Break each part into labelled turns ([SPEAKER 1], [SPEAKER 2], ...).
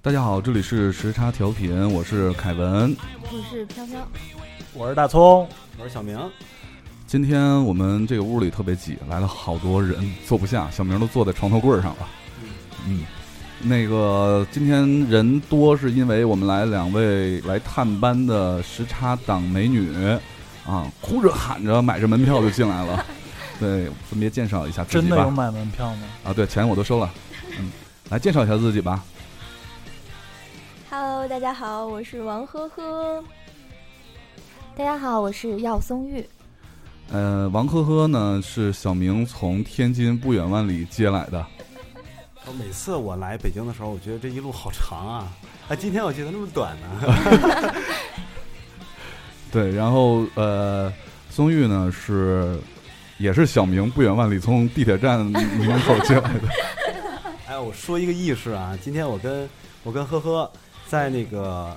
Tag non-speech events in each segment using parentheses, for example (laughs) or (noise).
[SPEAKER 1] 大家好，这里是时差调频，我是凯文。
[SPEAKER 2] 我是飘飘，
[SPEAKER 3] 我是大葱，
[SPEAKER 4] 我是小明，
[SPEAKER 1] 今天我们这个屋里特别挤，来了好多人，坐不下，小明都坐在床头柜上了。嗯，那个今天人多是因为我们来两位来探班的时差党美女，啊，哭着喊着买着门票就进来了。对，分别介绍一下自
[SPEAKER 3] 真
[SPEAKER 1] 己
[SPEAKER 3] 的有
[SPEAKER 1] 吧。
[SPEAKER 3] 买门票吗？
[SPEAKER 1] 啊，对，钱我都收了。嗯，来介绍一下自己吧。
[SPEAKER 2] Hello，大家好，我是王呵呵。
[SPEAKER 5] 大家好，我是耀松玉。
[SPEAKER 1] 呃，王呵呵呢是小明从天津不远万里接来的。
[SPEAKER 4] 哦每次我来北京的时候，我觉得这一路好长啊！啊，今天我觉得那么短呢、 (laughs)
[SPEAKER 1] 对，然后呃，松玉呢是也是小明不远万里从地铁站门口接来的。
[SPEAKER 4] (laughs) 哎，我说一个轶事啊，今天我跟我跟呵呵在那个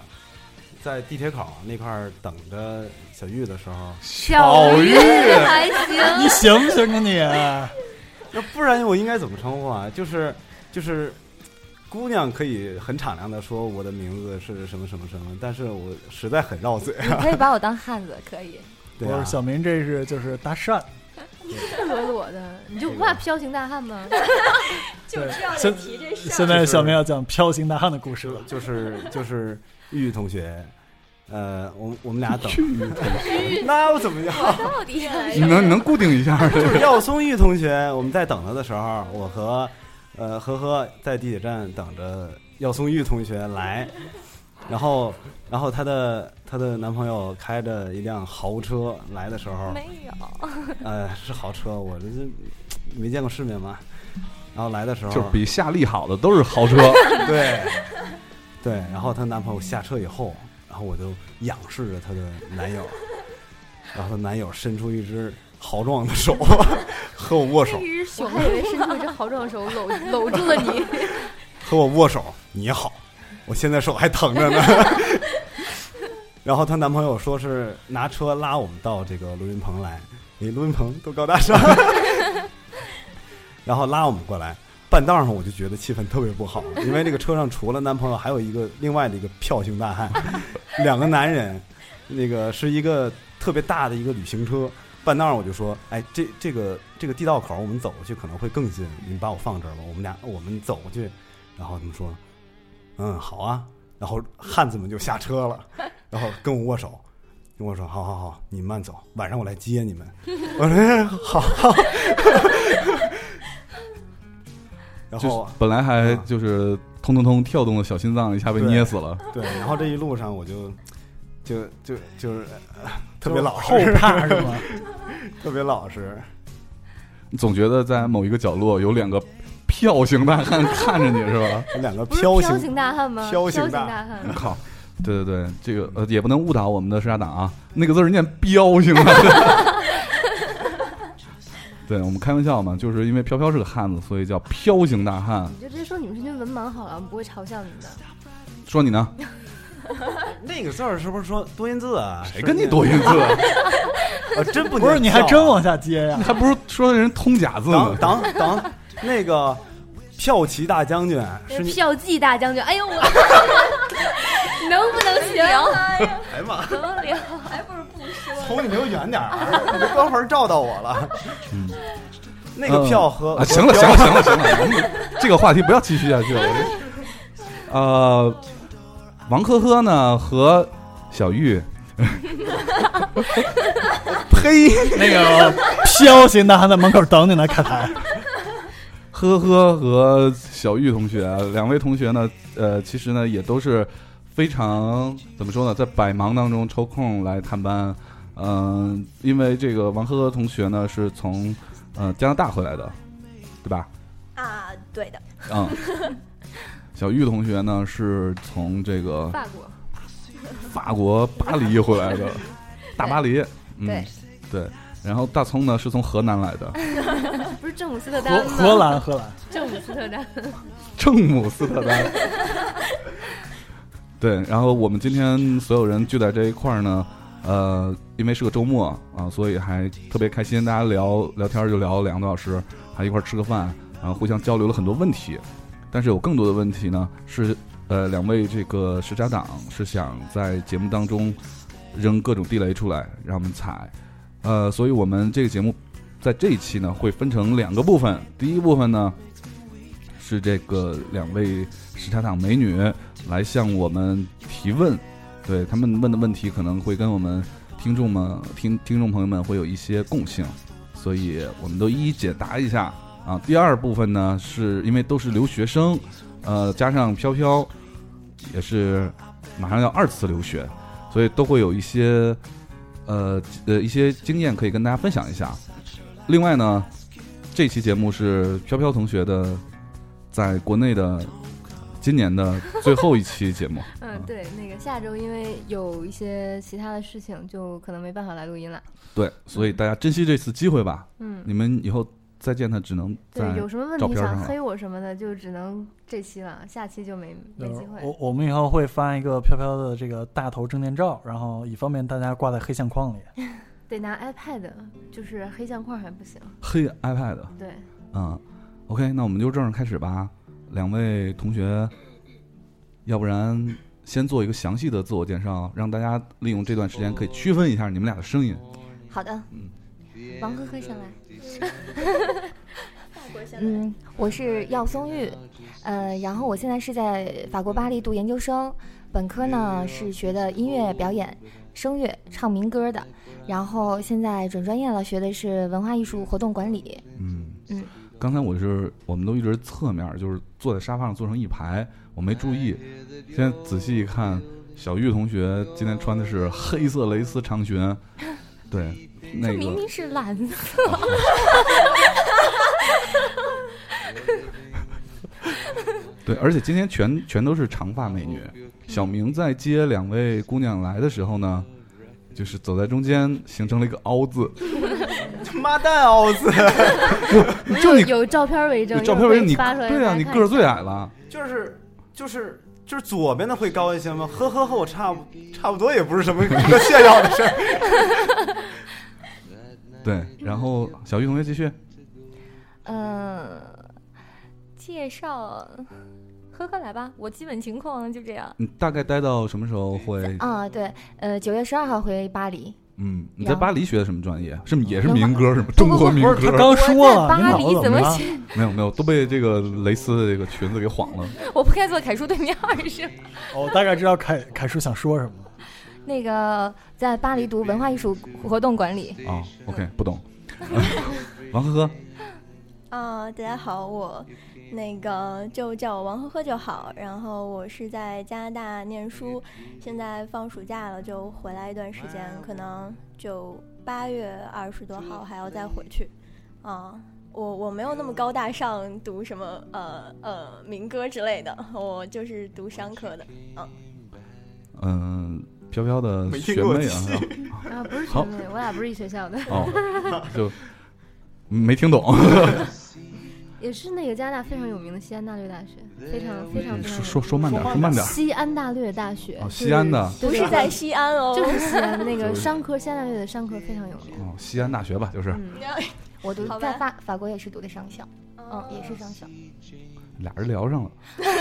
[SPEAKER 4] 在地铁口那块儿等着小玉的时候，
[SPEAKER 3] 小玉
[SPEAKER 2] 还
[SPEAKER 3] (laughs) 你
[SPEAKER 2] 行，
[SPEAKER 3] 行不行啊
[SPEAKER 4] (laughs)
[SPEAKER 3] 你？
[SPEAKER 4] 那不然我应该怎么称呼啊？就是就是，姑娘可以很敞亮的说我的名字是什么什么什么，但是我实在很绕嘴。啊
[SPEAKER 5] 你可以把我当汉子，可以
[SPEAKER 4] 对
[SPEAKER 3] 我
[SPEAKER 4] 啊
[SPEAKER 3] 说，小明这是就是搭讪，
[SPEAKER 5] 赤裸裸
[SPEAKER 2] (laughs)
[SPEAKER 5] 的，你就不怕彪形大汉吗？
[SPEAKER 3] 对，
[SPEAKER 2] 就
[SPEAKER 3] 现
[SPEAKER 2] 提这事
[SPEAKER 3] 现在小明要讲彪形大汉的故事
[SPEAKER 4] 就
[SPEAKER 3] 了。
[SPEAKER 4] 就是就是玉玉同学，呃，我我们俩等那又怎么样？
[SPEAKER 2] 到底
[SPEAKER 1] (laughs) 你能你能固定一下儿？
[SPEAKER 4] 就是耀松玉同学，我们在等他的时候，我和呃呵呵在地铁站等着耀松玉同学来，然后然后她的她的男朋友开着一辆豪车来的时候，
[SPEAKER 2] 没有？
[SPEAKER 4] 呃是豪车，我这是没见过世面嘛，然后来的时候
[SPEAKER 1] 就是比夏利好的 (laughs) 都是豪车。
[SPEAKER 4] (laughs) 对对，然后她男朋友下车以后，然后我就仰视着她的男友，然后她男友伸出一只豪壮的手和我握手。
[SPEAKER 5] 我还以为伸出一只豪壮的手搂搂住了你。
[SPEAKER 4] 和我握手，你好，我现在手还疼着呢。 (laughs) 然后她男朋友说是拿车拉我们到这个录音棚来，诶，录音棚多高大上，然后拉我们过来。半道上我就觉得气氛特别不好，因为这个车上除了男朋友，还有一个另外的一个票性大汉，两个男人，那个是一个特别大的一个旅行车。半道上我就说，哎，这这个这个地道口我们走过去可能会更近，你们把我放这儿吧，我们俩我们走过去。然后他们说，嗯，好啊。然后汉子们就下车了，然后跟我握手，跟我说，好好好，你慢走，晚上我来接你们。我说、哎、好。好
[SPEAKER 1] (laughs) 就
[SPEAKER 4] 然
[SPEAKER 1] 是
[SPEAKER 4] 后
[SPEAKER 1] 本来还
[SPEAKER 4] 啊
[SPEAKER 1] 就是通通通跳动的小心脏一下被
[SPEAKER 4] 对
[SPEAKER 1] 捏死了。
[SPEAKER 4] 嗯对，然后这一路上我就就就就是、呃特别老
[SPEAKER 3] 后
[SPEAKER 4] 实，
[SPEAKER 3] 怕是吗？
[SPEAKER 4] (laughs) 特别老实。
[SPEAKER 1] 总觉得在某一个角落有两个票型大汉看着你是吧？
[SPEAKER 4] 有 (laughs) 两个
[SPEAKER 5] 不是
[SPEAKER 4] 飘
[SPEAKER 5] 彪
[SPEAKER 4] 形
[SPEAKER 5] 形大汉吗？
[SPEAKER 4] 彪
[SPEAKER 5] 彪
[SPEAKER 4] 形大
[SPEAKER 5] 大汉，
[SPEAKER 1] 靠！对对对，这个呃也不能误导我们的时差党啊，那个字儿念彪行吧？ (laughs) 对我们开玩笑嘛，就是因为飘飘是个汉子，所以叫飘形大汉。
[SPEAKER 5] 你就直接说你们是群文盲好了，我们不会嘲笑你的。
[SPEAKER 1] 说你
[SPEAKER 3] (laughs)
[SPEAKER 1] 呢？
[SPEAKER 2] (laughs)
[SPEAKER 4] 那个字儿是不是说多音字啊？
[SPEAKER 1] 谁跟你多音字？
[SPEAKER 4] (laughs) 啊？真不
[SPEAKER 3] 不是，
[SPEAKER 4] 能
[SPEAKER 3] 你还
[SPEAKER 4] 叫
[SPEAKER 3] 真往下接呀？
[SPEAKER 1] 还不如说人通假字
[SPEAKER 4] 等
[SPEAKER 1] 呢。
[SPEAKER 4] 等等，那个骠骑大将军
[SPEAKER 6] 哎
[SPEAKER 4] 是你
[SPEAKER 5] 票骑大将军，哎 (laughs) 呦我，能不能行？
[SPEAKER 4] 哎呀妈，
[SPEAKER 5] 能不能聊？
[SPEAKER 4] 从你离我远点儿，啊你的
[SPEAKER 5] (laughs)
[SPEAKER 4] 光环照到我了。
[SPEAKER 1] 嗯
[SPEAKER 4] 那个票和
[SPEAKER 1] 啊，行了行了行了行了，我们这个话题不要继续下去了。我这呃，王珂珂呢和小玉
[SPEAKER 4] 呸！
[SPEAKER 3] 那个彪形大汉在门口等你呢，凯台。
[SPEAKER 1] 呵呵和小玉同学，两位同学呢，呃，其实呢也都是非常怎么说呢，在百忙当中抽空来探班。嗯、因为这个王呵呵同学呢是从呃加拿大回来的，对吧？
[SPEAKER 2] 啊，对的，
[SPEAKER 1] (laughs) 嗯，小玉同学呢是从这个
[SPEAKER 5] (laughs) 法国，
[SPEAKER 1] 法国巴黎回来 (laughs) 的，大巴黎。嗯、
[SPEAKER 5] 对
[SPEAKER 1] 对然后大葱呢是从河南来的，
[SPEAKER 5] (laughs) 不是正姆斯特丹
[SPEAKER 3] 荷
[SPEAKER 5] 吗？
[SPEAKER 3] 荷，兰荷兰，
[SPEAKER 5] 正姆斯特丹。
[SPEAKER 1] 正姆斯特丹。对，然后我们今天所有人聚在这一块儿呢，呃，因为是个周末啊，所以还特别开心，大家聊聊天儿就聊两个多小时，还一块儿吃个饭，然后互相交流了很多问题。但是有更多的问题呢，是呃，两位这个时差党是想在节目当中扔各种地雷出来，让我们踩。呃，所以我们这个节目在这一期呢会分成两个部分，第一部分呢是这个两位时差党美女来向我们提问，对他们问的问题可能会跟我们听众们听听众朋友们会有一些共性，所以我们都一一解答一下啊。第二部分呢是因为都是留学生，呃，加上飘飘也是马上要二次留学，所以都会有一些呃呃一些经验可以跟大家分享一下。另外呢，这期节目是飘飘同学的在国内的今年的最后一期节
[SPEAKER 5] (laughs)
[SPEAKER 1] 目。
[SPEAKER 5] 嗯，对，那个下周因为有一些其他的事情，就可能没办法来录音了。
[SPEAKER 1] 对，所以大家珍惜这次机会吧。
[SPEAKER 5] 嗯，
[SPEAKER 1] 你们以后再见他，只能在
[SPEAKER 5] 对，有什么问
[SPEAKER 1] 照
[SPEAKER 5] 题
[SPEAKER 1] 片
[SPEAKER 5] 想
[SPEAKER 1] 上
[SPEAKER 5] 黑我什么的，就只能这期了，下期就没没机会。 (laughs)
[SPEAKER 3] 我我们以后会发一个飘飘的这个大头证件照，然后以方便大家挂在黑相框里。
[SPEAKER 5] 得拿 iPad，就是黑相框还不行。
[SPEAKER 1] 黑 iPad。
[SPEAKER 5] 对，
[SPEAKER 1] 嗯，OK，那我们就正式开始吧。两位同学，要不然先做一个详细的自我介绍，让大家利用这段时间可以区分一下你们俩的声音。
[SPEAKER 2] 好的，
[SPEAKER 5] 王呵呵先来。
[SPEAKER 6] 嗯，我是耀松玉，呃，然后我现在是在法国巴黎读研究生，本科呢是学的音乐表演、声乐、唱民歌的，然后现在转专业了，学的是文化艺术活动管理。
[SPEAKER 1] 嗯
[SPEAKER 6] 嗯，
[SPEAKER 1] 刚才我是我们都一直侧面，就是坐在沙发上坐成一排，我没注意。现在仔细一看，小玉同学今天穿的是黑色蕾丝长裙，对，那个
[SPEAKER 6] 明明是蓝色，
[SPEAKER 1] 对，而且今天全全都是长发美女。小明在接两位姑娘来的时候呢，就是走在中间，形成了一个凹字。
[SPEAKER 4] 妈蛋凹子，
[SPEAKER 1] 就你
[SPEAKER 5] 有照片为证，
[SPEAKER 1] 有照片为证，你
[SPEAKER 5] 发出来
[SPEAKER 1] 对啊，你个儿最矮了。
[SPEAKER 4] 就是就是就是左边的会高一些吗？呵呵呵，我差不差不多也不是什么可炫耀的
[SPEAKER 1] (laughs)
[SPEAKER 4] 事儿。
[SPEAKER 1] 对，然后小玉同学继续。
[SPEAKER 7] 呃
[SPEAKER 6] 嗯、介绍，
[SPEAKER 2] 呵呵来吧，我基本情况就这样。
[SPEAKER 1] 你大概待到什么时候会？
[SPEAKER 6] 啊，对，呃，九月十二号回巴黎，
[SPEAKER 1] 嗯，你
[SPEAKER 6] 然
[SPEAKER 1] 在
[SPEAKER 6] 后
[SPEAKER 1] 巴黎学的什么专业？是不是也是
[SPEAKER 6] 文化
[SPEAKER 1] 民歌？是吗？中国民
[SPEAKER 3] 不是他
[SPEAKER 1] 歌？
[SPEAKER 3] 刚说了，
[SPEAKER 6] 我在
[SPEAKER 3] 你
[SPEAKER 6] 巴
[SPEAKER 3] 脑
[SPEAKER 6] 黎
[SPEAKER 3] 子
[SPEAKER 6] 怎么
[SPEAKER 3] 么了？
[SPEAKER 1] 啊没有没有，都被这个蕾丝的这个裙子给晃了。
[SPEAKER 2] 我不该坐凯叔对面儿是吗？
[SPEAKER 3] 我大概知道凯凯叔想说什么。
[SPEAKER 6] 那个在巴黎读文化艺术活动管理。
[SPEAKER 1] 啊，OK，不懂。王呵呵，
[SPEAKER 2] 啊、大家好，我那个就叫我王呵呵就好。然后我是在加拿大念书，现在放暑假了，就回来一段时间，可能就八月二十多号还要再回去。啊、我我没有那么高大上，读什么呃呃民歌之类的，我就是读商科的。啊
[SPEAKER 1] 嗯，飘飘的
[SPEAKER 4] 没听
[SPEAKER 1] 学
[SPEAKER 4] 过
[SPEAKER 1] 妹啊，
[SPEAKER 4] 戏
[SPEAKER 1] 是吧
[SPEAKER 5] 啊，不是学
[SPEAKER 1] 好
[SPEAKER 5] 妹，我俩不是一学校的， (laughs)
[SPEAKER 1] 哦，就没 (laughs) 听懂。哦
[SPEAKER 5] 也是那个加拿大非常有名的西安大略大学，非常非常非常有名
[SPEAKER 1] 说说说慢点，
[SPEAKER 4] 说
[SPEAKER 1] 说慢点。
[SPEAKER 5] 西安大略大学，
[SPEAKER 1] 哦
[SPEAKER 5] 就是
[SPEAKER 1] 西安的
[SPEAKER 5] 对
[SPEAKER 2] 不是在西安哦，
[SPEAKER 5] 就是西安那个
[SPEAKER 1] 就是
[SPEAKER 5] 商科，西安大略的商科非常有名。
[SPEAKER 1] 哦，西安大学吧，就是
[SPEAKER 5] 嗯，
[SPEAKER 6] 我读
[SPEAKER 2] 好吧
[SPEAKER 6] 在法法国也是读的商校，嗯，也是商校。
[SPEAKER 1] 俩人聊上了。 (laughs)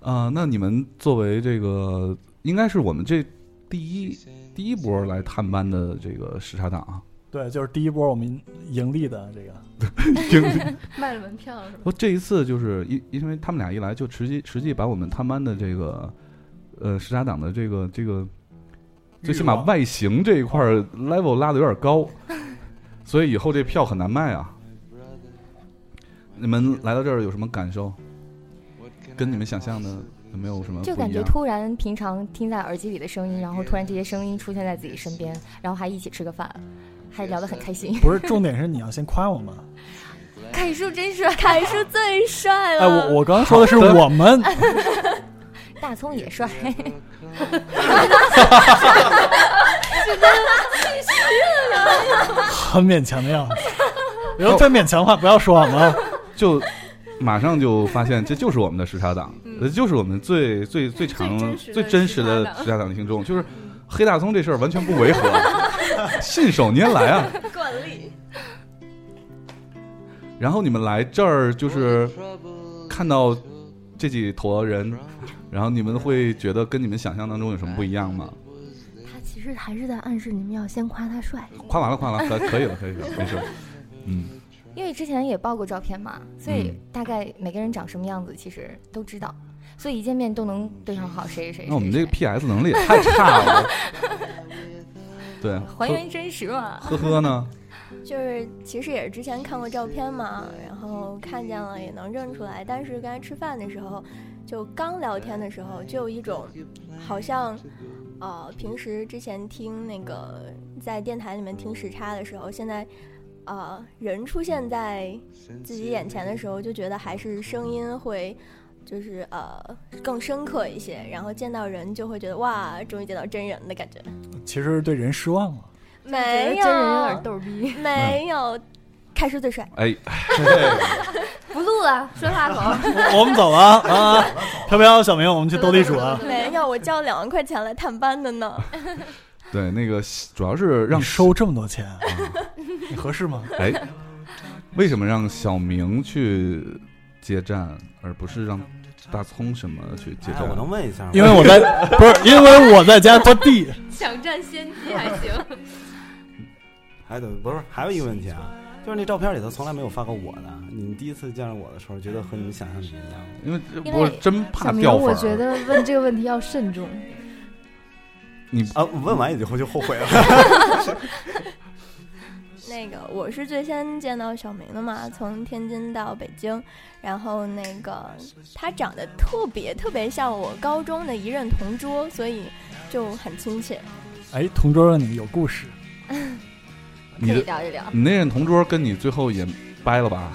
[SPEAKER 1] 啊、那你们作为这个，应该是我们这第一第一波来探班的这个时差党啊。
[SPEAKER 3] 对，就是第一波我们盈利的这个，
[SPEAKER 7] (laughs)
[SPEAKER 5] 卖了门票是吧？
[SPEAKER 1] 不，这一次就是因因为他们俩一来，就实际实际把我们探班的这个呃时差党的这个这个，最起码
[SPEAKER 3] 欲望
[SPEAKER 1] 外形这一块儿 level 拉的有点
[SPEAKER 3] (laughs)
[SPEAKER 1] 高，所以以后这票很难卖啊。你们来到这儿有什么感受？跟你们想象的有没有什么
[SPEAKER 6] 就
[SPEAKER 1] 不
[SPEAKER 6] 感
[SPEAKER 1] 一
[SPEAKER 6] 觉
[SPEAKER 1] 样？
[SPEAKER 6] 突然平常听在耳机里的声音，然后突然这些声音出现在自己身边，然后还一起吃个饭，还聊得很开心。 (laughs)
[SPEAKER 3] 不是重点是你要先夸我们。
[SPEAKER 6] 凯叔真是
[SPEAKER 2] 凯叔最帅了。
[SPEAKER 3] 哎，
[SPEAKER 7] 呃
[SPEAKER 3] 我
[SPEAKER 7] (laughs)
[SPEAKER 3] 我刚刚说的是我们， (laughs)
[SPEAKER 6] 大葱
[SPEAKER 4] (laughs)
[SPEAKER 6] 也帅，
[SPEAKER 3] 很勉强的样子。然后再勉强的话，不要说我啊
[SPEAKER 1] (laughs)
[SPEAKER 3] 们。
[SPEAKER 1] 就马上就发现这就是我们的时差党，呃，就是我们最最最长最
[SPEAKER 5] 最
[SPEAKER 1] 真
[SPEAKER 5] 真
[SPEAKER 1] 实
[SPEAKER 5] 实
[SPEAKER 1] 的
[SPEAKER 5] 的
[SPEAKER 1] 时差党的听众，就是黑大葱这事儿完全不 (laughs) 违和，信手拈来啊。
[SPEAKER 2] 惯例。
[SPEAKER 1] 然后你们来这儿就是看到这几坨人，然后你们会觉得跟你们想象当中有什么不一样吗？
[SPEAKER 6] 他其实还是在暗示你们要先夸他帅，
[SPEAKER 1] 夸完了，夸完了，可可以了，可
[SPEAKER 6] (laughs)
[SPEAKER 1] 以了，没事。嗯，
[SPEAKER 6] 因为之前也爆过照片嘛，所以
[SPEAKER 1] 嗯
[SPEAKER 6] 大概每个人长什么样子其实都知道，所以一见面都能对上号谁谁谁谁。
[SPEAKER 1] 那我们这个 PS 能力也太差了。 (laughs) 对，
[SPEAKER 6] 还原真实嘛，
[SPEAKER 1] 呵呵呵呢，
[SPEAKER 2] (laughs) 就是其实也是之前看过照片嘛，然后看见了也能认出来，但是刚才吃饭的时候，就刚聊天的时候，就有一种好像，呃，平时之前听那个在电台里面听时差的时候，现在。啊、人出现在自己眼前的时候，就觉得还是声音会，就是呃更深刻一些，然后见到人就会觉得哇，终于见到真人的感觉。
[SPEAKER 3] 其实对人失望了。
[SPEAKER 2] 没有，
[SPEAKER 5] 真人有点逗逼，
[SPEAKER 2] 没有，开始最帅。
[SPEAKER 1] 哎，
[SPEAKER 5] 不录了，说话口。
[SPEAKER 3] (laughs) 我们走了啊，飘飘、小明，我们去斗地
[SPEAKER 4] (laughs)
[SPEAKER 3] 主啊！
[SPEAKER 2] 没有，我交两万块钱来探班的呢。
[SPEAKER 1] 对，那个主要是让
[SPEAKER 3] 你收这么多钱，你合适吗？
[SPEAKER 1] 哎，为什么让小明去接站，而不是让大葱什么去接
[SPEAKER 4] 哎，
[SPEAKER 1] 站？
[SPEAKER 4] 我能问一下吗？
[SPEAKER 3] 因为我在不是因为我在家拖地，
[SPEAKER 5] 抢占先机还
[SPEAKER 1] (laughs)
[SPEAKER 5] 行，
[SPEAKER 4] 哎，对，不是，还有一个问题啊，就是那照片里头从来没有发过我的。你们第一次见着我的时候，觉得和你们想象里的一样吗？
[SPEAKER 1] 因为这
[SPEAKER 6] 因为
[SPEAKER 1] 我真怕
[SPEAKER 5] 小明，
[SPEAKER 1] 掉粉儿。
[SPEAKER 5] 我觉得问这个问题要
[SPEAKER 1] (laughs)
[SPEAKER 5] 慎重。
[SPEAKER 1] 你
[SPEAKER 4] 啊，我问完以后就后悔了。 (laughs)
[SPEAKER 2] 那个，我是最先见到小明的嘛，从天津到北京，然后那个他长得特别特别像我高中的一任同桌，所以就很亲切。
[SPEAKER 3] 哎，同桌的你有故事，
[SPEAKER 6] 可
[SPEAKER 1] 你
[SPEAKER 6] 以
[SPEAKER 1] 的
[SPEAKER 6] 聊一聊。
[SPEAKER 1] 你那任同桌跟你最后也掰了吧？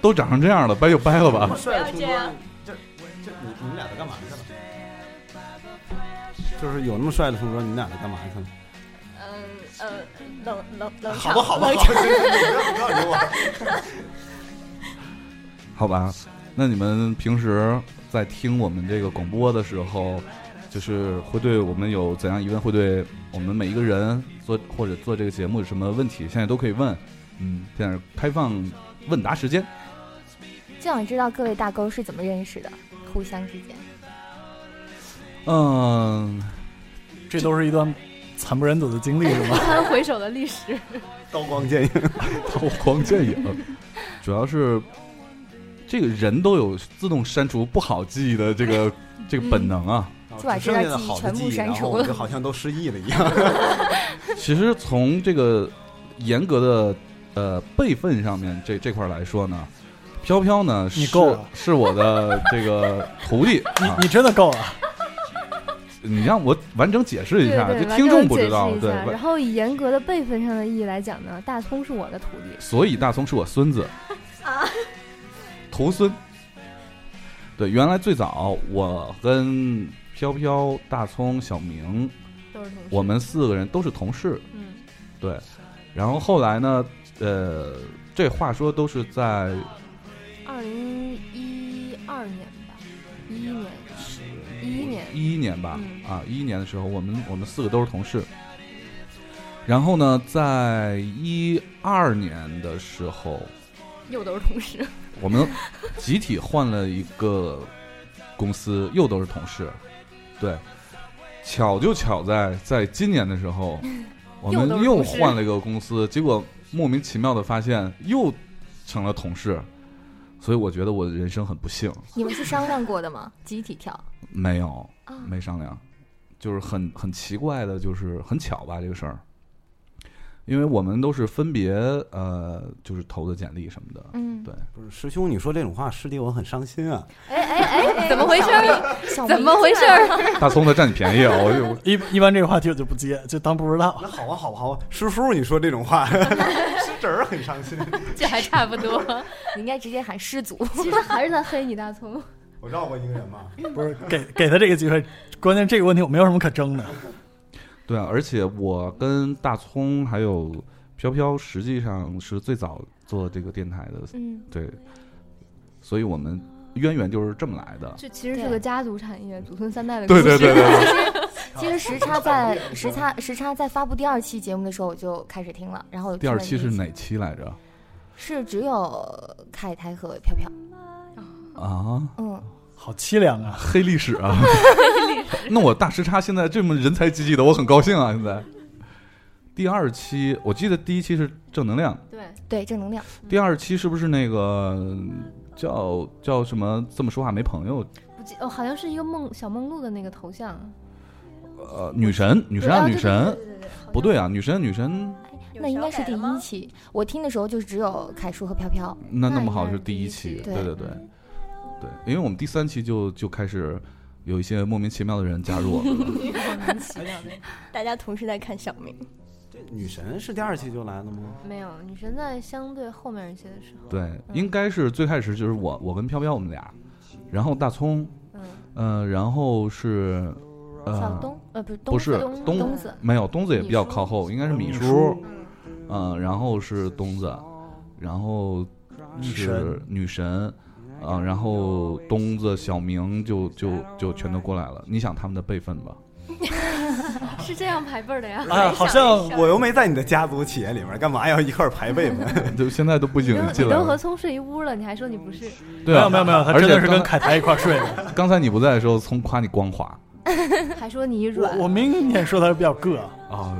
[SPEAKER 1] 都长成这样了，掰就掰了吧。
[SPEAKER 4] 不
[SPEAKER 2] 要这样，
[SPEAKER 4] 这这你你们俩在干嘛去了？就是有那么帅的同桌，你们俩在干嘛去了？
[SPEAKER 2] 嗯呃，冷冷冷
[SPEAKER 4] 好吧，
[SPEAKER 2] 场，
[SPEAKER 4] 好吧，好吧，行行行你不要不要理我。
[SPEAKER 1] 好吧，那你们平时在听我们这个广播的时候，就是会对我们有怎样疑问？会对我们每一个人做或者做这个节目有什么问题？现在都可以问，嗯，现在开放问答时间。
[SPEAKER 6] 就想知道各位大沟是怎么认识的，互相之间。
[SPEAKER 1] 嗯，
[SPEAKER 3] 这都是一段惨不忍睹的经历，是吗？
[SPEAKER 5] 翻回首的历史，
[SPEAKER 4] (laughs) 刀光
[SPEAKER 1] (laughs)
[SPEAKER 4] 剑影，
[SPEAKER 1] 刀光剑影，主要是这个人都有自动删除不好记忆的这个这个本能啊。
[SPEAKER 6] 就把
[SPEAKER 4] 哦只
[SPEAKER 6] 这
[SPEAKER 4] 剩
[SPEAKER 6] 段
[SPEAKER 4] 下的
[SPEAKER 6] 记忆
[SPEAKER 4] 好的
[SPEAKER 6] 全部
[SPEAKER 4] 记忆，
[SPEAKER 6] 删
[SPEAKER 4] 然后
[SPEAKER 6] 除
[SPEAKER 4] 我
[SPEAKER 6] 了
[SPEAKER 4] 就好像都失忆了一样。
[SPEAKER 1] (laughs) 其实从这个严格的呃辈分上面这这块儿来说呢，飘飘呢是
[SPEAKER 3] 你够了
[SPEAKER 1] (laughs) 是我的这个徒弟，啊
[SPEAKER 3] (laughs) 你、你真的够了，
[SPEAKER 1] 你让我完整解释一下，
[SPEAKER 5] 对对，
[SPEAKER 1] 这听众不知道
[SPEAKER 5] 完，整
[SPEAKER 1] 对
[SPEAKER 5] 解释一，下
[SPEAKER 1] 完
[SPEAKER 5] 然后以严格的辈分上的意义来讲呢，大葱是我的徒弟，
[SPEAKER 1] 所以大葱是我孙子，
[SPEAKER 5] 啊
[SPEAKER 1] 徒孙。对，原来最早我跟飘飘、大葱、小明，
[SPEAKER 5] 都是同事。
[SPEAKER 1] 我们四个人都是同事，
[SPEAKER 5] 嗯，
[SPEAKER 1] 对，然后后来呢，呃，这话说都是在
[SPEAKER 5] 二零一二年吧，一一年，一一年，
[SPEAKER 1] 一一年吧，
[SPEAKER 5] 嗯
[SPEAKER 1] 啊，一一年的时候，我们我们四个都是同事。然后呢，在一二年的时候，
[SPEAKER 5] 又都是同事。
[SPEAKER 1] 我们集体换了一个公司，又都是同事。对，巧就巧在在今年的时候，
[SPEAKER 5] (laughs)
[SPEAKER 1] 哦我
[SPEAKER 5] 嗯又都
[SPEAKER 1] 们
[SPEAKER 5] 是
[SPEAKER 1] 又
[SPEAKER 5] 同事
[SPEAKER 1] 换了一个公司，结果莫名其妙的发现又成了同事，所以我觉得我的人生很不幸。
[SPEAKER 6] 你们是商量过的吗？ (laughs) 集体跳
[SPEAKER 1] 没有，
[SPEAKER 6] 啊？
[SPEAKER 1] 没商量，就是很很奇怪的，就是很巧吧这个事儿，因为我们都是分别呃，就是投的简历什么的，
[SPEAKER 6] 嗯，
[SPEAKER 1] 对
[SPEAKER 4] 不是师兄，你说这种话，师弟我很伤心 (laughs) 啊。
[SPEAKER 6] 哎哎哎，
[SPEAKER 5] (laughs) 怎么回事儿
[SPEAKER 6] 小明？
[SPEAKER 5] 怎么回事儿？
[SPEAKER 1] 大葱的占你便宜啊，
[SPEAKER 4] (laughs)
[SPEAKER 1] 我就
[SPEAKER 3] 一一般这个话题我就不接，就当不知道
[SPEAKER 4] 那。好啊，好啊，好啊，师叔，你说这种话，师侄儿很 (laughs) 伤心。
[SPEAKER 5] (laughs) 这还差不多。
[SPEAKER 6] 你应该直接喊失足。
[SPEAKER 5] 其实还是在黑你大葱。
[SPEAKER 4] 我绕过一个人吗？
[SPEAKER 3] (laughs) 不是给给他这个机会，关键这个问题我没有什么可争的。
[SPEAKER 1] 对啊，而且我跟大葱还有飘飘，实际上是最早做这个电台的，
[SPEAKER 6] 嗯，
[SPEAKER 1] 对，所以我们渊源就是这么来的。
[SPEAKER 5] 这其实
[SPEAKER 6] 对
[SPEAKER 5] 是个家族产业，祖孙三代的故
[SPEAKER 1] 对
[SPEAKER 5] 事。
[SPEAKER 1] 对对对对，
[SPEAKER 6] (laughs) 其实时差在时差时差在发布第二期节目的时候我就开始听了，然后
[SPEAKER 1] 第二期是
[SPEAKER 6] 听了
[SPEAKER 1] 哪期来着？
[SPEAKER 6] 一是只有凯台和飘飘。
[SPEAKER 1] 啊，
[SPEAKER 6] 嗯，
[SPEAKER 3] 好凄凉啊！
[SPEAKER 1] 黑历史
[SPEAKER 6] (laughs)
[SPEAKER 1] 啊！那我大时差现在这么人才济济的，我很高兴啊！现在第二期，我记得第一期是正能量，
[SPEAKER 6] 嗯
[SPEAKER 5] 对，
[SPEAKER 6] 对，正能量。
[SPEAKER 1] 嗯第二期是不是那个叫叫什么？这么说话没朋友？
[SPEAKER 5] 不记哦，好像是一个梦小梦露的那个头像，
[SPEAKER 1] 呃，女神，女神啊，女神，
[SPEAKER 5] 对对对，好像
[SPEAKER 1] 不对啊，女神，女神，
[SPEAKER 6] 那应该是第一期，我听的时候就只有凯叔和飘飘。
[SPEAKER 1] 那那
[SPEAKER 5] 那
[SPEAKER 1] 么
[SPEAKER 5] 应
[SPEAKER 1] 好就
[SPEAKER 5] 该
[SPEAKER 1] 是
[SPEAKER 5] 是
[SPEAKER 1] 第
[SPEAKER 5] 第
[SPEAKER 1] 一
[SPEAKER 5] 一
[SPEAKER 1] 期，
[SPEAKER 5] 期嗯
[SPEAKER 1] 对
[SPEAKER 6] 对
[SPEAKER 1] 对对对，因为我们第三期就就开始有一些莫名其妙的人加入
[SPEAKER 5] (laughs)
[SPEAKER 1] 我们了，
[SPEAKER 5] 莫名其妙的，
[SPEAKER 2] (laughs) 大家同时在看小明，
[SPEAKER 4] 女神是第二期就来了吗？
[SPEAKER 5] 没有女神在相对后面一些的时候，
[SPEAKER 1] 对，应该是最开始就是我我跟飘飘我们俩，然后大葱，
[SPEAKER 5] 嗯，
[SPEAKER 1] 呃，然后是
[SPEAKER 6] 小
[SPEAKER 1] 呃
[SPEAKER 6] 东，呃，不是东，
[SPEAKER 1] 不是
[SPEAKER 5] 东
[SPEAKER 1] 东
[SPEAKER 6] 东子
[SPEAKER 1] 没有东子也
[SPEAKER 5] 米
[SPEAKER 1] 比较
[SPEAKER 5] 叔
[SPEAKER 1] 靠后，应该是米
[SPEAKER 4] 米
[SPEAKER 1] 叔，嗯、然后是东子，然后是女神，啊、然后东子、小明就就就全都过来了。你想他们的辈分吧？
[SPEAKER 5] (laughs) 是这样排辈儿的呀，
[SPEAKER 3] 啊，好像
[SPEAKER 4] 我又没在你的家族企业里面，干嘛要一块儿排辈
[SPEAKER 1] (laughs)
[SPEAKER 4] 分？
[SPEAKER 1] 就现在都不仅
[SPEAKER 5] 你都
[SPEAKER 1] 进
[SPEAKER 5] 你
[SPEAKER 1] 来
[SPEAKER 5] 都
[SPEAKER 1] 了
[SPEAKER 5] 和，聪睡一
[SPEAKER 6] (laughs)
[SPEAKER 5] 屋了，你还说你不是？
[SPEAKER 1] 对
[SPEAKER 3] 没
[SPEAKER 1] 啊，
[SPEAKER 3] 有没有没有，他
[SPEAKER 1] 而
[SPEAKER 3] 真
[SPEAKER 1] 且
[SPEAKER 3] 的是跟
[SPEAKER 1] 刚
[SPEAKER 3] 凯台一块儿睡的。
[SPEAKER 1] (laughs) 刚才你不在的时候，从夸你光滑
[SPEAKER 5] 还说你软，
[SPEAKER 3] 我我明显说他是比较
[SPEAKER 4] (laughs)
[SPEAKER 3] 个，
[SPEAKER 1] 啊，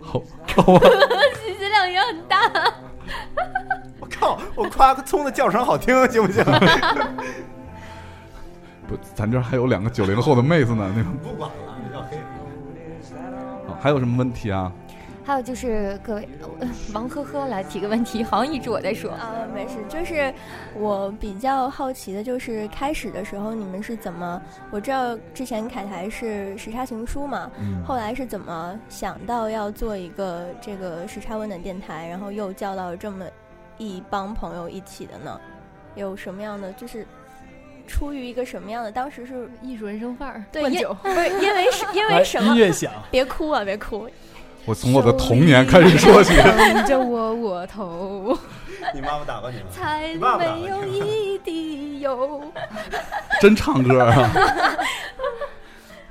[SPEAKER 1] 好，好吧，
[SPEAKER 5] 信息量也很 (laughs) 大。
[SPEAKER 4] 我靠！我夸葱的叫声好听，行不行？
[SPEAKER 1] 不，咱这儿还有两个九零后的妹子呢，那种。
[SPEAKER 4] (laughs) 不管了，要黑。
[SPEAKER 1] 好哦还有什么问题啊？
[SPEAKER 6] 还有就是各位呃王呵呵来提个问题，好像一直我在说。
[SPEAKER 2] 啊，没事，就是我比较好奇的，就是开始的时候你们是怎么？我知道之前凯台是时差情书嘛，
[SPEAKER 1] 嗯，
[SPEAKER 2] 后来是怎么想到要做一个这个时差温暖电台，然后又叫到这么一帮朋友一起的呢？有什么样的就是出于一个什么样的？当时是
[SPEAKER 5] 艺术人生范儿，
[SPEAKER 2] 对
[SPEAKER 5] 灌
[SPEAKER 2] 因
[SPEAKER 5] 酒，
[SPEAKER 2] 不是因为
[SPEAKER 5] (laughs)
[SPEAKER 2] 是因
[SPEAKER 3] 来
[SPEAKER 2] 为什
[SPEAKER 3] 音
[SPEAKER 1] 哎
[SPEAKER 2] 么？
[SPEAKER 3] 乐响，
[SPEAKER 2] 别哭啊，别哭！
[SPEAKER 1] 我从我的童年开始说
[SPEAKER 3] (laughs)
[SPEAKER 1] 起。
[SPEAKER 5] 等着我我头，
[SPEAKER 4] (laughs) 你妈妈打扮你吗？
[SPEAKER 5] (laughs) 才
[SPEAKER 4] 爸爸
[SPEAKER 5] 没有一滴油。
[SPEAKER 1] 真唱歌啊！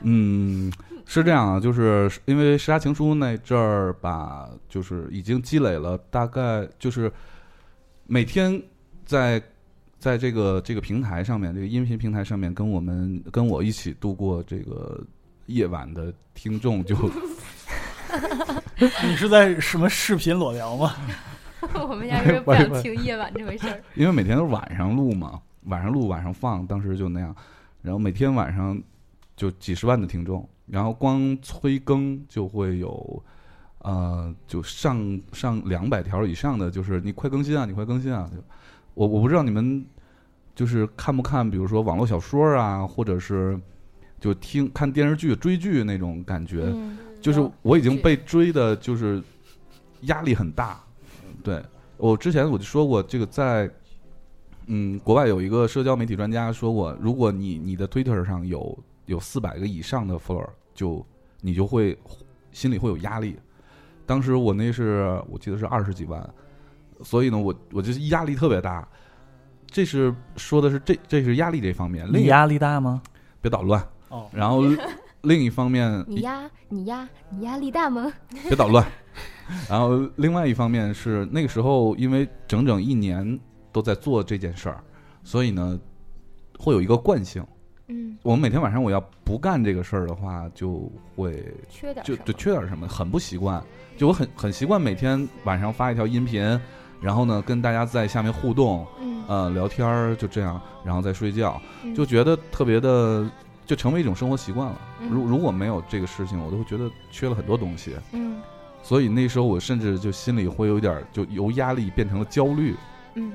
[SPEAKER 1] 嗯，是这样啊，就是因为《时差情书》那阵儿吧，就是已经积累了大概就是每天在在这个这个平台上面，这个音频平台上面跟我们跟我一起度过这个夜晚的听众就
[SPEAKER 3] (laughs) 你是在什么视频裸聊吗？
[SPEAKER 5] (laughs) 我们家人不想听夜晚这回事
[SPEAKER 1] (laughs)
[SPEAKER 5] 儿。
[SPEAKER 1] 因为每天都是晚上录嘛，晚上录晚上放，当时就那样。然后每天晚上就几十万的听众，然后光催更就会有，呃，就上上两百条以上的，就是你快更新啊，你快更新啊！就我我不知道你们就是看不看，比如说网络小说啊，或者是就听看电视剧、追剧那种感觉，
[SPEAKER 6] 嗯，
[SPEAKER 1] 就是我已经被追的，就是压力很大。对我之前我就说过，这个在嗯国外有一个社交媒体专家说过，如果你你的 Twitter 上有有四百个以上的 follower，就你就会心里会有压力。当时我那是我记得是二十几万，所以呢，我我就是压力特别大。这是说的是这这是压力这方面，另
[SPEAKER 3] 你
[SPEAKER 1] 一
[SPEAKER 3] 压力大吗？
[SPEAKER 1] 别捣乱。
[SPEAKER 3] 哦，
[SPEAKER 1] 然后另一方面，
[SPEAKER 5] 你压你压你压力大吗？
[SPEAKER 1] (laughs) 别捣乱。然后另外一方面是那个时候，因为整整一年都在做这件事儿，所以呢，会有一个惯性。
[SPEAKER 6] 嗯，
[SPEAKER 1] 我们每天晚上我要不干这个事儿的话，就会
[SPEAKER 6] 缺点
[SPEAKER 1] 就
[SPEAKER 6] 什
[SPEAKER 1] 就
[SPEAKER 6] 么嗯
[SPEAKER 1] 缺点什么，很不习惯。就我很很习惯每天晚上发一条音频，然后呢跟大家在下面互动，
[SPEAKER 6] 嗯
[SPEAKER 1] 呃聊天儿就这样，然后再睡觉，
[SPEAKER 6] 嗯
[SPEAKER 1] 就觉得特别的，就成为一种生活习惯了。
[SPEAKER 6] 嗯
[SPEAKER 1] 如如果没有这个事情，我都会觉得缺了很多东西。
[SPEAKER 6] 嗯
[SPEAKER 1] 所以那时候我甚至就心里会有点儿就由压力变成了焦虑，
[SPEAKER 6] 嗯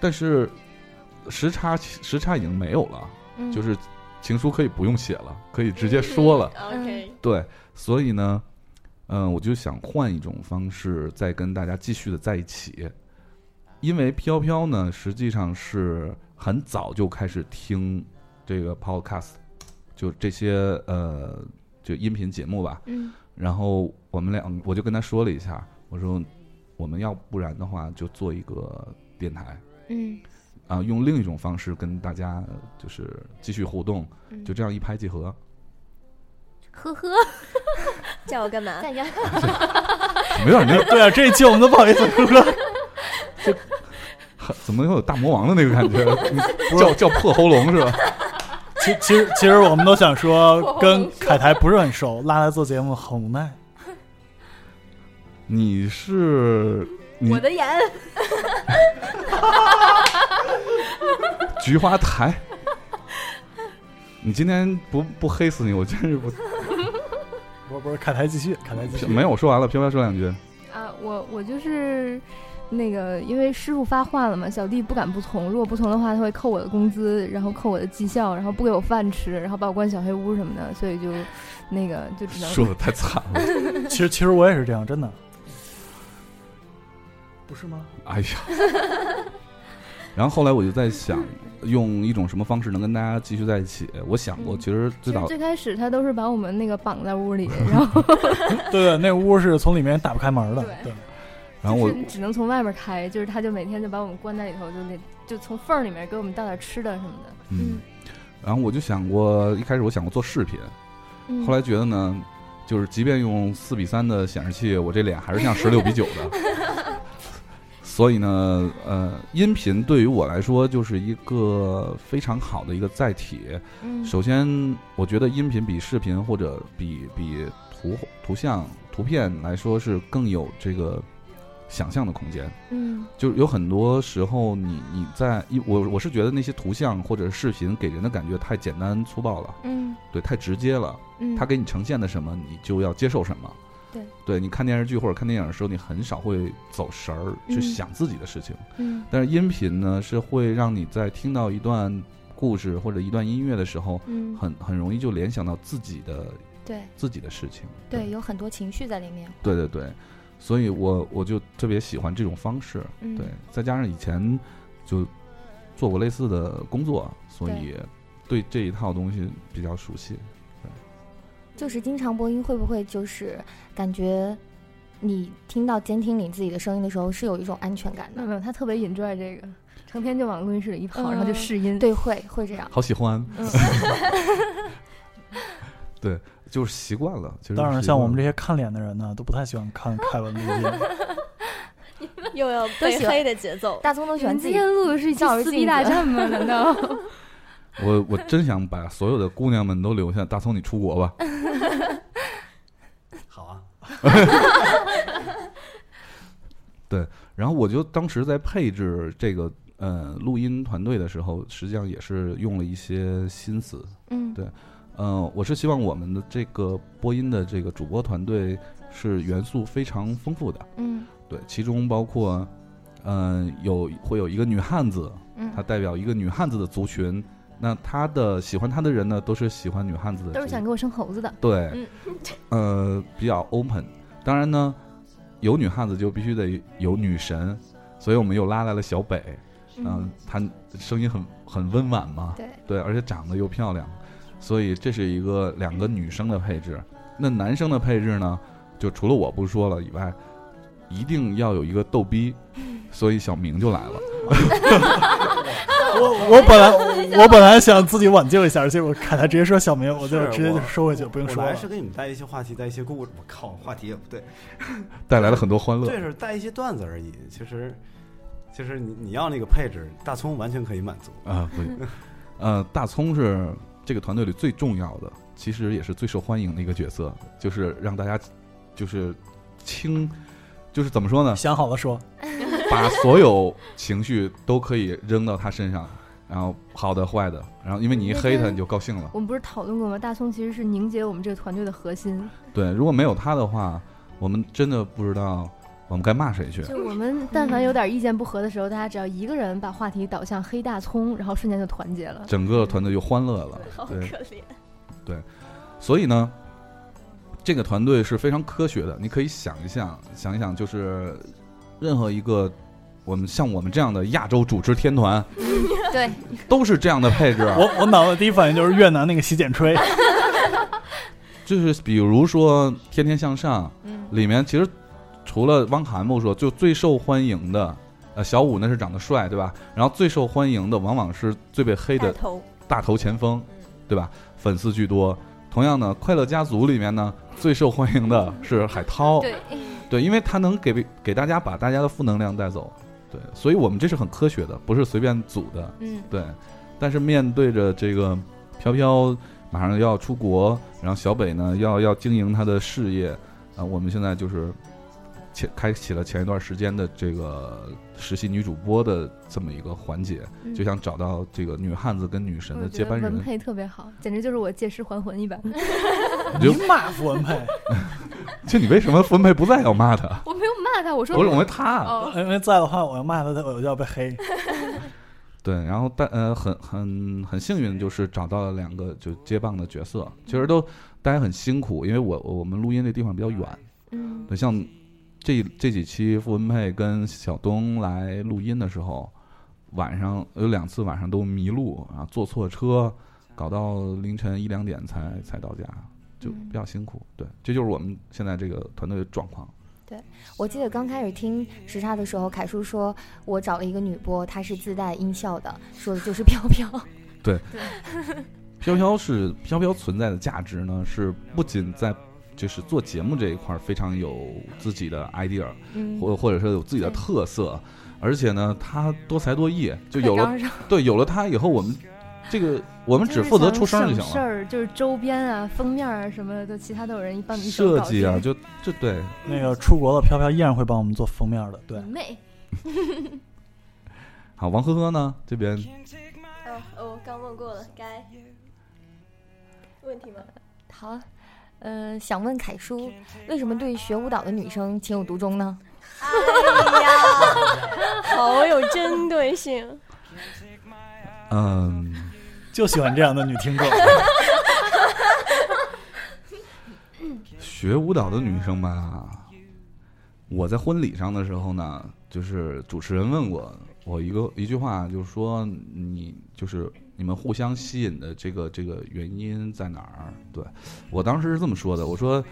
[SPEAKER 1] 但是时差时差已经没有了，
[SPEAKER 6] 嗯，
[SPEAKER 1] 就是情书可以不用写了，可以直接说了。
[SPEAKER 2] OK，
[SPEAKER 1] 对，所以呢，嗯、我就想换一种方式再跟大家继续的在一起，因为飘飘呢实际上是很早就开始听这个 podcast，就这些呃就音频节目吧，
[SPEAKER 6] 嗯
[SPEAKER 1] 然后我们俩，我就跟他说了一下，我说我们要不然的话就做一个电台
[SPEAKER 6] 嗯
[SPEAKER 1] 啊，用另一种方式跟大家呃就是继续互动，
[SPEAKER 6] 嗯
[SPEAKER 1] 就这样一拍即合。
[SPEAKER 5] 呵呵，
[SPEAKER 2] 叫我干嘛？
[SPEAKER 6] 在家
[SPEAKER 1] 没有，没有，
[SPEAKER 5] (laughs)
[SPEAKER 3] 对啊，这一期我们都不好意思呵呵。
[SPEAKER 1] 怎么又有大魔王的那个感觉？叫叫破喉咙是吧？
[SPEAKER 3] 其其实其实我们都想
[SPEAKER 5] (laughs)
[SPEAKER 3] 说，跟凯台不是很熟，拉来做节目很无奈。
[SPEAKER 1] 你是你
[SPEAKER 5] 我的眼，
[SPEAKER 1] 菊花
[SPEAKER 5] (laughs)
[SPEAKER 1] 台，你今天不不黑死你，我真
[SPEAKER 5] (laughs)
[SPEAKER 1] 是不
[SPEAKER 3] 不是不是，凯台继续，凯台继续。
[SPEAKER 1] 没有。我说完了，飘飘说两句。
[SPEAKER 5] 啊，我我就是那个，因为师傅发话了嘛，小弟不敢不从。如果不从的话，他会扣我的工资，然后扣我的绩效，然后不给我饭吃，然后把我关小黑屋什么的，所以就那个就只能
[SPEAKER 1] 说的太惨了，
[SPEAKER 3] (laughs)
[SPEAKER 5] (laughs)
[SPEAKER 3] 其实其实我也是这样，真的。不是吗？
[SPEAKER 1] 哎
[SPEAKER 5] (laughs)
[SPEAKER 1] 呀。然后后来我就在想，用一种什么方式能跟大家继续在一起？我想过，
[SPEAKER 5] 嗯
[SPEAKER 1] 其实
[SPEAKER 5] 其
[SPEAKER 1] 最
[SPEAKER 5] 实
[SPEAKER 1] 早
[SPEAKER 5] 最开始他都是把我们那个绑在屋里，然后
[SPEAKER 3] 对对，那屋是从里面打不开门的。对
[SPEAKER 5] 对，
[SPEAKER 1] (laughs) 然后我
[SPEAKER 5] 就是 (laughs) 只能从外面开，就是他就每天就把我们关在里头，就得就从缝儿里面给我们倒点吃的什么的。
[SPEAKER 1] 嗯，然后我就想过，一开始我想过做视频，
[SPEAKER 6] 嗯
[SPEAKER 1] 后来觉得呢，就是即便用四比三的显示器，我这脸 (laughs) 还是像十六比九
[SPEAKER 5] (laughs)
[SPEAKER 1] 的。 (laughs) 所以呢，呃，音频对于我来说就是一个非常好的一个载体。
[SPEAKER 6] 嗯
[SPEAKER 1] 首先，我觉得音频比视频或者比比图图像、图片来说是更有这个想象的空间。
[SPEAKER 6] 嗯
[SPEAKER 1] 就有很多时候你，你在一我我是觉得那些图像或者视频给人的感觉太简单粗暴了，
[SPEAKER 6] 嗯
[SPEAKER 1] 对，太直接了。
[SPEAKER 6] 嗯，
[SPEAKER 1] 他给你呈现的什么，你就要接受什么。
[SPEAKER 6] 对，
[SPEAKER 1] 对你看电视剧或者看电影的时候，你很少会走神儿去
[SPEAKER 6] 嗯
[SPEAKER 1] 想自己的事情。
[SPEAKER 6] 嗯
[SPEAKER 1] 但是音频呢，是会让你在听到一段故事或者一段音乐的时候，
[SPEAKER 6] 嗯，
[SPEAKER 1] 很很容易就联想到自己的
[SPEAKER 6] 对
[SPEAKER 1] 自己的事情。
[SPEAKER 6] 对，有很多情绪在里面。
[SPEAKER 1] 对对对，所以我我就特别喜欢这种方式。
[SPEAKER 6] 嗯，
[SPEAKER 1] 对，再加上以前就做过类似的工作，所以对这一套东西比较熟悉。
[SPEAKER 6] 就是经常播音会不会就是感觉你听到监听里自己的声音的时候是有一种安全感
[SPEAKER 5] 没
[SPEAKER 6] 的？
[SPEAKER 5] 有没有，他特别 enjoy 这个，成天就往录音室里一跑，
[SPEAKER 6] 嗯
[SPEAKER 5] 然后就试音。，
[SPEAKER 6] 对，会会这样。
[SPEAKER 1] 好喜欢，
[SPEAKER 6] 嗯
[SPEAKER 1] (laughs) 对，就是习惯了。其实
[SPEAKER 3] 当然，
[SPEAKER 1] 习
[SPEAKER 3] 像
[SPEAKER 1] 惯
[SPEAKER 3] 我们
[SPEAKER 1] 了
[SPEAKER 3] 这些看脸的人呢，都不太喜欢看 (laughs) 凯文录音。
[SPEAKER 5] (laughs)
[SPEAKER 2] 又有
[SPEAKER 6] 都
[SPEAKER 2] 被
[SPEAKER 6] 喜欢
[SPEAKER 2] 黑的节奏。
[SPEAKER 6] 大葱都喜欢自
[SPEAKER 5] 今
[SPEAKER 6] 己
[SPEAKER 5] 天录的是一
[SPEAKER 6] 照着
[SPEAKER 5] 期 (laughs) 撕
[SPEAKER 6] 镜
[SPEAKER 5] 逼大
[SPEAKER 6] 子
[SPEAKER 5] 战吗？
[SPEAKER 6] (laughs)
[SPEAKER 5] 难道？
[SPEAKER 1] 我我真想把所有的姑娘们都留下。大葱，你出
[SPEAKER 6] (laughs)
[SPEAKER 1] 国吧。
[SPEAKER 4] 好啊， (laughs)
[SPEAKER 1] 然后我就当时在配置这个呃录音团队的时候，实际上也是用了一些心思。
[SPEAKER 6] 嗯
[SPEAKER 1] 对呃，我是希望我们的这个播音的这个主播团队是元素非常丰富的。
[SPEAKER 6] 嗯
[SPEAKER 1] 对，其中包括，嗯、有会有一个女汉子，
[SPEAKER 6] 嗯
[SPEAKER 1] 她代表一个女汉子的族群。那她的喜欢她的人呢，都是喜欢女汉子的族群，
[SPEAKER 5] 都是想给我生猴子的。嗯
[SPEAKER 1] 对，呃，比较 open。当然呢，有女汉子就必须得有女神，所以我们又拉来了小北，嗯
[SPEAKER 6] 嗯，，
[SPEAKER 1] 她声音很很温婉嘛，
[SPEAKER 6] 对
[SPEAKER 1] 对，而且长得又漂亮，所以这是一个两个女生的配置。那男生的配置呢，就除了我不说了以外，一定要有一个逗逼，所以小明就来了。
[SPEAKER 3] 我我本来我我本来
[SPEAKER 5] (laughs)
[SPEAKER 3] 想自己挽救一下，结果凯台直接说小明，我就是直接就
[SPEAKER 4] 呃我
[SPEAKER 3] 收回去，不用
[SPEAKER 4] 我
[SPEAKER 3] 说
[SPEAKER 4] 来
[SPEAKER 3] 了。，
[SPEAKER 4] 是给你们带一些话题，带一些故事。我靠，话题也不对， (laughs)
[SPEAKER 1] 带来了很多欢乐
[SPEAKER 4] 这。是带一些段子而已。其实，其实你你要那个配置，大葱完全可以满足。
[SPEAKER 1] 啊， (laughs) 不行，呃，大葱是这个团队里最重要的，其实也是最受欢迎的一个角色，就是让大家就是轻，就是怎么说呢
[SPEAKER 3] 想好了说，
[SPEAKER 1] 把所有情绪都可以扔到他身上，然后好的坏的，然后因为你一黑他你就高兴了，
[SPEAKER 5] 我们不是讨论过吗？大葱其实是凝结我们这个团队的核心。
[SPEAKER 1] 对，如果没有他的话，我们真的不知道我们该骂谁去。
[SPEAKER 5] 就我们但凡有点意见不合的时候，大家只要一个人把话题导向黑大葱，然后瞬间就团结了。
[SPEAKER 1] 整个团队就欢乐了，
[SPEAKER 2] 好可
[SPEAKER 1] 对
[SPEAKER 2] 怜，
[SPEAKER 1] 所以呢，这个团队是非常科学的。你可以想一想，想一想，就是任何一个我们像我们这样的亚洲主持天团，
[SPEAKER 6] 对，
[SPEAKER 1] (laughs) 都是这样的配置。啊
[SPEAKER 3] 我我脑子第一反应就是越南那个洗剪吹，
[SPEAKER 1] (laughs) 就是比如说《天天向上》
[SPEAKER 6] 嗯
[SPEAKER 1] 里面，其实除了汪涵不说，就最受欢迎的。呃，小五那是长得帅，对吧？然后最受欢迎的往往是最被黑
[SPEAKER 2] 大
[SPEAKER 1] 的
[SPEAKER 2] 头，
[SPEAKER 1] 大头前锋，对吧？粉丝居多。同样呢，《快乐家族》里面呢，最受欢迎的是海涛，
[SPEAKER 6] 对，
[SPEAKER 1] 对，因为他能给给大家把大家的负能量带走。对，所以我们这是很科学的，不是随便组的。
[SPEAKER 6] 嗯，
[SPEAKER 1] 对，但是面对着这个飘飘马上要出国，然后小北呢要要经营他的事业啊、我们现在就是前开启了前一段时间的这个实习女主播的这么一个环节，
[SPEAKER 5] 嗯
[SPEAKER 1] 就想找到这个女汉子跟女神的
[SPEAKER 5] 我觉
[SPEAKER 1] 接
[SPEAKER 5] 得
[SPEAKER 1] 班人
[SPEAKER 5] 文。佩特别好，简直就是我借尸还魂一般。
[SPEAKER 1] 就
[SPEAKER 3] (laughs) 你骂傅文佩，
[SPEAKER 1] 就你为什么分配不在要骂他？
[SPEAKER 5] 我没有骂他，我说
[SPEAKER 1] 不是我们
[SPEAKER 4] 啊
[SPEAKER 1] 他。
[SPEAKER 3] (laughs)
[SPEAKER 5] 哦，
[SPEAKER 3] 因为在的话，我要骂他，我就要被黑。
[SPEAKER 1] 对，然后但呃很很很幸运，就是找到了两个就接棒的角色，其实都大家很辛苦，因为我我们录音这地方比较远，
[SPEAKER 6] 嗯，
[SPEAKER 1] 对，像这这几期傅文佩跟小东来录音的时候，晚上有两次晚上都迷路啊，坐错车，搞到凌晨一两点才才到家，就比较辛苦。对，这就是我们现在这个团队的状况。
[SPEAKER 6] 我记得刚开始听时差的时候，凯叔说我找了一个女播，她是自带音效的，说的就是飘飘。
[SPEAKER 1] 飘飘是飘飘存在的价值呢，是不仅在就是做节目这一块儿非常有自己的 idea，
[SPEAKER 6] 嗯，
[SPEAKER 1] 或或者说有自己的
[SPEAKER 6] 对
[SPEAKER 1] 特色，而且呢，他多才多艺，就有了
[SPEAKER 5] 嚷嚷
[SPEAKER 1] (laughs) 对有了他以后，我们这个我们只负责出声儿就
[SPEAKER 5] 事
[SPEAKER 1] 行了。
[SPEAKER 5] 儿就是周边啊、封面啊什么的，其他都有人帮你一手
[SPEAKER 1] 设
[SPEAKER 5] 搞
[SPEAKER 1] 计 (laughs)
[SPEAKER 5] 定
[SPEAKER 1] 啊，，就就对，
[SPEAKER 3] 那个出国的飘飘依然会帮我们做封面的，对
[SPEAKER 5] 你，妹，
[SPEAKER 1] 好，王呵呵呢这边
[SPEAKER 2] (laughs) 哦，我刚问过了，该问 (laughs) 题吗？
[SPEAKER 6] (laughs) 好，呃，想问凯叔，为什么对学舞蹈的女生情有独钟呢？
[SPEAKER 2] 哎呀，好有针对 (laughs) 性。
[SPEAKER 1] 嗯，
[SPEAKER 3] 呃就喜欢这样的女听众。
[SPEAKER 1] 学舞蹈的女生吧，我在婚礼上的时候呢，就是主持人问我我一个一句话，就是说你就是你们互相吸引的这个这个原因在哪儿？对我当时是这么说的，我说，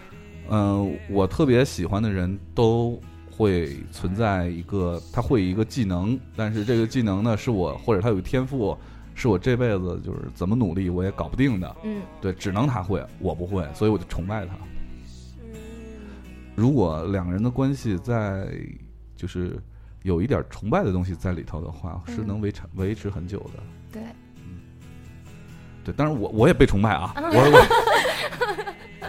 [SPEAKER 1] 嗯、我特别喜欢的人都。会存在一个，他会一个技能，但是这个技能呢，是我或者他有天赋，是我这辈子就是怎么努力我也搞不定的。
[SPEAKER 6] 嗯，
[SPEAKER 1] 对，只能他会，我不会，所以我就崇拜他。
[SPEAKER 2] 嗯，
[SPEAKER 1] 如果两个人的关系在就是有一点崇拜的东西在里头的话，是能维持维持很久的。
[SPEAKER 6] 对，
[SPEAKER 1] 对，当然我我也被崇拜啊，我我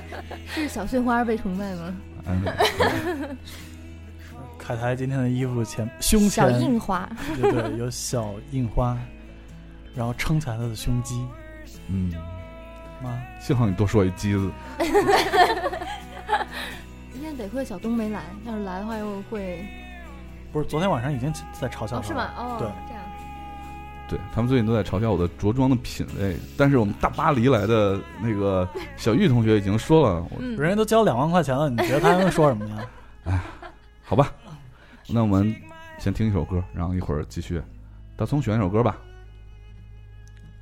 [SPEAKER 5] 是小碎花被崇拜
[SPEAKER 1] (laughs)
[SPEAKER 5] 吗？
[SPEAKER 1] 嗯，
[SPEAKER 5] (laughs)
[SPEAKER 3] 凯台今天的衣服前胸
[SPEAKER 6] 小
[SPEAKER 3] 前
[SPEAKER 6] 印花，
[SPEAKER 3] 对对，有小印花，然后撑起来他的胸肌
[SPEAKER 1] 嗯，
[SPEAKER 3] 吗？
[SPEAKER 1] 幸好你多说一机子，
[SPEAKER 5] 今天得亏小东没来，要是来的话又会
[SPEAKER 3] 不是，昨天晚上已经在嘲笑
[SPEAKER 5] 哦
[SPEAKER 3] 他
[SPEAKER 5] 是
[SPEAKER 3] 了
[SPEAKER 5] 吗？哦，
[SPEAKER 3] 对
[SPEAKER 5] 这样。
[SPEAKER 1] 对他们最近都在嘲笑我的着装的品味，但是我们大巴黎来的那个小玉同学已经说了，我
[SPEAKER 5] 嗯，
[SPEAKER 3] 人家都交两万块钱了，你觉得他还能说什么呀？
[SPEAKER 1] 好吧，那我们先听一首歌，然后一会儿继续。大葱选一首歌吧。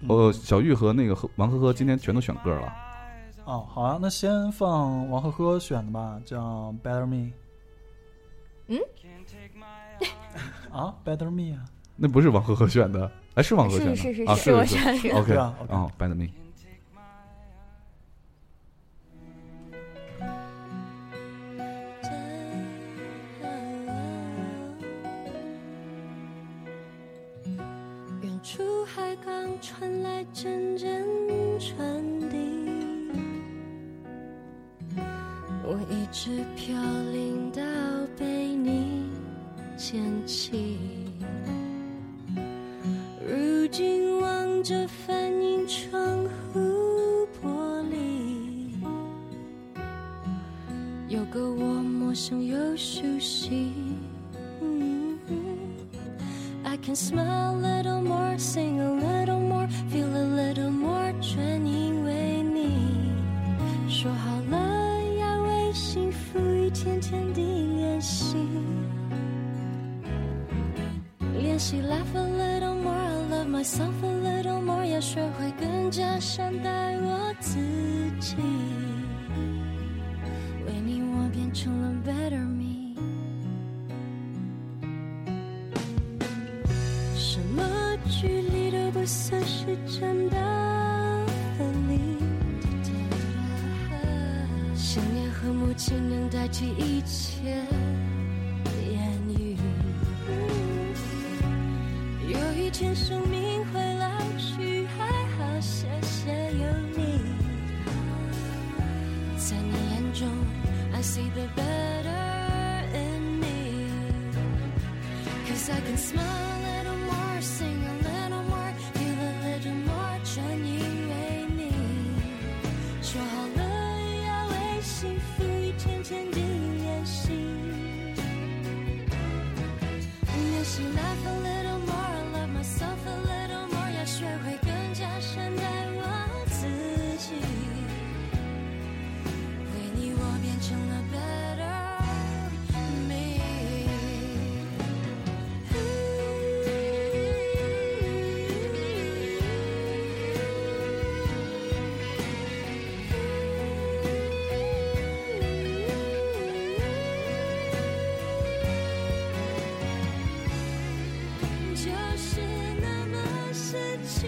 [SPEAKER 1] 呃，小玉和那个和王呵呵今天全都选歌了。
[SPEAKER 3] 哦，好啊，那先放王赫赫选的吧，叫《Better Me》。
[SPEAKER 5] 嗯？
[SPEAKER 3] 啊，《Better Me》啊，
[SPEAKER 1] 那不是王赫赫选的，哎，是王赫选的，
[SPEAKER 6] 是是是
[SPEAKER 1] 啊，
[SPEAKER 6] 是我
[SPEAKER 1] 是
[SPEAKER 6] 选的。
[SPEAKER 1] OK，
[SPEAKER 3] 对啊，OK
[SPEAKER 1] 哦，By the me，
[SPEAKER 8] 远处海港传来阵阵船笛，我一直飘零到被你捡起。如今望着反映窗户玻璃，有个我陌生又熟悉。嗯 I can smile a little more, sing a little more, feel a little more，全因为你。说好了要为幸福一天天地练习，练习 laugh a little more, I love myself a little more，要学会更加善待我自己。为你，我变成了 better me。什么距离都不算是真的分离。想念和默契能代替一切言语。见生命会老去，还好谢谢有你。在你眼中，I see the better in me。Cause I can smile a little more, sing a little more, feel a little more，专一为你。说好了要为幸福一天天地练习。练习 laugh a little more, love myself a little more，要学会更加善待我自己。为你我变成了 better me。就是那么神奇，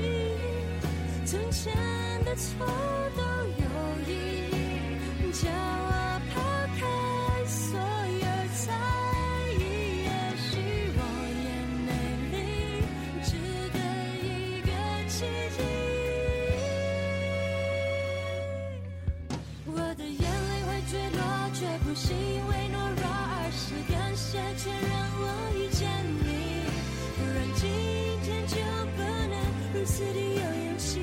[SPEAKER 8] 从前的错都有意义，叫我抛开所有猜疑，也许我也美丽，值得一个奇迹。我的眼泪会坠落，却不是因为懦弱，而是感谢这让我遇见你。不然今天就不能如此的有勇气。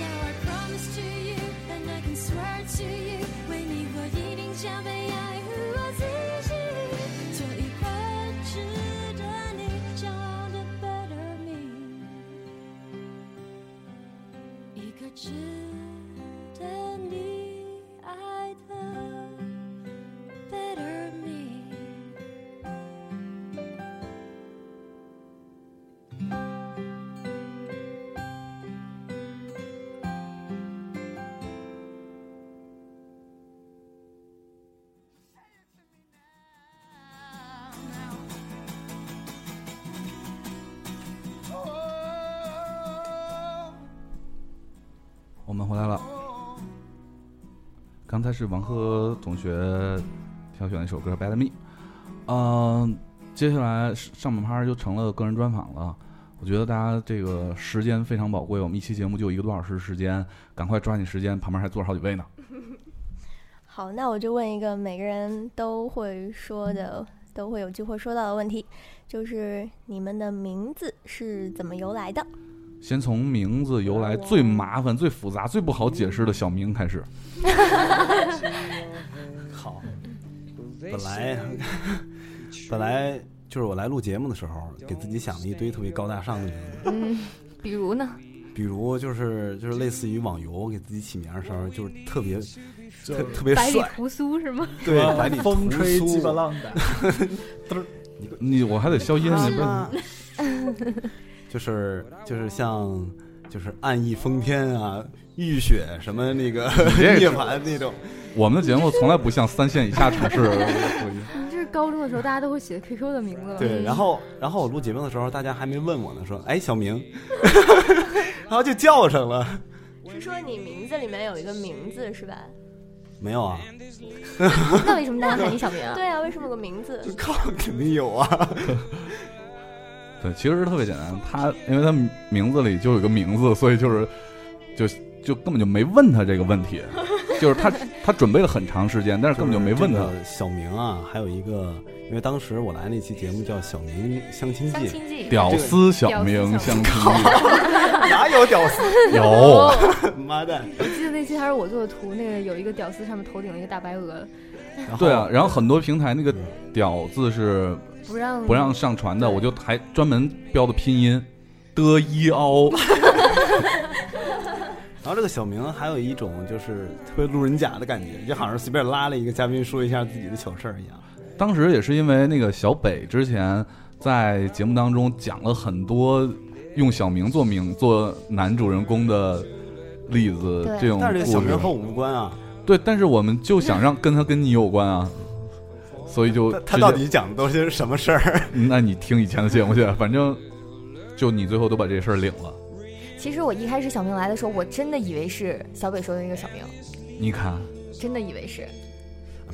[SPEAKER 8] Now I promise to you and I can swear to you，为你我一定加倍爱护我自己，做一个值得你骄傲的 better me，一个值得你爱的 better me。
[SPEAKER 1] 我们回来了。刚才是王珂同学挑选的一首歌《Bad Me》，嗯，接下来上半趴就成了个人专访了。我觉得大家这个时间非常宝贵，我们一期节目就一个多小时时间，赶快抓紧时间，旁边还坐着好几位呢。
[SPEAKER 2] 好，那我就问一个每个人都会说的、都会有机会说到的问题，就是你们的名字是怎么由来的？
[SPEAKER 1] 先从名字由来最麻烦、最复杂、最不好解释的小明开始。
[SPEAKER 4] 好，本来 (laughs) 本来就是我来录节目的时候，给自己想了一堆特别高大上的名字，
[SPEAKER 5] 嗯，比如呢？
[SPEAKER 4] 比如就是就是类似于网游，给自己起名的时候就是特别特
[SPEAKER 3] 就
[SPEAKER 4] 特别
[SPEAKER 5] 百里
[SPEAKER 4] 帅，
[SPEAKER 5] 屠苏是吗？
[SPEAKER 4] 对，百里
[SPEAKER 3] 风
[SPEAKER 4] 屠
[SPEAKER 3] 吹鸡
[SPEAKER 4] 苏
[SPEAKER 3] 巴浪
[SPEAKER 4] (laughs)
[SPEAKER 3] 的，
[SPEAKER 1] 你我还得消音，
[SPEAKER 4] 啊
[SPEAKER 1] 你不然
[SPEAKER 5] (laughs)
[SPEAKER 4] 就是就是像就是暗夜风天啊，浴血什么那个
[SPEAKER 1] 这
[SPEAKER 4] 涅槃那种，
[SPEAKER 1] 我们的节目从来不像三线以下城
[SPEAKER 4] (laughs)
[SPEAKER 1] 市。 (laughs)
[SPEAKER 5] (laughs) 你这是高中的时候大家都会写 QQ 的名字嗯吧？
[SPEAKER 4] 对，然后 (laughs) 然后我录节目的时候，大家还没问我呢，说哎小明， (laughs) 然后就叫上了，
[SPEAKER 2] 是说你名字里面有一个名字是 (laughs) 吧？
[SPEAKER 4] 没有啊，
[SPEAKER 6] 那为什么大家喊你小明
[SPEAKER 2] (laughs)
[SPEAKER 6] 啊？
[SPEAKER 2] 对啊，为什么有个名字？
[SPEAKER 4] 靠，肯定
[SPEAKER 1] (laughs)
[SPEAKER 4] 有啊，
[SPEAKER 1] 对，其实特别简单，他因为他名字里就有一个名字，所以就是就就根本就没问他这个问题，就是
[SPEAKER 5] (laughs)
[SPEAKER 1] 他他准备了很长时间，但是根本就没问他。。
[SPEAKER 4] 小明啊，还有一个，因为当时我来那期节目叫《小明相亲
[SPEAKER 6] 相
[SPEAKER 4] 记》，
[SPEAKER 6] 亲记，
[SPEAKER 1] 屌丝小明
[SPEAKER 5] 屌
[SPEAKER 1] 相亲
[SPEAKER 5] 丝小明
[SPEAKER 4] (laughs) 哪有屌丝？
[SPEAKER 1] 有，
[SPEAKER 4] (laughs) 妈蛋！
[SPEAKER 5] (laughs) 我记得那期还是我做的图，那个有一个屌丝上面头顶了一个大白鹅，
[SPEAKER 4] 然后
[SPEAKER 1] 对啊，，然后很多平台那个“屌”字是
[SPEAKER 5] 不让
[SPEAKER 1] 不让上传的，我就还专门标的拼音的一
[SPEAKER 5] (laughs)
[SPEAKER 1] 凹，
[SPEAKER 4] 然后这个小明还有一种就是特别路人甲的感觉，就好像随便拉了一个嘉宾说一下自己的糗事儿一样。
[SPEAKER 1] 当时也是因为那个小北之前在节目当中讲了很多用小明做名做男主人公的例子，
[SPEAKER 6] 对
[SPEAKER 1] 呃这种
[SPEAKER 4] 但是这个小
[SPEAKER 1] 故事
[SPEAKER 4] 明和我无关啊，
[SPEAKER 1] 对，但是我们就想让跟他跟你有关啊，所以就
[SPEAKER 4] 他
[SPEAKER 1] 直
[SPEAKER 4] 他
[SPEAKER 1] 接
[SPEAKER 4] 到底讲的都是什么事儿？
[SPEAKER 1] 嗯 (laughs) 那你听以前的节目去，反正就你最后都把这事儿领了。
[SPEAKER 6] (laughs) 其实我一开始小明来的时候，我真的以为是小北说的那个小明，
[SPEAKER 1] 你看，
[SPEAKER 6] 真的以为是。
[SPEAKER 4] 啊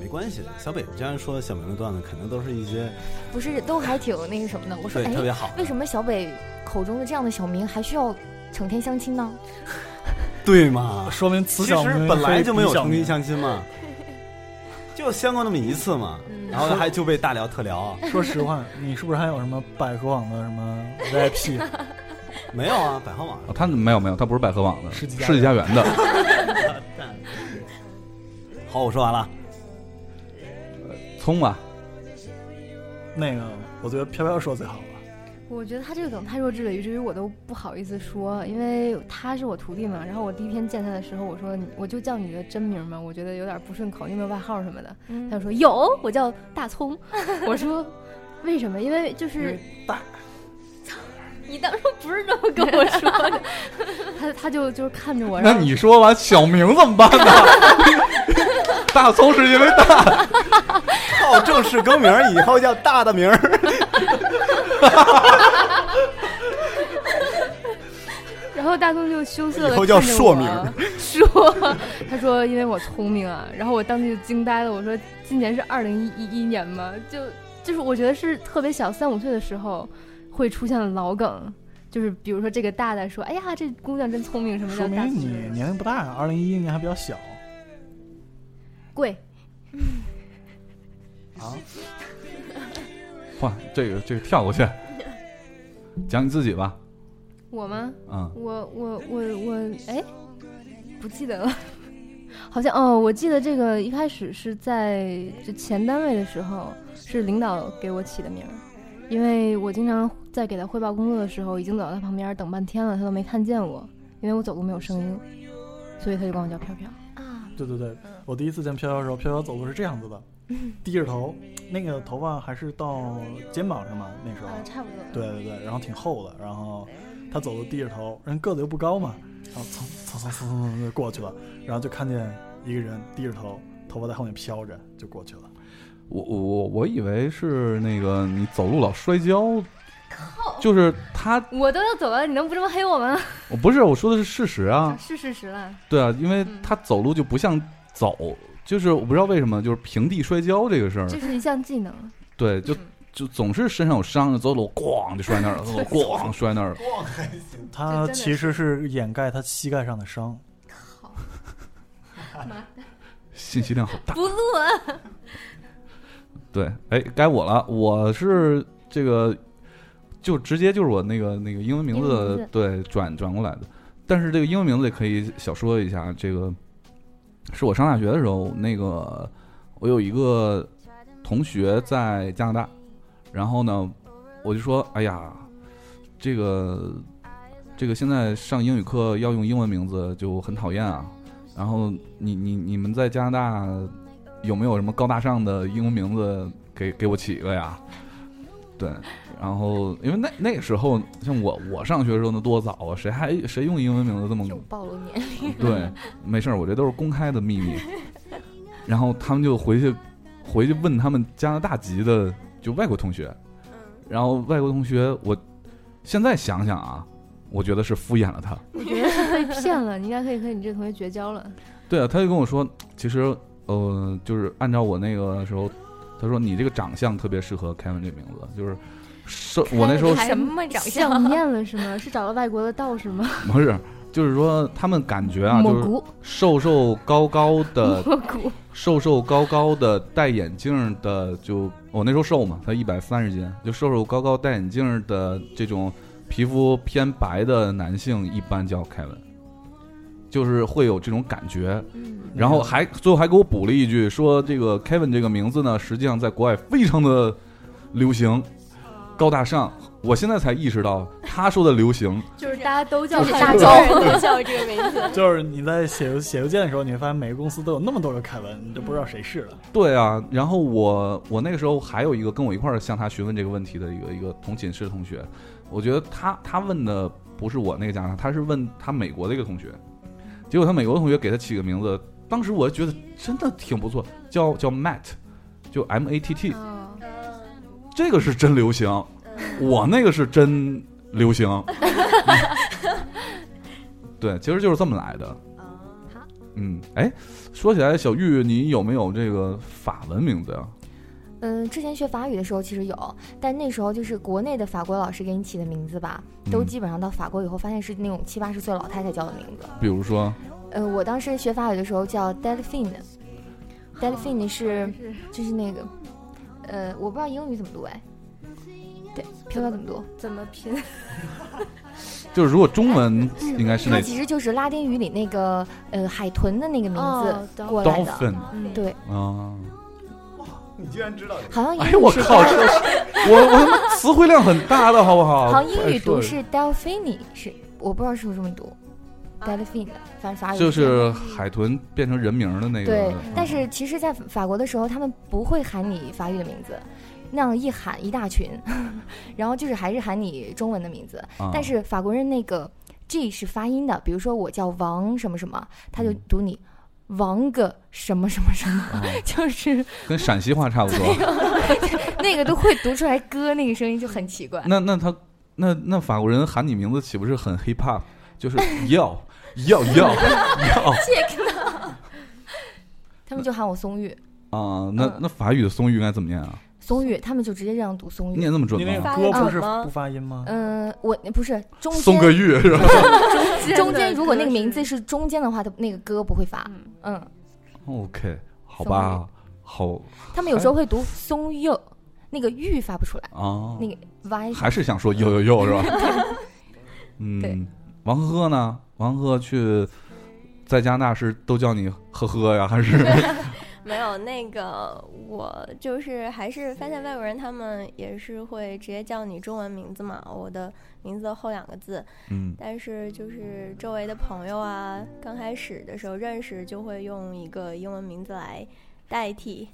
[SPEAKER 4] 没关系。小北，你这样说小明的段子，肯定都是一些
[SPEAKER 6] 不是都还挺那个什么的。我说，
[SPEAKER 4] 对
[SPEAKER 6] 哎
[SPEAKER 4] 特，别好的。
[SPEAKER 6] 为什么小北口中的这样的小明还需要成天相亲呢？
[SPEAKER 4] 对嘛？
[SPEAKER 3] 说明
[SPEAKER 4] 其
[SPEAKER 3] 此
[SPEAKER 4] 实
[SPEAKER 3] 小明
[SPEAKER 4] 本来就没有
[SPEAKER 3] 非彼小
[SPEAKER 4] 成
[SPEAKER 3] 明
[SPEAKER 4] 亲相亲嘛，就相过那么一次嘛，然后还就被大聊特聊。
[SPEAKER 3] 嗯 (laughs) 说实话，你是不是还有什么百合网的什么 VIP？
[SPEAKER 4] 没有啊，百合网
[SPEAKER 1] 啊他没有没有，他不是百合网的，
[SPEAKER 3] 世纪佳缘
[SPEAKER 1] 世纪佳缘的。
[SPEAKER 3] (laughs)
[SPEAKER 4] (laughs) 好，我说完了。
[SPEAKER 1] (laughs) 葱吧，
[SPEAKER 3] 那个，我觉得飘飘说最好了。
[SPEAKER 5] 我觉得他这个梗太弱智了，以至于我都不好意思说，因为他是我徒弟嘛。然后我第一天见他的时候，我说你我就叫你的真名嘛，我觉得有点不顺口，你有没有外号什么的？
[SPEAKER 4] 嗯
[SPEAKER 5] 他就说有，我叫大葱。 (laughs) 我说为什么？因为就是
[SPEAKER 3] 大，
[SPEAKER 5] 你当初不是这么跟我说的。 (laughs) 他他就就是看着我，
[SPEAKER 1] 那
[SPEAKER 5] 然后
[SPEAKER 1] 你说完小明怎么办呢？ (laughs) 大葱是因为大，
[SPEAKER 4] 靠正式更名儿，以后叫大大名儿。
[SPEAKER 3] (laughs)
[SPEAKER 5] 然后大葱就羞涩
[SPEAKER 4] 以
[SPEAKER 5] 的
[SPEAKER 4] 后叫
[SPEAKER 3] 啊
[SPEAKER 4] 硕名，
[SPEAKER 5] 说 (laughs) 他说因为我聪明啊，然后我当时就惊呆了，我说今年是二零一一年吗？就就是我觉得是特别小三五岁的时候会出现的老梗，就是比如说这个大大说，哎呀这姑娘真聪明什么
[SPEAKER 3] 说
[SPEAKER 5] 的，大
[SPEAKER 3] 明你
[SPEAKER 5] 葱
[SPEAKER 3] 年龄不大，二零一一年还比较小。
[SPEAKER 5] 贵， (laughs) 啊
[SPEAKER 1] 哇，这个这个跳过去，讲你自己吧，
[SPEAKER 5] 我吗？
[SPEAKER 1] 嗯，
[SPEAKER 5] 我我我我，哎，不记得了，好像哦，我记得这个一开始是在就前单位的时候，是领导给我起的名儿，因为我经常在给他汇报工作的时候，已经走到他旁边儿等半天了，他都没看见我，因为我走路没有声音，所以他就管我叫飘飘。
[SPEAKER 6] 啊，
[SPEAKER 3] 对对对，我第一次见飘飘的时候，飘飘走路是这样子的，低着头，那个头发还是到肩膀上嘛，那时候。
[SPEAKER 5] 差不多。
[SPEAKER 3] 对对对，然后挺厚的，然后他走路低着头，人个子又不高嘛，然后蹭蹭蹭蹭蹭蹭就过去了，然后就看见一个人低着头，头发在后面飘着就过去了。
[SPEAKER 1] 我我我我以为是那个你走路老摔跤，就是他，
[SPEAKER 5] 我都要走了，你能不这么黑我吗？
[SPEAKER 1] 我不是我说的是事实啊，
[SPEAKER 5] 是事实了。
[SPEAKER 1] 对啊，因为
[SPEAKER 5] 嗯
[SPEAKER 1] 他走路就不像走，就是我不知道为什么，就是平地摔跤这个事儿，
[SPEAKER 5] 这是一项技能，
[SPEAKER 1] 对，就
[SPEAKER 5] 嗯
[SPEAKER 1] 就总是身上有伤，走路咣就摔那儿了，走
[SPEAKER 5] (laughs)
[SPEAKER 1] 路咣摔那儿了。
[SPEAKER 3] 他
[SPEAKER 5] 真的
[SPEAKER 3] 其实是掩盖他膝盖上的伤。
[SPEAKER 1] 信息量好大。
[SPEAKER 5] 不录啊！
[SPEAKER 1] 对，哎，该我了，我是这个，就直接就是我那个那个英文名字
[SPEAKER 5] 英文名字
[SPEAKER 1] 对转转过来的，但是这个英文名字也可以小说一下，这个是我上大学的时候，那个我有一个同学在加拿大，然后呢，我就说，哎呀，这个这个现在上英语课要用英文名字就很讨厌啊。然后你你你们在加拿大有没有什么高大上的英文名字给给我起一个呀？对，然后因为那那个时候，像我我上学的时候那多早啊，谁还谁用英文名字这么
[SPEAKER 6] 又暴露年龄，
[SPEAKER 1] 啊 (laughs) 对，没事儿，我这都是公开的秘密。然后他们就回去，回去问他们加拿大籍的就外国同学，然后外国同学，我现在想想啊，我觉得是敷衍了他。
[SPEAKER 5] 我觉得是被骗了，你应该可以和你这个同学绝交了。
[SPEAKER 1] 对啊，他就跟我说，其实呃，就是按照我那个时候，他说你这个长相特别适合 Kevin 这名字，就是瘦，我那时
[SPEAKER 5] (laughs)
[SPEAKER 1] 候
[SPEAKER 6] 什么长
[SPEAKER 5] 想
[SPEAKER 6] 相？
[SPEAKER 5] 念了是吗？是找了外国的道士吗？
[SPEAKER 1] 不是，就是说他们感觉啊，
[SPEAKER 5] 蘑
[SPEAKER 1] 就是
[SPEAKER 5] 菇，
[SPEAKER 1] 瘦瘦高高
[SPEAKER 5] (laughs)
[SPEAKER 1] 的
[SPEAKER 5] 蘑菇，
[SPEAKER 1] 瘦瘦高高的，戴眼镜的，就我那时候瘦嘛，才一百三十斤，就瘦瘦高高戴眼镜的这种皮肤偏白的男性，一般叫凯文，就是会有这种感觉。
[SPEAKER 6] 嗯，
[SPEAKER 1] 然后还最后还给我补了一句，说这个 Kevin 这个名字呢，实际上在国外非常的流行，高大上。我现在才意识到，他说的流行
[SPEAKER 5] 就是大家都叫
[SPEAKER 6] 就是大
[SPEAKER 5] 他凯文
[SPEAKER 6] 招
[SPEAKER 2] 都叫这个名字。
[SPEAKER 3] (laughs)
[SPEAKER 5] (laughs)
[SPEAKER 3] 就是你在写邮写邮件的时候，你会发现每个公司都有那么多个凯文，你都不知道谁是了。
[SPEAKER 1] 对啊，然后我我那个时候还有一个跟我一块儿向他询问这个问题的一个一个同寝室的同学，我觉得他他问的不是我那个家长，他是问他美国的一个同学，结果他美国的同学给他起个名字，当时我觉得真的挺不错，叫叫 Matt，就 M A T T，
[SPEAKER 5] 啊，
[SPEAKER 1] 这个是真流行，我那个是真流 (laughs) 行，对，其实就是这么来的，
[SPEAKER 2] 哦
[SPEAKER 1] 嗯，哎，说起来，小玉，你有没有这个法文名字呀、
[SPEAKER 6] 嗯，之前学法语的时候其实有，但那时候就是国内的法国老师给你起的名字吧，都
[SPEAKER 1] 嗯
[SPEAKER 6] 基本上到法国以后，发现是那种七八十岁老太太叫的名字。
[SPEAKER 1] 比如说，
[SPEAKER 6] 呃，我当时学法语的时候叫 Delphine，Delphine 是
[SPEAKER 5] 是
[SPEAKER 6] 就是那个，呃，我不知道英语怎么读哎，对，飘飘怎么读？
[SPEAKER 5] 怎么拼？
[SPEAKER 1] 就是如果中文 (laughs) 应该是
[SPEAKER 6] 它
[SPEAKER 1] 那
[SPEAKER 6] 其实就是拉丁语里那个呃海豚的那个名
[SPEAKER 5] 哦
[SPEAKER 6] 字
[SPEAKER 5] ，dolphin
[SPEAKER 6] 过来的，
[SPEAKER 1] dolphin
[SPEAKER 5] 嗯，
[SPEAKER 6] 对，
[SPEAKER 1] 啊。
[SPEAKER 4] 你居然知道？
[SPEAKER 6] 好像英
[SPEAKER 1] 哎，
[SPEAKER 6] 语
[SPEAKER 1] 我
[SPEAKER 6] 是
[SPEAKER 1] 靠，这 (laughs) 我我他妈词汇量很大的好不好？
[SPEAKER 6] (laughs) 好像英语读
[SPEAKER 1] 不
[SPEAKER 6] 是 Delphine，是我不知道是不是这么读，Delphine，反正
[SPEAKER 5] 啊
[SPEAKER 6] 法
[SPEAKER 1] 爱
[SPEAKER 6] 语
[SPEAKER 1] 说就是
[SPEAKER 6] 这样
[SPEAKER 1] 海豚变成人名的那个。
[SPEAKER 6] 对
[SPEAKER 1] 嗯，
[SPEAKER 6] 但是其实，在法国的时候，他们不会喊你法语的名字，那样一喊一大群， (laughs) 然后就是还是喊你中文的名字，
[SPEAKER 1] 啊
[SPEAKER 6] 但是法国人那个 G 是发音的，比如说我叫王什么什么，他就
[SPEAKER 1] 嗯
[SPEAKER 6] 读你王个什么什么什么，
[SPEAKER 1] 啊
[SPEAKER 6] (laughs) 就是
[SPEAKER 1] 跟陕西话差不多。
[SPEAKER 6] (laughs) 那个都会读出来歌那个声音就很奇怪。
[SPEAKER 1] 那那他那那法国人喊你名字岂不是很 hip hop？就是要要要
[SPEAKER 6] (laughs)
[SPEAKER 1] 要
[SPEAKER 6] 他们就喊我松玉，
[SPEAKER 1] 啊！那那法语的松玉应该怎么念啊？
[SPEAKER 6] 松玉，他们就直接这样读松玉
[SPEAKER 1] 念。那么准
[SPEAKER 3] 你那
[SPEAKER 1] 吗？
[SPEAKER 3] 个
[SPEAKER 2] 发
[SPEAKER 3] 歌
[SPEAKER 2] 音
[SPEAKER 3] 不是
[SPEAKER 2] 吗
[SPEAKER 3] 不发音吗？
[SPEAKER 6] 嗯，我不是 (laughs) 中
[SPEAKER 1] 松个
[SPEAKER 6] 间，
[SPEAKER 1] 玉是吧？
[SPEAKER 6] 中间如果那个名字是中间的话，他那个歌不会发。嗯，
[SPEAKER 1] OK，好吧，好
[SPEAKER 6] 他们有时候会读松柚，那个玉发不出来，
[SPEAKER 1] 啊，
[SPEAKER 6] 那个 y
[SPEAKER 1] 还是想说呦呦
[SPEAKER 6] (laughs)
[SPEAKER 1] 呦是吧？
[SPEAKER 6] 对
[SPEAKER 1] 嗯，王呵呵呢？王呵呵去在加拿大是都叫你呵呵呀，
[SPEAKER 6] (laughs)
[SPEAKER 1] 还是
[SPEAKER 2] 没有那个，我就是还是发现外国人他们也是会直接叫你中文名字嘛，我的名字的后两个字。
[SPEAKER 1] 嗯
[SPEAKER 2] 但是就是周围的朋友啊，刚开始的时候认识就会用一个英文名字来代替。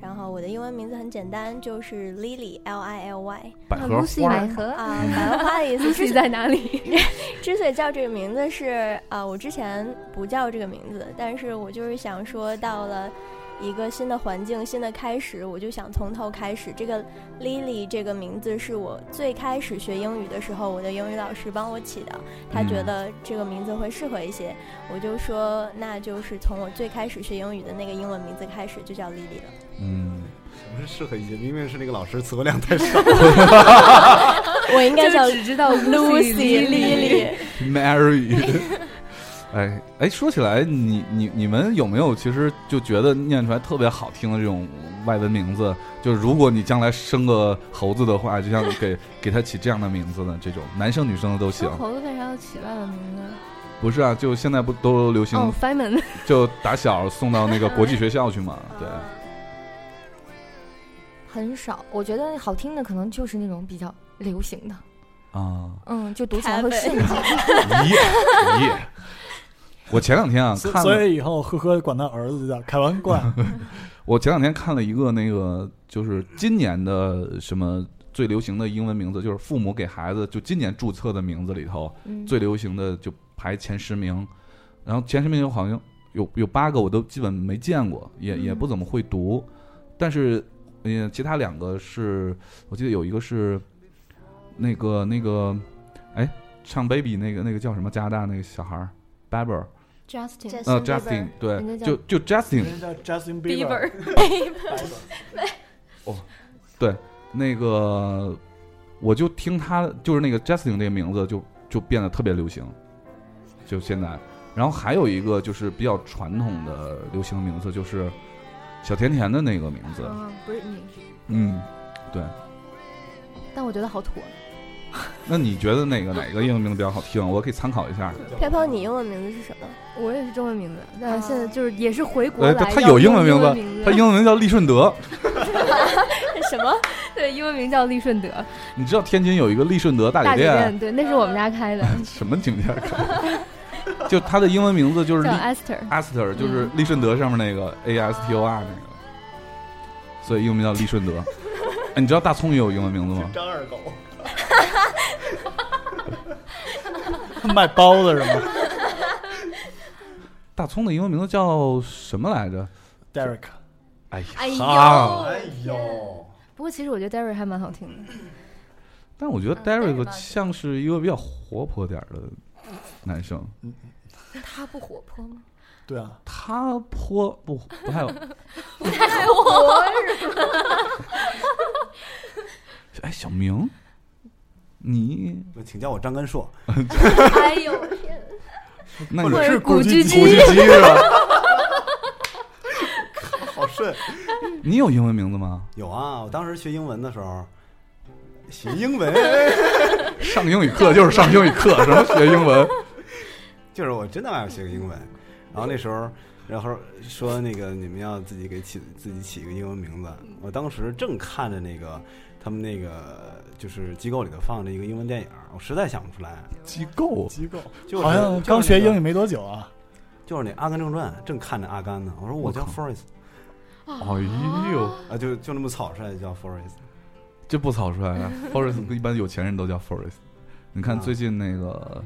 [SPEAKER 2] 然后我的英文名字很简单，就是 Lily L I L Y
[SPEAKER 1] 百合
[SPEAKER 5] ，Lucy
[SPEAKER 1] 花
[SPEAKER 5] 百
[SPEAKER 1] 儿？
[SPEAKER 5] 合
[SPEAKER 2] 啊，白花的意思是
[SPEAKER 5] ，Lucy 在哪里？
[SPEAKER 2] (laughs) 之所以叫这个名字是啊、我之前不叫这个名字，但是我就是想说，到了一个新的环境、新的开始，我就想从头开始。这个 Lily 这个名字是我最开始学英语的时候，我的英语老师帮我起的，他觉
[SPEAKER 1] 嗯
[SPEAKER 2] 得这个名字会适合一些，我就说那就是从我最开始学英语的那个英文名字开始，就叫 Lily
[SPEAKER 5] (laughs)
[SPEAKER 2] 了。
[SPEAKER 1] 嗯，
[SPEAKER 4] 不是适合一些，明明是那个老师词汇量太少。
[SPEAKER 2] 我应该叫
[SPEAKER 5] 就只知道
[SPEAKER 2] Lucy
[SPEAKER 5] Lily。
[SPEAKER 2] Lily。
[SPEAKER 1] Mary。哎哎，说起来，你你你们有没有其实就觉得念出来特别好听的这种外文名字？就是如果你将来生个猴子的话，就像给给他起这样的名字的这种，男生女生的都
[SPEAKER 6] (laughs)
[SPEAKER 1] 行
[SPEAKER 6] 哦
[SPEAKER 5] 生。猴子为啥要起外文名呢？
[SPEAKER 1] 不是啊，就现在不都流行、
[SPEAKER 5] 哦，Feynman，
[SPEAKER 1] (laughs) 就打小送到那个国际学校去嘛？对，
[SPEAKER 6] 很少。我觉得好听的可能就是那种比较流行的，
[SPEAKER 3] (laughs)
[SPEAKER 1] 啊，
[SPEAKER 6] 嗯，就读起来会顺一些。
[SPEAKER 1] 耶耶！我前两天啊
[SPEAKER 3] 所
[SPEAKER 1] 看了
[SPEAKER 3] 所以以后呵呵管他儿子叫凯文怪， (laughs)
[SPEAKER 1] 我前两天看了一个那个，就是今年的什么最流行的英文名字，就是父母给孩子就今年注册的名字里头
[SPEAKER 6] 嗯，
[SPEAKER 1] 最流行的就排前十名，然后前十名有好像有有八个我都基本没见过，也
[SPEAKER 6] 嗯
[SPEAKER 1] 也不怎么会读，但是嗯，其他两个是我记得有一个是那个那个哎唱 baby 那个那个叫什么加拿大那个小孩儿 Bieber
[SPEAKER 5] Justin，
[SPEAKER 1] 呃 Justin 对
[SPEAKER 6] 人家
[SPEAKER 1] 就
[SPEAKER 6] 叫
[SPEAKER 1] 就 Justin
[SPEAKER 3] 人家叫 Justin
[SPEAKER 5] Bieber
[SPEAKER 3] Bieber，
[SPEAKER 1] 那个，我就听他就是那个 Justin 这个名字就就变得特别流行，就现在。然后还有一个就是比较传统的流行的名字，就是小甜甜的那个名字。
[SPEAKER 5] 嗯，Britney，
[SPEAKER 1] 嗯，
[SPEAKER 5] 但我觉得好土啊。
[SPEAKER 1] 那你觉得哪个哪个英文名字比较好听？我可以参考一下。
[SPEAKER 2] 飘飘，你英文名字是什么？
[SPEAKER 5] 我也是哦中文名字，但是现在就是也是回国
[SPEAKER 1] 哎
[SPEAKER 5] 来
[SPEAKER 1] 他
[SPEAKER 5] 要用
[SPEAKER 1] 他
[SPEAKER 5] 英
[SPEAKER 1] 有英文
[SPEAKER 5] 文
[SPEAKER 1] 名字
[SPEAKER 5] 字
[SPEAKER 1] 他
[SPEAKER 5] (laughs)
[SPEAKER 1] 英文名叫利顺德，
[SPEAKER 2] 什么？
[SPEAKER 5] 对英文名叫利顺德
[SPEAKER 1] 你知道天津有一个利顺德大
[SPEAKER 5] 大
[SPEAKER 1] 酒
[SPEAKER 5] 酒
[SPEAKER 1] 店，啊
[SPEAKER 5] 店，对，那是我们家开的，
[SPEAKER 1] 什么景点？ (laughs) 就他的英文名字 (laughs) 就是
[SPEAKER 5] 叫
[SPEAKER 1] 利啊
[SPEAKER 5] Esther。
[SPEAKER 1] Aster，就是利顺德上面那个 A S T O R 那个，所以英文名叫利顺德。哎，你知道大葱也有英文名字吗？
[SPEAKER 4] 张二狗，
[SPEAKER 3] (laughs) 卖包子是吗
[SPEAKER 1] (laughs) 大葱的英文名字叫什么来着？
[SPEAKER 3] ？Derek，
[SPEAKER 1] 哎呀，
[SPEAKER 5] (laughs) 哎
[SPEAKER 1] 啊
[SPEAKER 5] 呦，
[SPEAKER 4] 呦，
[SPEAKER 5] 不过其实我觉得 Derry 还蛮好听的，
[SPEAKER 1] 但我
[SPEAKER 5] 嗯
[SPEAKER 1] 觉得 Derek 像是一个比较活泼点儿的男生，
[SPEAKER 6] 他不活泼吗？
[SPEAKER 3] 嗯对啊，
[SPEAKER 1] 他泼不
[SPEAKER 7] (laughs)
[SPEAKER 1] (laughs) 不太，哎，小明，你
[SPEAKER 4] 请叫我张根硕。
[SPEAKER 2] 哎呦我天，
[SPEAKER 1] 那
[SPEAKER 3] 或
[SPEAKER 1] 你
[SPEAKER 3] 者
[SPEAKER 5] 者
[SPEAKER 3] 是
[SPEAKER 5] 是
[SPEAKER 3] 古
[SPEAKER 5] 古
[SPEAKER 3] 巨
[SPEAKER 5] 巨
[SPEAKER 3] 基
[SPEAKER 5] 基
[SPEAKER 3] 是吧？
[SPEAKER 4] (laughs) 好顺。
[SPEAKER 1] 你有英文名字吗？
[SPEAKER 4] 有啊，我当时学英文的时候，学英文
[SPEAKER 1] (laughs) 上英语课就是上英语课，什么学英文？
[SPEAKER 4] (laughs) 就是我真的爱学英文。然后那时候，然后说那个你们要自己给起自己起一个英文名字。我当时正看着那个他们那个就是机构里头放着一个英文电影，我实在想不出来。
[SPEAKER 1] 机构
[SPEAKER 3] 机构
[SPEAKER 4] 就是
[SPEAKER 3] (laughs) 好像刚学英语
[SPEAKER 4] 语，
[SPEAKER 3] 没多久啊，
[SPEAKER 4] 就是那《阿甘正传》，正看着阿甘呢。我说我叫 Forrest
[SPEAKER 1] 哎呦，
[SPEAKER 4] 啊，就就那么草率叫 Forrest。
[SPEAKER 1] 这不草率啊！Forest 一般有钱人都叫 Forest。你看
[SPEAKER 4] 啊
[SPEAKER 1] 最近那个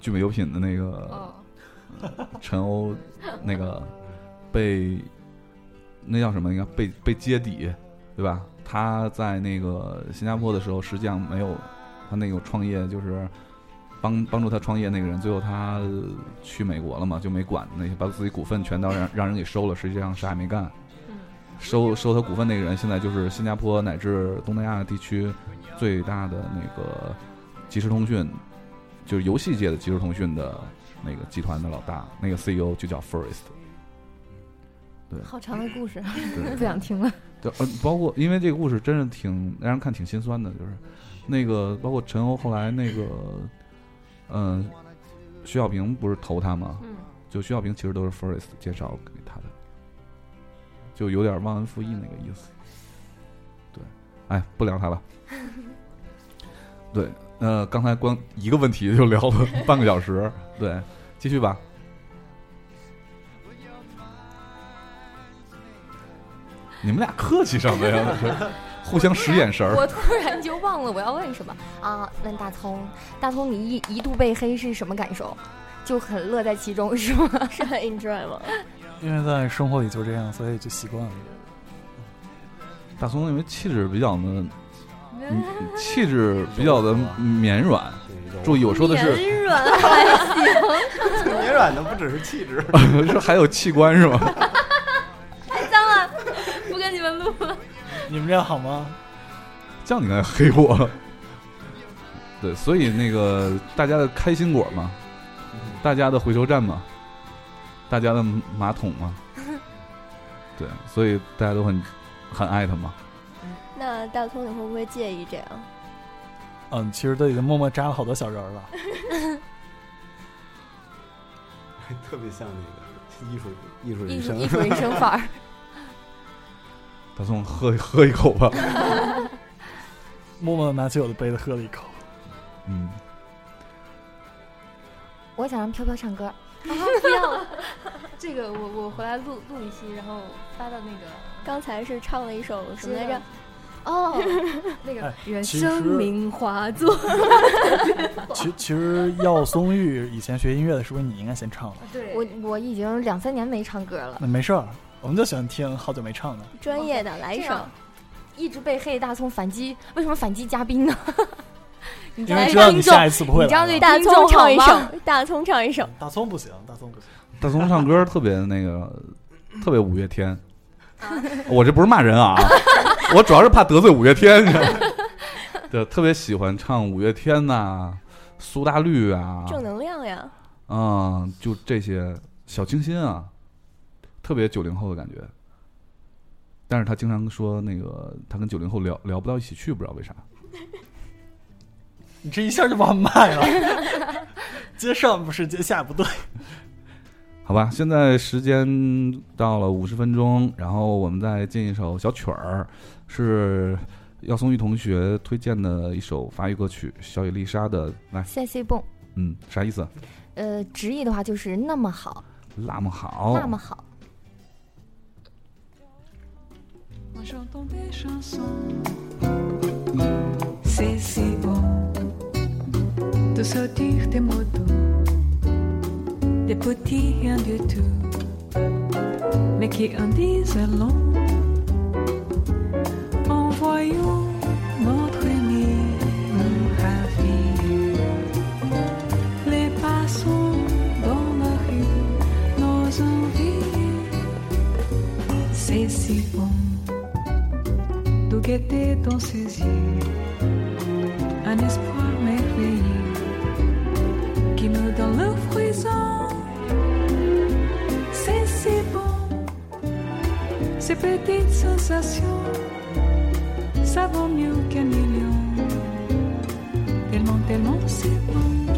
[SPEAKER 1] 聚美优品的那个
[SPEAKER 5] 哦，
[SPEAKER 1] 陈欧，那个被那叫什么？应该被被揭底，对吧？他在那个新加坡的时候，实际上没有他那个创业，就是帮帮助他创业那个人，最后他呃去美国了嘛，就没管那些，把自己股份全都让让人给收了，实际上啥也没干。收收他股份那个人，现在就是新加坡乃至东南亚地区最大的那个即时通讯，就是游戏界的即时通讯的那个集团的老大，那个 CEO 就叫 Forest。
[SPEAKER 5] 好长的故事，啊
[SPEAKER 1] 对
[SPEAKER 5] (laughs) 不想听了。
[SPEAKER 1] 对，呃，包括因为这个故事真是挺让人看挺心酸的，就是那个包括陈欧后来那个，嗯、徐小平不是投他吗？
[SPEAKER 5] 嗯，
[SPEAKER 1] 就徐小平其实都是 Forest 介绍给他的，就有点忘恩负义那个意思。对，哎，不聊他了。对，呃，刚才光一个问题就聊了半个小时，对，继续吧。你们俩客气什么呀？互相使眼神儿。
[SPEAKER 6] 我突然就忘了我要问什么 (laughs) 啊？问大葱，大葱，你一一度被黑是什么感受？就很乐在其中是吗？
[SPEAKER 2] 是很 enjoy 吗？
[SPEAKER 3] 因为在生活里就这样，所以就习惯了。
[SPEAKER 1] 大松因为气质比较呢，嗯气质比较的绵软。
[SPEAKER 4] 对，
[SPEAKER 1] 注
[SPEAKER 4] 意，
[SPEAKER 1] 意，我说的是哎 (laughs)
[SPEAKER 2] 绵软
[SPEAKER 6] 哎
[SPEAKER 2] 还
[SPEAKER 4] (laughs)
[SPEAKER 2] 行，
[SPEAKER 4] 绵软的不只是气质。 (laughs)
[SPEAKER 1] 是 (laughs) 还有器官是 (laughs) 吗？
[SPEAKER 5] 不跟你们录了。
[SPEAKER 3] 你们这样好吗？
[SPEAKER 1] 这样你刚才黑我。 (laughs) 对，所以那个大家的开心果嘛，大家的回收站嘛，大家的马桶嘛，对，所以大家都很很爱他嘛。
[SPEAKER 2] 那大葱，你会不会介意
[SPEAKER 5] (laughs)
[SPEAKER 2] 这样？
[SPEAKER 3] 嗯，其实都已经默默扎了好多小人儿了。
[SPEAKER 4] 特别像那个艺术艺术
[SPEAKER 6] 艺
[SPEAKER 4] 人
[SPEAKER 6] 术
[SPEAKER 4] 生，
[SPEAKER 6] 艺术人生
[SPEAKER 4] (laughs)
[SPEAKER 6] 范
[SPEAKER 1] (laughs)
[SPEAKER 6] 儿，
[SPEAKER 1] 大宋喝 (laughs) 喝一口吧，
[SPEAKER 3] 默默地拿起我的杯子喝了一口。
[SPEAKER 1] 嗯，
[SPEAKER 6] (laughs) 我想让飘飘唱歌。
[SPEAKER 5] 不 (laughs) 要，啊这个我我回来录录一期，然后发到那个
[SPEAKER 2] 刚才是唱了一首什么来
[SPEAKER 5] 接
[SPEAKER 2] 着
[SPEAKER 5] 着？啊
[SPEAKER 2] (laughs)
[SPEAKER 5] 哦，那个
[SPEAKER 3] 哎
[SPEAKER 5] 原
[SPEAKER 3] 其
[SPEAKER 5] 声
[SPEAKER 3] 实
[SPEAKER 5] 名画作。
[SPEAKER 3] 其其实耀松玉以前学音乐的，是不是你应该先唱了？
[SPEAKER 5] 对
[SPEAKER 6] 我我已经两三年没唱歌了，
[SPEAKER 3] 那嗯没事儿，我们就喜欢听好久没唱的。
[SPEAKER 2] (laughs) 专业的来一
[SPEAKER 6] 这
[SPEAKER 2] 首
[SPEAKER 6] 样。一直被黑大葱反击，为什么反击嘉宾呢？ (laughs) 你
[SPEAKER 3] 因为知道你
[SPEAKER 6] 听众
[SPEAKER 3] 下一次不会
[SPEAKER 6] 你知道
[SPEAKER 3] 来
[SPEAKER 6] 对
[SPEAKER 3] 了。
[SPEAKER 2] 大
[SPEAKER 6] 听
[SPEAKER 2] 葱
[SPEAKER 6] 众
[SPEAKER 2] 唱一 (laughs)
[SPEAKER 6] 好
[SPEAKER 7] (laughs)
[SPEAKER 6] 吗
[SPEAKER 2] 首，大葱唱一首。
[SPEAKER 3] 大葱嗯不行，大葱不行。
[SPEAKER 1] 大宋唱歌特别那个，特别五月天。 (laughs) 我这不是骂人啊，我主要是怕得罪五月天，你知道吗？对，特别喜欢唱五月天呐、苏打绿啊，
[SPEAKER 2] (laughs) 正能量呀！
[SPEAKER 1] 啊、就这些小清新啊，特别九零后的感觉。但是他经常说那个他跟九零后聊聊不到一起去，不知道为啥。
[SPEAKER 3] (laughs) 你这一下就把我卖了，接上不是，接下
[SPEAKER 4] (laughs)
[SPEAKER 3] 不对。
[SPEAKER 1] 好吧，现在时间到了五十分钟，然后我们再进一首小曲儿，是耀松玉同学推荐的一首法语歌曲《小野丽莎》的。来，
[SPEAKER 6] 谢谢蹦，
[SPEAKER 1] 嗯，啥意思？
[SPEAKER 6] 呃，直译的话就是那么好，
[SPEAKER 1] 那么好，
[SPEAKER 6] 那么好。
[SPEAKER 9] Moi j'entends des chansons, c'est si beau de sortir des mots doux, des petits rien du tout, mais qui en disent long. En voyant notre ami nous ravir, les passants dans la rue, nos est si bon de guetter dans ses yeux un espoir merveilleux qui me donne le frisson. C'est si bon, ces petites sensations, ça vaut mieux qu'un million. Tellement, tellement c'est bon.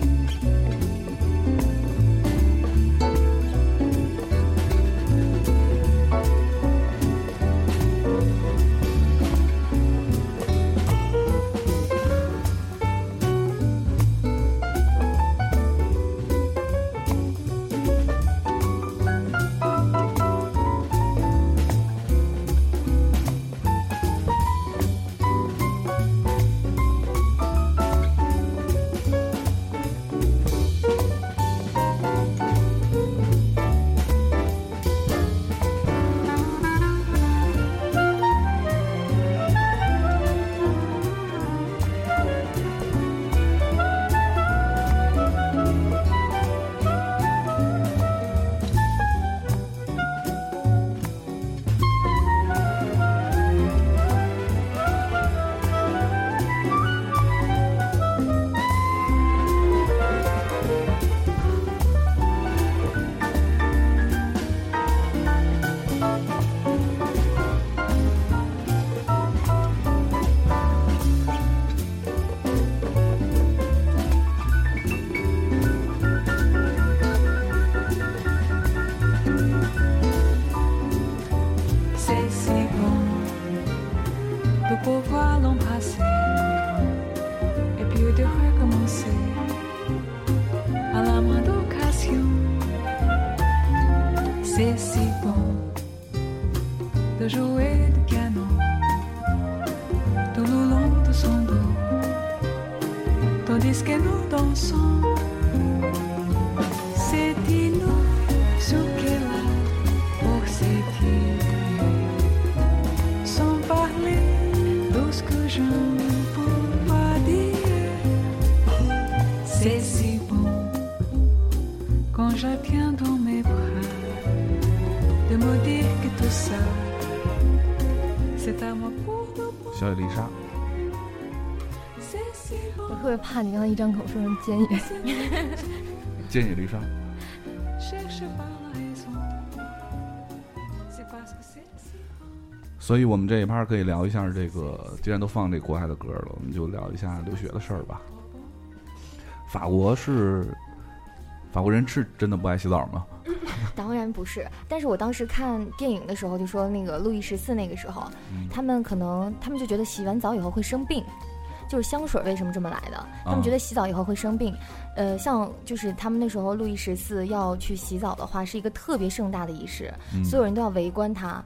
[SPEAKER 9] C'est si bon de pouvoir l'embrasser et puis É de recommencer à la moindre occasion. C'est si bon de jouer du piano tout le long de son dos, tandis que nous dansons. C'est nous ce qu'elle a pour ses pieds sans parler de ce que je ne peux pas dire. C'est si bon quand je tiens dans mes bras de me dire que tout ça, c'est à moi pour de bon.
[SPEAKER 1] 小野丽莎，
[SPEAKER 9] C'est si
[SPEAKER 5] 我
[SPEAKER 9] bon,
[SPEAKER 5] 特别怕你刚才一张口说成监狱，
[SPEAKER 9] c'est bon.
[SPEAKER 5] (laughs)
[SPEAKER 1] 建议丽莎，
[SPEAKER 9] Cherche pas la raison, c'est parce que c'est si bon.
[SPEAKER 1] 所以我们这一趴可以聊一下这个，既然都放这国外的歌了，我们就聊一下留学的事儿吧。法国是法国人是真的不爱洗澡吗？
[SPEAKER 6] (laughs) 当然不是，但是我当时看电影的时候就说，那个路易十四那个时候，
[SPEAKER 1] 嗯
[SPEAKER 6] 他们可能他们就觉得洗完澡以后会生病，就是香水为什么这么来
[SPEAKER 1] 啊
[SPEAKER 6] 的？他们觉得洗澡以后会生病。呃，像就是他们那时候路易十四要去洗澡的话，是一个特别盛大的仪式，
[SPEAKER 1] 嗯
[SPEAKER 6] 所有人都要围观
[SPEAKER 1] (laughs)
[SPEAKER 6] 他。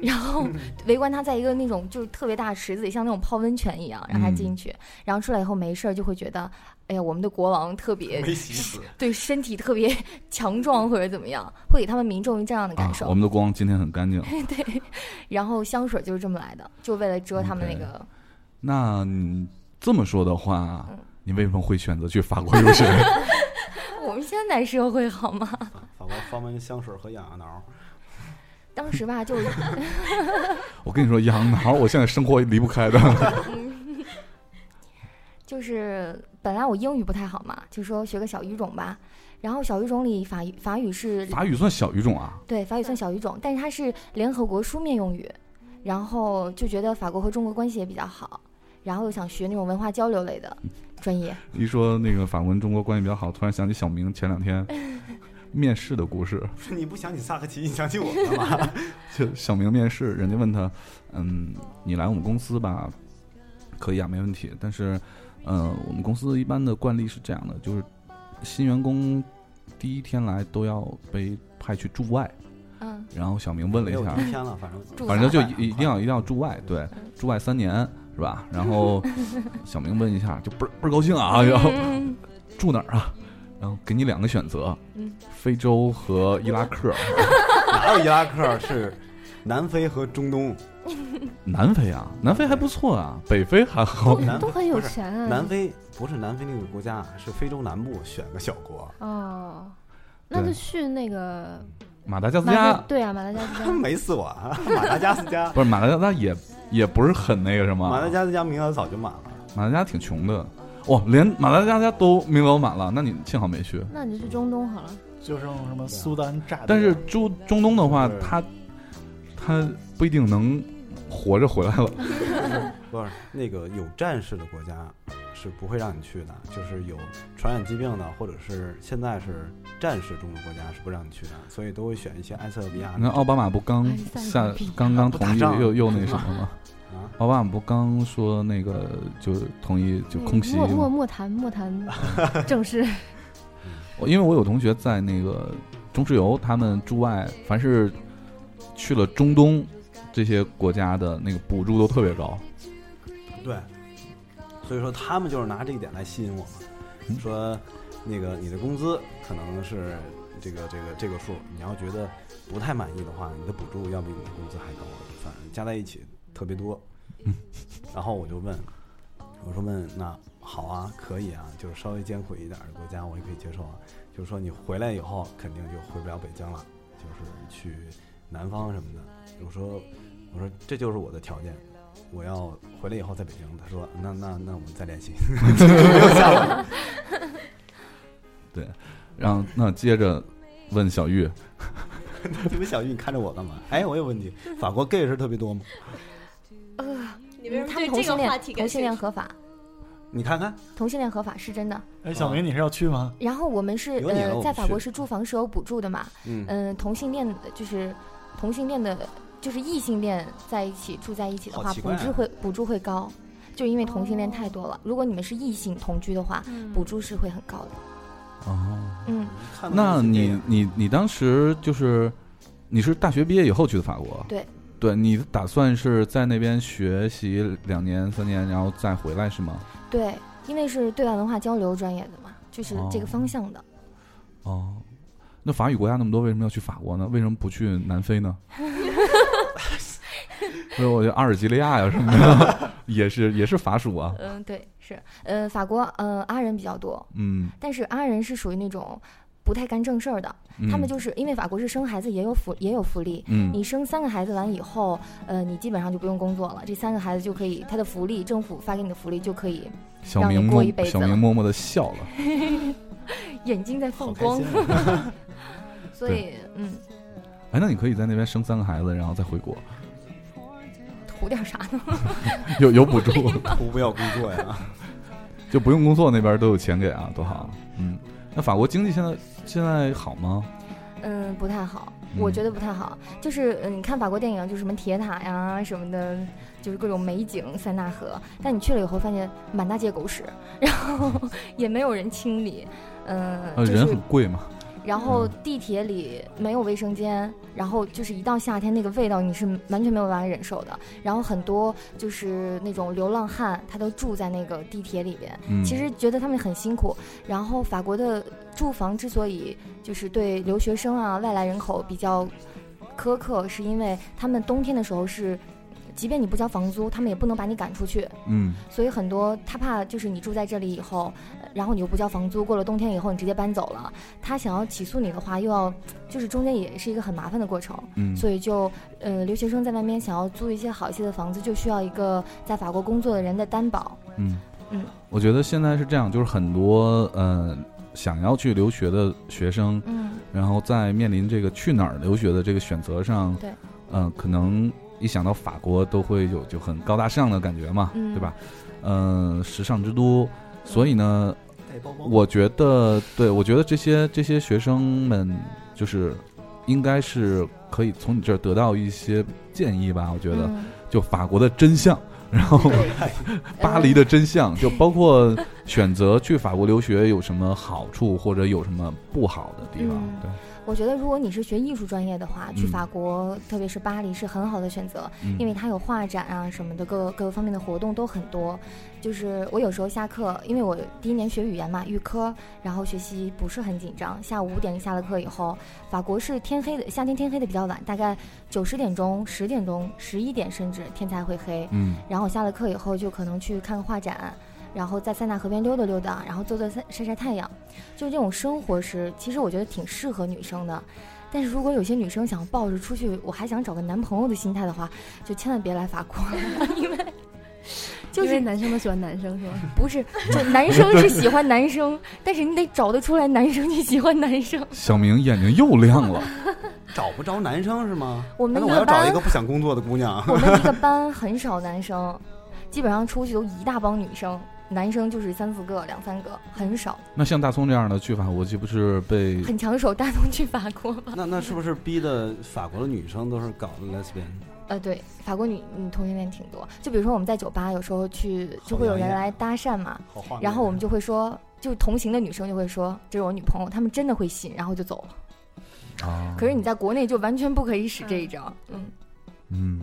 [SPEAKER 6] 然后围观他在一个那种就是特别大的池子里，像那种泡温泉一样，让他进去，然后出来以后没事儿就会觉得，哎呀，我们的国王特别
[SPEAKER 4] 没洗死，
[SPEAKER 6] 对身体特别 (laughs) 强壮或者怎么样，会给他们民众一这样的感
[SPEAKER 1] 啊
[SPEAKER 6] 受。
[SPEAKER 1] 我们的光今天很干净。
[SPEAKER 6] (laughs) 对，然后香水就是这么来的，就为了遮他们那
[SPEAKER 1] OK
[SPEAKER 6] 个。
[SPEAKER 1] 那你这么说的话
[SPEAKER 6] 嗯，
[SPEAKER 1] 你为什么会选择去法国留学？
[SPEAKER 6] (laughs) 我们现在社会好吗？
[SPEAKER 4] 法国方文香水和痒痒挠，
[SPEAKER 6] 当时
[SPEAKER 1] (laughs)
[SPEAKER 6] 吧，就 (laughs)
[SPEAKER 1] 我跟你说，羊毛，我现在生活离不开的。 (laughs)
[SPEAKER 6] 就是本来我英语不太好嘛，就说学个小语种吧。然后小语种里法语法语是
[SPEAKER 1] 法语算小语种啊？
[SPEAKER 6] 对法语算小语种，但是它是联合国书面用语。然后就觉得法国和中国关系也比较好，然后又想学那种文化交流类的专业。
[SPEAKER 1] 一说那个法国跟中国关系比较好，突然想起小明前两天
[SPEAKER 4] 哎
[SPEAKER 1] 面试的故事。
[SPEAKER 4] 不 (laughs) 是你不想起萨克奇，你想起我干嘛？
[SPEAKER 1] 就小明面试，人家问他，嗯，你来我们公司吧，可以啊，没问题。但是，呃，我们公司一般的惯例是这样的，就是新员工第一天来都要被派去驻外。
[SPEAKER 6] 嗯，
[SPEAKER 1] 然后小明问了
[SPEAKER 4] 没
[SPEAKER 1] 一
[SPEAKER 4] 有
[SPEAKER 1] 下，
[SPEAKER 4] 今天了，反正
[SPEAKER 6] 住
[SPEAKER 1] 反正就
[SPEAKER 6] 法
[SPEAKER 1] 一一定要一定要驻外，
[SPEAKER 6] 嗯
[SPEAKER 1] 对，驻外三年是吧？然
[SPEAKER 6] (laughs)
[SPEAKER 1] 后小明问一下，就倍儿倍儿高兴啊，然后 (laughs)
[SPEAKER 6] 嗯
[SPEAKER 1] 住哪儿啊？然后给你两个选择
[SPEAKER 6] 嗯，
[SPEAKER 1] 非洲和伊拉克，
[SPEAKER 4] (laughs) 哪有伊拉克是南非和中东，
[SPEAKER 1] 南非啊，南非还不错啊， (laughs) 北非还好
[SPEAKER 5] 都。
[SPEAKER 4] 南
[SPEAKER 5] 都很有
[SPEAKER 4] 不是
[SPEAKER 5] 钱啊。
[SPEAKER 4] 南非不是南非那个国家，是非洲南部选个小国。
[SPEAKER 5] 哦，那就
[SPEAKER 1] 对
[SPEAKER 5] 去那个
[SPEAKER 1] 马达加斯
[SPEAKER 5] 马达
[SPEAKER 1] 加
[SPEAKER 5] 对啊，马达加斯
[SPEAKER 6] 嗯
[SPEAKER 1] (laughs)
[SPEAKER 4] (laughs)
[SPEAKER 5] 加
[SPEAKER 4] 没死我啊！马达加斯加，
[SPEAKER 1] 不是马达加斯加也也不是很那个什么，
[SPEAKER 4] 马达加斯加名额早就满了。
[SPEAKER 1] 马达加挺穷的，哦，连马达加斯加都名额满了，那你幸好没去。
[SPEAKER 5] 那你就去中东好了。
[SPEAKER 3] 就剩什么苏丹炸弹，
[SPEAKER 1] 但是中中东的话
[SPEAKER 4] 对，
[SPEAKER 1] 他他不一定能活着回来了。
[SPEAKER 4] (laughs) 不是那个有战事的国家是不会让你去的，就是有传染疾病的，或者是现在是战事中的国家是不让你去的，所以都会选一些埃塞俄比亚。
[SPEAKER 1] 你看奥巴马不刚
[SPEAKER 5] 哎散
[SPEAKER 1] 下
[SPEAKER 5] 个屁
[SPEAKER 1] 刚刚
[SPEAKER 4] 啊不打
[SPEAKER 1] 同意
[SPEAKER 4] 仗
[SPEAKER 1] 又又那什么吗？
[SPEAKER 4] 啊，
[SPEAKER 1] 奥巴马不刚说那个就同意就空袭
[SPEAKER 5] 莫
[SPEAKER 1] 吗？
[SPEAKER 5] 莫莫谈莫谈
[SPEAKER 6] (laughs)
[SPEAKER 5] 正事。
[SPEAKER 1] 我因为我有同学在那个中石油，他们驻外凡是去了中东这些国家的那个补助都特别高。
[SPEAKER 4] 对，所以说他们就是拿这一点来吸引我
[SPEAKER 1] 嗯
[SPEAKER 4] 们，说那个你的工资可能是这个这个这个数，你要觉得不太满意的话，你的补助要比你的工资还高，反正加在一起特别多。然后我就问，我说问那好啊，可以啊，就是稍微艰苦一点的国家我也可以接受啊，就是说你回来以后肯定就回不了北京了，就是去南方什么的。我说我说这就是我的条件，我要回来以后在北京。他说 (laughs) 那那那我们再
[SPEAKER 1] (laughs)
[SPEAKER 4] 联系，又下了。
[SPEAKER 1] 然后那接着问小玉，
[SPEAKER 4] 你们小玉，你看着我干嘛？ (laughs) 哎，我有问题，法国 gay 是特别多吗？
[SPEAKER 2] 你
[SPEAKER 6] 嗯他们同性恋同性恋合法，
[SPEAKER 4] 你看看，
[SPEAKER 6] 同性恋合法是真的。
[SPEAKER 3] 哎，小明你是要去吗？
[SPEAKER 6] 然后我们是
[SPEAKER 4] 有你了
[SPEAKER 6] 呃
[SPEAKER 4] 我
[SPEAKER 6] 在
[SPEAKER 4] 不
[SPEAKER 6] 法国
[SPEAKER 4] 去
[SPEAKER 6] 是住房是有补助的嘛，
[SPEAKER 4] 嗯，
[SPEAKER 6] 嗯，同性恋的就是同性恋的，就是异性恋在一起住在一起的
[SPEAKER 4] 好
[SPEAKER 6] 话，
[SPEAKER 4] 奇
[SPEAKER 6] 补
[SPEAKER 4] 怪啊
[SPEAKER 6] 助会补助会高，就因为同性恋太多了。如果你们是异性同居的话，补助是会很高的。
[SPEAKER 1] 哦，
[SPEAKER 6] 嗯，
[SPEAKER 4] 看到
[SPEAKER 1] 那
[SPEAKER 4] 这些
[SPEAKER 1] 你你你当时就是你是大学毕业以后去的法国？
[SPEAKER 6] 对，
[SPEAKER 1] 对你打算是在那边学习两年三年，然后再回来是吗？
[SPEAKER 6] 对，因为是对外文化交流专业的嘛，就是这个
[SPEAKER 1] 哦
[SPEAKER 6] 方向的。
[SPEAKER 1] (laughs) 哦，那法语国家那么多，为什么要去法国呢？为什么不去南非呢？ (laughs) 所以我觉得阿尔及利亚呀什么的也是也是法属啊，
[SPEAKER 6] 嗯，对，是，呃，法国，呃，阿人比较多，
[SPEAKER 1] 嗯，
[SPEAKER 6] 但是阿人是属于那种不太干正事儿的，
[SPEAKER 1] 嗯
[SPEAKER 6] 他们就是因为法国是生孩子也有福也有福利，
[SPEAKER 1] 嗯
[SPEAKER 6] 你生三个孩子完以后，呃，你基本上就不用工作了，这三个孩子就可以，他的福利，政府发给你的福利就可以，
[SPEAKER 1] 小
[SPEAKER 6] 让
[SPEAKER 1] 明
[SPEAKER 6] 你过
[SPEAKER 1] 默
[SPEAKER 6] 一辈子
[SPEAKER 1] 小明
[SPEAKER 6] 了
[SPEAKER 1] 默默的笑了，
[SPEAKER 6] (laughs) 眼睛在放
[SPEAKER 4] 好开
[SPEAKER 6] 光 (laughs)
[SPEAKER 4] 心，啊。
[SPEAKER 1] (laughs)
[SPEAKER 6] 所以嗯，
[SPEAKER 1] 哎，那你可以在那边生三个孩子，然后再回国，
[SPEAKER 6] 图点啥呢？
[SPEAKER 1] 有有补
[SPEAKER 7] (laughs)
[SPEAKER 1] 助。
[SPEAKER 4] 图不要工作呀？ (laughs)
[SPEAKER 1] 就不用工作那边都有钱给啊，多好。嗯，那法国经济现在现在好吗？
[SPEAKER 6] 嗯，不太好，我
[SPEAKER 1] 嗯
[SPEAKER 6] 觉得不太好，就是嗯，你看法国电影，就什么铁塔呀什么的，就是各种美景、塞纳河，但你去了以后发现满大街狗屎，然后 (laughs) 也没有人清理，嗯，
[SPEAKER 1] 呃，
[SPEAKER 6] 就
[SPEAKER 1] 人
[SPEAKER 6] 是
[SPEAKER 1] 很贵嘛。
[SPEAKER 6] 然后
[SPEAKER 1] 嗯
[SPEAKER 6] 地铁里没有卫生间，然后就是一到夏天那个味道你是完全没有办法忍受的。然后很多就是那种流浪汉，他都住在那个地铁里边，
[SPEAKER 1] 嗯，
[SPEAKER 6] 其实觉得他们很辛苦。然后法国的住房之所以就是对留学生啊、外来人口比较苛刻，是因为他们冬天的时候是，即便你不交房租，他们也不能把你赶出去。
[SPEAKER 1] 嗯，
[SPEAKER 6] 所以很多他怕就是你住在这里以后，呃然后你又不交房租，过了冬天以后你直接搬走了，他想要起诉你的话，又要就是中间也是一个很麻烦的过程，
[SPEAKER 1] 嗯
[SPEAKER 6] 所以就呃留学生在外面想要租一些好一些的房子，就需要一个在法国工作的人的担保。
[SPEAKER 1] 嗯
[SPEAKER 6] 嗯
[SPEAKER 1] 我觉得现在是这样，就是很多呃想要去留学的学生，
[SPEAKER 6] 嗯，
[SPEAKER 1] 然后在面临这个去哪儿留学的这个选择上，
[SPEAKER 6] 对，
[SPEAKER 1] 嗯、可能一想到法国都会有就很高大上的感觉嘛，
[SPEAKER 6] 嗯
[SPEAKER 1] 对吧？嗯、时尚之都，所以呢，
[SPEAKER 4] 带包包
[SPEAKER 1] 我觉得，对我觉得这些这些学生们就是应该是可以从你这儿得到一些建议吧。我觉得，
[SPEAKER 6] 嗯
[SPEAKER 1] 就法国的真相，然后巴黎的真相，就包括选择去法国留学有什么好处或者有什么不好的地方。
[SPEAKER 6] 嗯
[SPEAKER 1] 对，
[SPEAKER 6] 我觉得如果你是学艺术专业的话，去
[SPEAKER 1] 嗯
[SPEAKER 6] 法国，特别是巴黎是很好的选择，
[SPEAKER 1] 嗯
[SPEAKER 6] 因为它有画展啊什么的，各个各个方面的活动都很多。就是我有时候下课，因为我第一年学语言嘛，预科，然后学习不是很紧张。下午五点下了课以后，法国是天黑的，夏天天黑的比较晚，大概九十点钟、十点钟、十一点甚至天才会黑。
[SPEAKER 1] 嗯
[SPEAKER 6] 然后我下了课以后就可能去看个画展，然后在塞纳河边溜达溜达，然后坐坐晒晒晒太阳，就这种生活是，其实我觉得挺适合女生的。但是如果有些女生想抱着出去，我还想找个男朋友的心态的话，就千万别来法国， (laughs) 因为就
[SPEAKER 5] 因为
[SPEAKER 6] 是
[SPEAKER 5] 男生都喜欢男生是吗？
[SPEAKER 6] 不是，就男生是喜欢男
[SPEAKER 5] (laughs)
[SPEAKER 6] 生，但是你得找得出来男生去喜欢男生。
[SPEAKER 1] 小明眼睛又亮了，
[SPEAKER 4] (laughs) 找不着男生是吗？
[SPEAKER 6] 我们
[SPEAKER 4] 那
[SPEAKER 6] 那
[SPEAKER 4] 我要
[SPEAKER 6] 个
[SPEAKER 4] 找
[SPEAKER 6] 班，
[SPEAKER 4] 一个不想工作的姑娘。
[SPEAKER 6] 我们一个班很少男生，基本上出去都一大帮女生，男生就是三四个、两三个，很少，
[SPEAKER 1] 那像大葱这样的去法国，岂不是被
[SPEAKER 6] 很抢手。大同去法国吧？
[SPEAKER 4] (laughs) 嗯那那是不是逼的法国的女生都是搞的 lesbian？
[SPEAKER 6] 呃，对，法国女女同性恋挺多。就比如说我们在酒吧，有时候去就
[SPEAKER 4] 好
[SPEAKER 6] 会有
[SPEAKER 4] 养
[SPEAKER 6] 人
[SPEAKER 4] 眼
[SPEAKER 6] 来搭讪嘛，
[SPEAKER 4] 好画面
[SPEAKER 6] 然后我们就会说，就同行的女生就会说这是我女朋友，她们真的会信，然后就走了。
[SPEAKER 4] 嗯
[SPEAKER 1] 啊？
[SPEAKER 6] 可是你在国内就完全不可以使这一招，嗯。
[SPEAKER 1] 嗯，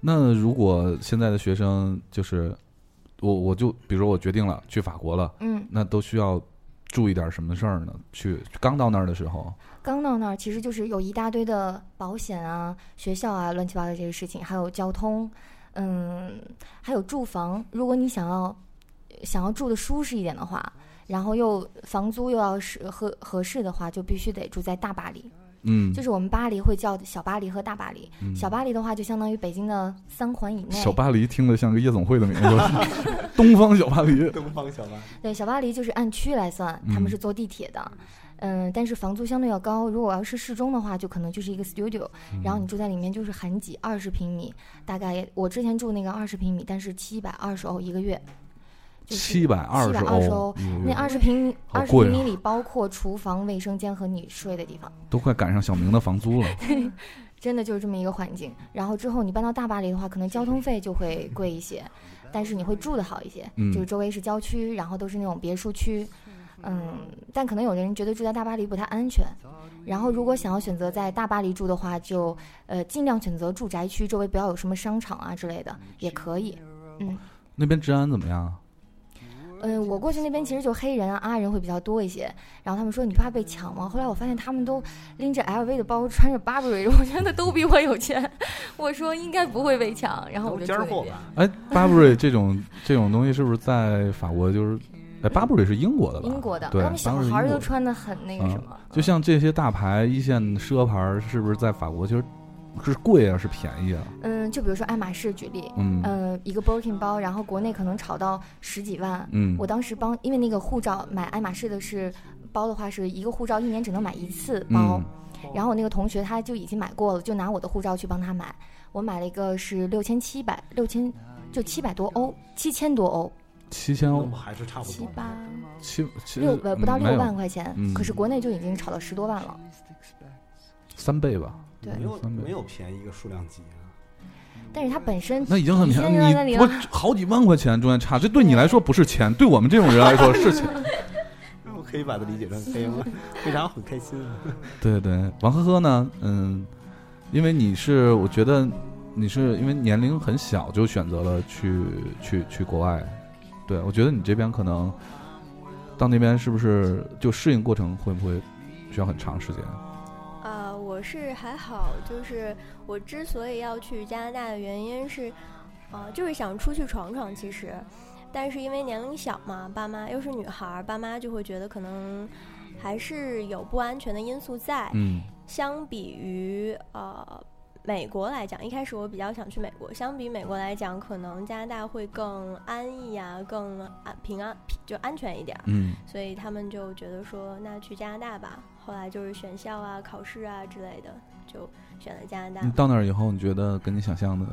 [SPEAKER 1] 那如果现在的学生就是我，我就比如说我决定了去法国了，
[SPEAKER 6] 嗯
[SPEAKER 1] 那都需要注意点什么事儿呢？去刚到那儿的时候，
[SPEAKER 6] 刚到那儿，其实就是有一大堆的保险啊、学校啊、乱七八糟这些事情，还有交通，嗯，还有住房。如果你想要想要住的舒适一点的话，然后又房租又要是合合适的话，就必须得住在大巴黎，
[SPEAKER 1] 嗯，
[SPEAKER 6] 就是我们巴黎会叫小巴黎和大巴黎。
[SPEAKER 1] 嗯
[SPEAKER 6] 小巴黎的话，就相当于北京的三环以内。
[SPEAKER 1] 小巴黎听着像个夜总会的名
[SPEAKER 6] (laughs)
[SPEAKER 1] 字，东方小巴黎。
[SPEAKER 4] 东方小班，
[SPEAKER 6] 对，小巴黎就是按区来算，他
[SPEAKER 1] 嗯
[SPEAKER 6] 们是坐地铁的。嗯，但是房租相对要高。如果要是适中的话，就可能就是一个 studio，然
[SPEAKER 1] 嗯
[SPEAKER 6] 后你住在里面就是很挤，二十平米，大概我之前住那个二十平米，但是七百二十欧一个月，就是
[SPEAKER 1] 七百二十
[SPEAKER 6] 720
[SPEAKER 1] 欧
[SPEAKER 6] 欧，
[SPEAKER 1] 嗯
[SPEAKER 6] 那二十平米
[SPEAKER 1] 好
[SPEAKER 6] 二十
[SPEAKER 1] 贵啊
[SPEAKER 6] 平米里包括厨房、卫生间和你睡的地方，
[SPEAKER 1] 都快赶上小明的房
[SPEAKER 6] (laughs)
[SPEAKER 1] 租了。
[SPEAKER 6] 真的就是这么一个环境。然后之后你搬到大巴黎的话，可能交通费就会贵一些，但是你会住的好一些，
[SPEAKER 1] 嗯
[SPEAKER 6] 就是周围是郊区，然后都是那种别墅区。嗯，但可能有的人觉得住在大巴黎不太安全，然后如果想要选择在大巴黎住的话，就呃尽量选择住宅区，周围不要有什么商场啊之类的也可以。
[SPEAKER 1] 那边治安怎么样？
[SPEAKER 6] 嗯，我过去那边其实就黑人啊、阿人会比较多一些，然后他们说你不怕被抢吗？后来我发现他们都拎着 LV 的包，穿着 Burberry，我觉得都比我有钱。我说应该不会被抢，然后我就住
[SPEAKER 4] 尖儿
[SPEAKER 6] 那
[SPEAKER 4] 货
[SPEAKER 6] 边。
[SPEAKER 4] 吧？
[SPEAKER 1] 哎，Burberry 这种这种东西是不是在法国就是？哎，Burberry 是英国的吧？
[SPEAKER 6] 英国的，
[SPEAKER 1] 对，
[SPEAKER 6] 他们小
[SPEAKER 1] Burberry
[SPEAKER 6] 孩儿
[SPEAKER 1] 英
[SPEAKER 6] 都
[SPEAKER 1] 国的
[SPEAKER 6] 穿的很那个什
[SPEAKER 1] 嗯
[SPEAKER 6] 么，
[SPEAKER 1] 就像这些大牌一线奢牌儿，是不是在法国就是是贵啊，是便宜啊？
[SPEAKER 6] 嗯，就比如说爱马仕举例，
[SPEAKER 1] 嗯
[SPEAKER 6] 呃，一个 Birkin 包，然后国内可能炒到十几万。
[SPEAKER 1] 嗯
[SPEAKER 6] 我当时帮，因为那个护照买爱马仕的是包的话，是一个护照一年只能买一次
[SPEAKER 1] 嗯
[SPEAKER 6] 包。
[SPEAKER 2] 哦
[SPEAKER 6] 然后我那个同学他就已经买过了，就拿我的护照去帮他买。我买了一个是六千七百六千，
[SPEAKER 1] 哎
[SPEAKER 6] 就七百多欧，七千多欧，
[SPEAKER 1] 七千
[SPEAKER 4] 那不还是
[SPEAKER 1] 哦
[SPEAKER 4] 差不
[SPEAKER 6] 七
[SPEAKER 4] 多。
[SPEAKER 6] 八
[SPEAKER 1] 七七
[SPEAKER 6] 六呃不到
[SPEAKER 1] 嗯没
[SPEAKER 6] 六
[SPEAKER 1] 有
[SPEAKER 6] 万块钱，
[SPEAKER 1] 嗯
[SPEAKER 6] 可是国内就已经炒到十多万了。
[SPEAKER 1] 三倍吧？嗯
[SPEAKER 6] 对
[SPEAKER 4] 没有
[SPEAKER 1] 三倍
[SPEAKER 4] 没有便宜一个数量级
[SPEAKER 1] (laughs)
[SPEAKER 4] 啊！
[SPEAKER 6] 但是它本身
[SPEAKER 1] 那已经很
[SPEAKER 6] 你
[SPEAKER 1] 便
[SPEAKER 6] 现在
[SPEAKER 1] 宜，
[SPEAKER 6] 在
[SPEAKER 1] 你
[SPEAKER 6] 里
[SPEAKER 1] 我
[SPEAKER 6] 了
[SPEAKER 1] 好几万块钱中间差，这对你来说不是钱，对我们这种人来说是钱。
[SPEAKER 4] (laughs) 我可以把它理解成黑吗？ (laughs) 为啥我很开心啊？
[SPEAKER 1] 对对，王呵呵呢？嗯，因为你是，我觉得你是因为年龄很小就选择了去去去国外，对我觉得你这边可能到那边是不是就适应过程会不会需要很长时间？
[SPEAKER 2] 啊、我是还好，就是我之所以要去加拿大的原因是，呃，就是想出去闯闯，其实，但是因为年龄小嘛，爸妈又是女孩儿，爸妈就会觉得可能还是有不安全的因素在。
[SPEAKER 1] 嗯
[SPEAKER 2] 相比于呃美国来讲，一开始我比较想去美国。相比美国来讲，可能加拿大会更安逸啊，更安平安就安全一点儿。
[SPEAKER 1] 嗯
[SPEAKER 2] 所以他们就觉得说，那去加拿大吧。后来就是选校啊、考试啊之类的，就选了加拿
[SPEAKER 1] 你
[SPEAKER 2] 大。
[SPEAKER 1] 到那儿以后，你觉得跟你想象的，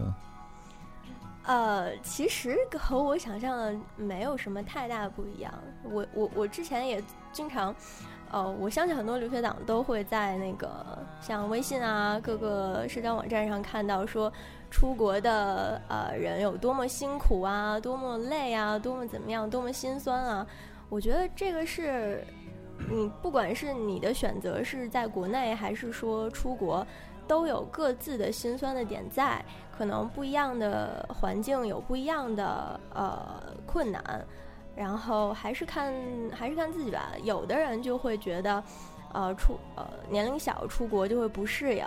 [SPEAKER 2] 呃，其实和我想象的没有什么太大的不一样。我我我之前也经常，呃，我相信很多留学党都会在那个像微信啊各个社交网站上看到说，出国的呃人有多么辛苦啊，多么累啊，多么怎么样，多么心酸啊。我觉得这个是，你嗯不管是你的选择是在国内还是说出国，都有各自的心酸的点在。可能不一样的环境有不一样的呃困难，然后还是看还是看自己吧。有的人就会觉得，呃，出呃年龄小出国就会不适应，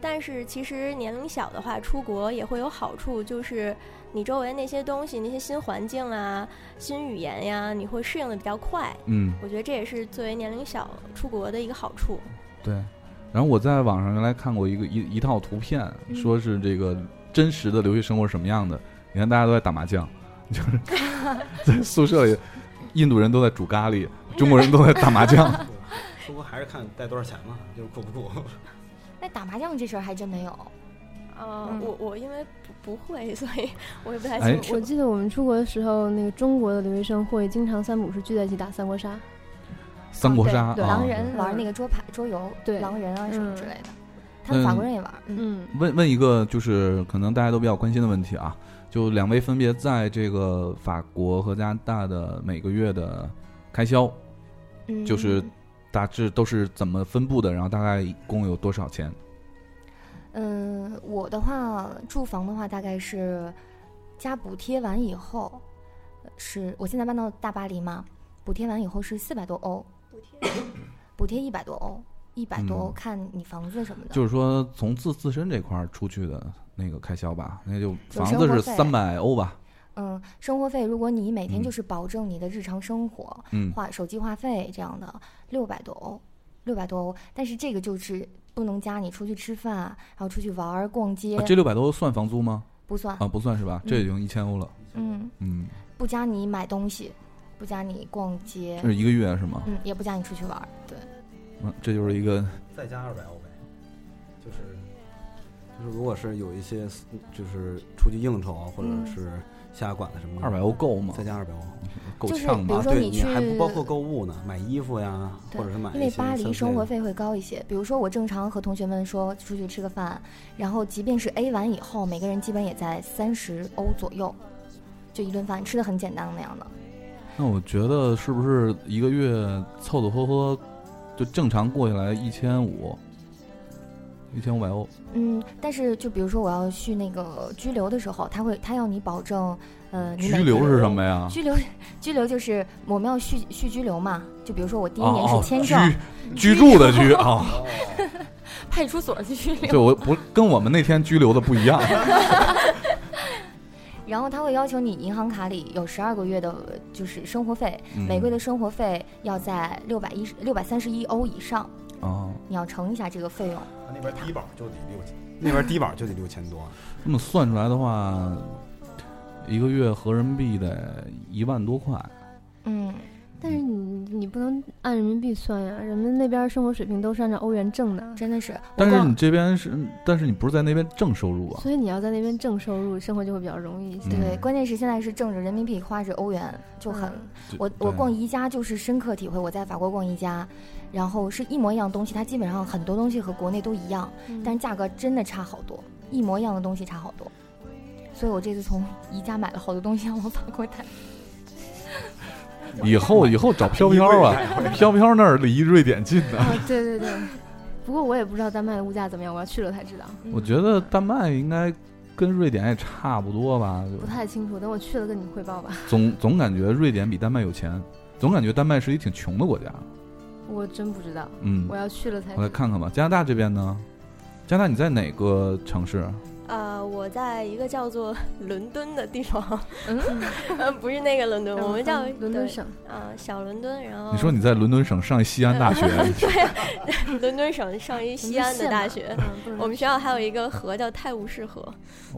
[SPEAKER 2] 但是其实年龄小的话，出国也会有好处，就是你周围那些东西、那些新环境啊、新语言呀、你会适应的比较快。
[SPEAKER 1] 嗯，
[SPEAKER 2] 我觉得这也是作为年龄小出国的一个好处。
[SPEAKER 1] 对。然后我在网上原来看过一个一一套图片，
[SPEAKER 5] 嗯
[SPEAKER 1] 说是这个真实的留学生活是什么样的。你看大家都在打麻将，就是 (laughs) 在宿舍里，印度人都在煮咖喱，中国人都在打麻
[SPEAKER 4] (laughs)
[SPEAKER 1] 将。
[SPEAKER 5] (laughs)
[SPEAKER 4] 出国还是看带多少钱嘛，就是酷不酷。
[SPEAKER 6] 那打麻将这事儿还真没有，
[SPEAKER 2] 呃，
[SPEAKER 5] 嗯
[SPEAKER 2] 我我因为不不会，所以我也不太
[SPEAKER 1] 哎
[SPEAKER 2] 清楚。
[SPEAKER 5] 我记得我们出国的时候，那个中国的留学生会经常三不五时聚在一起打三国杀。
[SPEAKER 1] 三国杀
[SPEAKER 5] 啊对对
[SPEAKER 1] 啊
[SPEAKER 6] 狼人玩那个桌牌、桌游，
[SPEAKER 5] 对
[SPEAKER 6] 狼人啊什么
[SPEAKER 5] 嗯
[SPEAKER 6] 之类的，他们法国人也玩，嗯，
[SPEAKER 5] 嗯，
[SPEAKER 1] 问问一个就是可能大家都比较关心的问题啊，就两位分别在这个法国和加拿大的每个月的开销，
[SPEAKER 6] 嗯
[SPEAKER 1] 就是大致都是怎么分布的，然后大概一共有多少钱？
[SPEAKER 6] 嗯，我的话，住房的话大概是加补贴完以后，呃是我现在搬到大巴黎嘛，补贴完以后是四百多欧，补贴一百多欧，一百多欧、
[SPEAKER 1] 嗯
[SPEAKER 6] 看你房子什么的，
[SPEAKER 1] 就是说从自自身这块儿出去的那个开销吧，那就
[SPEAKER 6] 生
[SPEAKER 1] 房子
[SPEAKER 6] 活
[SPEAKER 1] 是
[SPEAKER 6] 费
[SPEAKER 1] 三百欧吧，
[SPEAKER 6] 嗯，生活费，如果你每天
[SPEAKER 1] 嗯
[SPEAKER 6] 就是保证你的日常生活，
[SPEAKER 1] 嗯，
[SPEAKER 6] 话手机话费这样的，六百多欧，六百多欧，但是这个就是不能加你出去吃饭，然后出去玩儿、逛街、
[SPEAKER 1] 啊这六百多算房租吗？
[SPEAKER 6] 不算，
[SPEAKER 1] 啊，不算是吧？这已经一千欧了，
[SPEAKER 6] 嗯，
[SPEAKER 1] 嗯，
[SPEAKER 6] 不加你买东西，不加你逛街，
[SPEAKER 1] 这是一个月是吗？
[SPEAKER 6] 嗯，也不加你出去玩儿，对，
[SPEAKER 1] 嗯，这就是一个
[SPEAKER 4] (laughs) 再加二百欧呗，就是就是，如果是有一些就是出去应酬啊，或者是下馆子什么的，
[SPEAKER 1] 二百欧够吗
[SPEAKER 4] 再？加二百欧，
[SPEAKER 1] 够
[SPEAKER 6] 就是
[SPEAKER 1] 呛
[SPEAKER 6] 比如
[SPEAKER 1] 吧？
[SPEAKER 6] 说
[SPEAKER 4] 对
[SPEAKER 6] 你
[SPEAKER 4] 你还不
[SPEAKER 6] 去
[SPEAKER 4] 包括购物呢，买衣服呀，或者是买
[SPEAKER 6] 因
[SPEAKER 4] 一
[SPEAKER 6] 为
[SPEAKER 4] 些
[SPEAKER 6] 巴黎
[SPEAKER 4] 消
[SPEAKER 6] 生活
[SPEAKER 4] 费
[SPEAKER 6] 费会高一些。比如说，我正常和同学们说出去吃个饭，然后即便是 A 完以后，每个人基本也在三十欧左右，就一顿饭吃的很简单那样的。
[SPEAKER 1] 那我觉得是不是一个月凑凑合合就正常过下来一千五，一千五百欧？
[SPEAKER 6] 嗯，但是就比如说我要去那个拘留的时候，他会他要你保证，呃，你
[SPEAKER 1] 拘
[SPEAKER 6] 每
[SPEAKER 1] 留
[SPEAKER 6] 天
[SPEAKER 1] 是什么呀？
[SPEAKER 6] 拘留， (laughs) 拘留就是我们要续续居留嘛。就比如说我第一
[SPEAKER 1] 哦
[SPEAKER 6] 年是
[SPEAKER 1] 哦，
[SPEAKER 6] 签
[SPEAKER 1] 居
[SPEAKER 6] 证，
[SPEAKER 1] 居住
[SPEAKER 6] (laughs)
[SPEAKER 1] 的居啊，
[SPEAKER 6] 派出所居留，
[SPEAKER 1] 对，我不跟我们那天拘留的不一
[SPEAKER 6] (laughs)
[SPEAKER 1] 样。
[SPEAKER 6] 然后他会要求你银行卡里有十二个月的，就是生活费，
[SPEAKER 1] 嗯
[SPEAKER 6] 每个月的生活费要在六百一六百三十一欧以上，
[SPEAKER 1] 啊，
[SPEAKER 6] 你要乘一下这个费用。
[SPEAKER 4] 那边低保就得六千，那边低保就得六千多，
[SPEAKER 1] 这么算出来的话，一个月合人民币得一万多块。
[SPEAKER 6] 嗯，
[SPEAKER 5] 但是你你不能按人民币算呀，人们那边生活水平都是按照欧元挣的，
[SPEAKER 6] 真的是。
[SPEAKER 1] 但是
[SPEAKER 6] 我
[SPEAKER 1] 你
[SPEAKER 6] 逛
[SPEAKER 1] 这边是，但是你不是在那边挣收入啊？
[SPEAKER 5] 所以你要在那边挣收入，生活就会比较容易一些。
[SPEAKER 1] 嗯
[SPEAKER 6] 对，关键是现在是挣着人民币，花着欧元，就很。
[SPEAKER 5] 嗯
[SPEAKER 6] 我
[SPEAKER 1] 对
[SPEAKER 6] 我逛宜家就是深刻体会，我在法国逛宜家，然后是一模一样东西，它基本上很多东西和国内都一样，但是价格真的差好多，一模一样的东西差好多。所以我这次从宜家买了好多东西，让我法国带。
[SPEAKER 1] 以后以后找飘飘啊，飘飘那儿离瑞典近的。
[SPEAKER 5] 啊，对对对。不过我也不知道丹麦的物价怎么样，我要去了才知道，
[SPEAKER 1] 我觉得丹麦应该跟瑞典也差不多吧，就
[SPEAKER 5] 不太清楚。等我去了跟你汇报吧。 (laughs)
[SPEAKER 1] 总总感觉瑞典比丹麦有钱，总感觉丹麦是一挺穷的国家。
[SPEAKER 5] 我真不知道，
[SPEAKER 1] 嗯
[SPEAKER 5] 我，要去了才
[SPEAKER 1] 我来
[SPEAKER 5] 知道。
[SPEAKER 1] 看看吧。加拿大这边呢？加拿大你在哪个城市？啊
[SPEAKER 5] 嗯
[SPEAKER 2] 呃，我在一个叫做 (laughs) 伦敦的地方，
[SPEAKER 5] 嗯，
[SPEAKER 2] (laughs) 呃，不是那个伦敦，我们叫
[SPEAKER 5] 伦敦
[SPEAKER 2] 对
[SPEAKER 5] 省，
[SPEAKER 2] 呃小伦敦，然后呃
[SPEAKER 1] 你说你在伦敦省上西安
[SPEAKER 5] (laughs)
[SPEAKER 1] 大学，啊
[SPEAKER 2] (laughs) 啊伦敦省上一西安的大学，
[SPEAKER 5] 嗯
[SPEAKER 2] 我们学校还有一个河叫泰晤士河，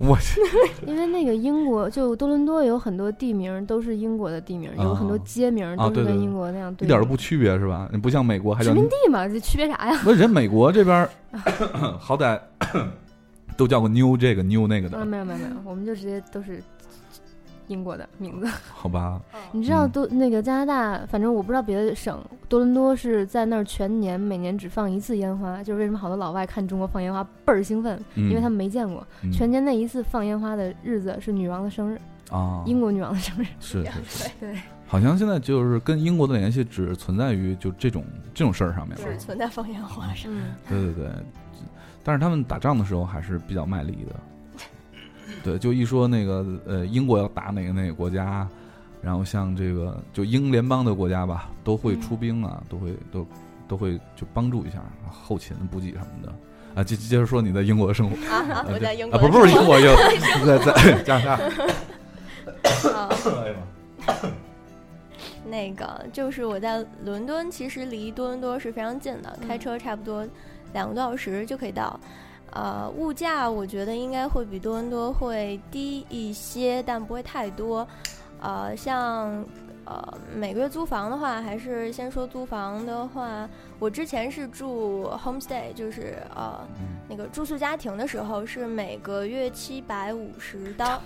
[SPEAKER 1] 我
[SPEAKER 5] (laughs) 因为那个英国就多伦多有很多地名都是英国的地名，有很多
[SPEAKER 1] 啊
[SPEAKER 5] 街名
[SPEAKER 1] 啊
[SPEAKER 5] 都
[SPEAKER 1] 对对
[SPEAKER 5] 是跟
[SPEAKER 1] 对
[SPEAKER 5] 英国那样对
[SPEAKER 1] 一
[SPEAKER 5] 应的。
[SPEAKER 1] 点都不区别是吧？你不像美国还
[SPEAKER 5] 殖
[SPEAKER 1] 叫
[SPEAKER 5] 民地嘛，这区别啥呀？
[SPEAKER 1] 不是人美国这边儿 (coughs) 好歹 (coughs) 都叫个妞这个妞那个
[SPEAKER 5] 啊，
[SPEAKER 1] 的，
[SPEAKER 5] 没有没有没有，我们就直接都是英国的名字。
[SPEAKER 1] 好吧？
[SPEAKER 5] 你知道
[SPEAKER 1] 嗯
[SPEAKER 5] 都那个加拿大，反正我不知道别的省，多伦多是在那儿全年每年只放一次烟花，就是为什么好多老外看中国放烟花倍儿兴奋，
[SPEAKER 1] 因
[SPEAKER 5] 因为他们没见过。
[SPEAKER 1] 嗯
[SPEAKER 5] 全年那一次放烟花的日子是女王的生日，
[SPEAKER 1] 啊，
[SPEAKER 5] 嗯英国女王的生日。
[SPEAKER 1] 是是是，
[SPEAKER 5] 对，
[SPEAKER 1] 好像现在就是跟英国的联系只存在于就这种这种事儿上面了。
[SPEAKER 2] 只存在放烟花上。
[SPEAKER 5] 嗯，
[SPEAKER 1] 对对对，但是他们打仗的时候还是比较卖力的。对，就一说那个呃，英国要打哪个哪个国家，然后像这个就英联邦的国家吧，都会出兵啊，都会都都会就帮助一下后勤补给什么的啊。接接着说你在英国的生活，
[SPEAKER 2] 啊，我在英国
[SPEAKER 1] 啊，不不是英国，英在在加拿大。
[SPEAKER 2] 啊， (coughs) 那个就是我在伦敦，其实离多伦多是非常近的，开车差不多两个多小时就可以到。呃，物价我觉得应该会比多伦多会低一些，但不会太多。呃，像呃每个月租房的话，还是先说租房的话，我之前是住 homestay，就是呃
[SPEAKER 1] 嗯
[SPEAKER 2] 那个住宿家庭的时候，是每个月七百五十刀，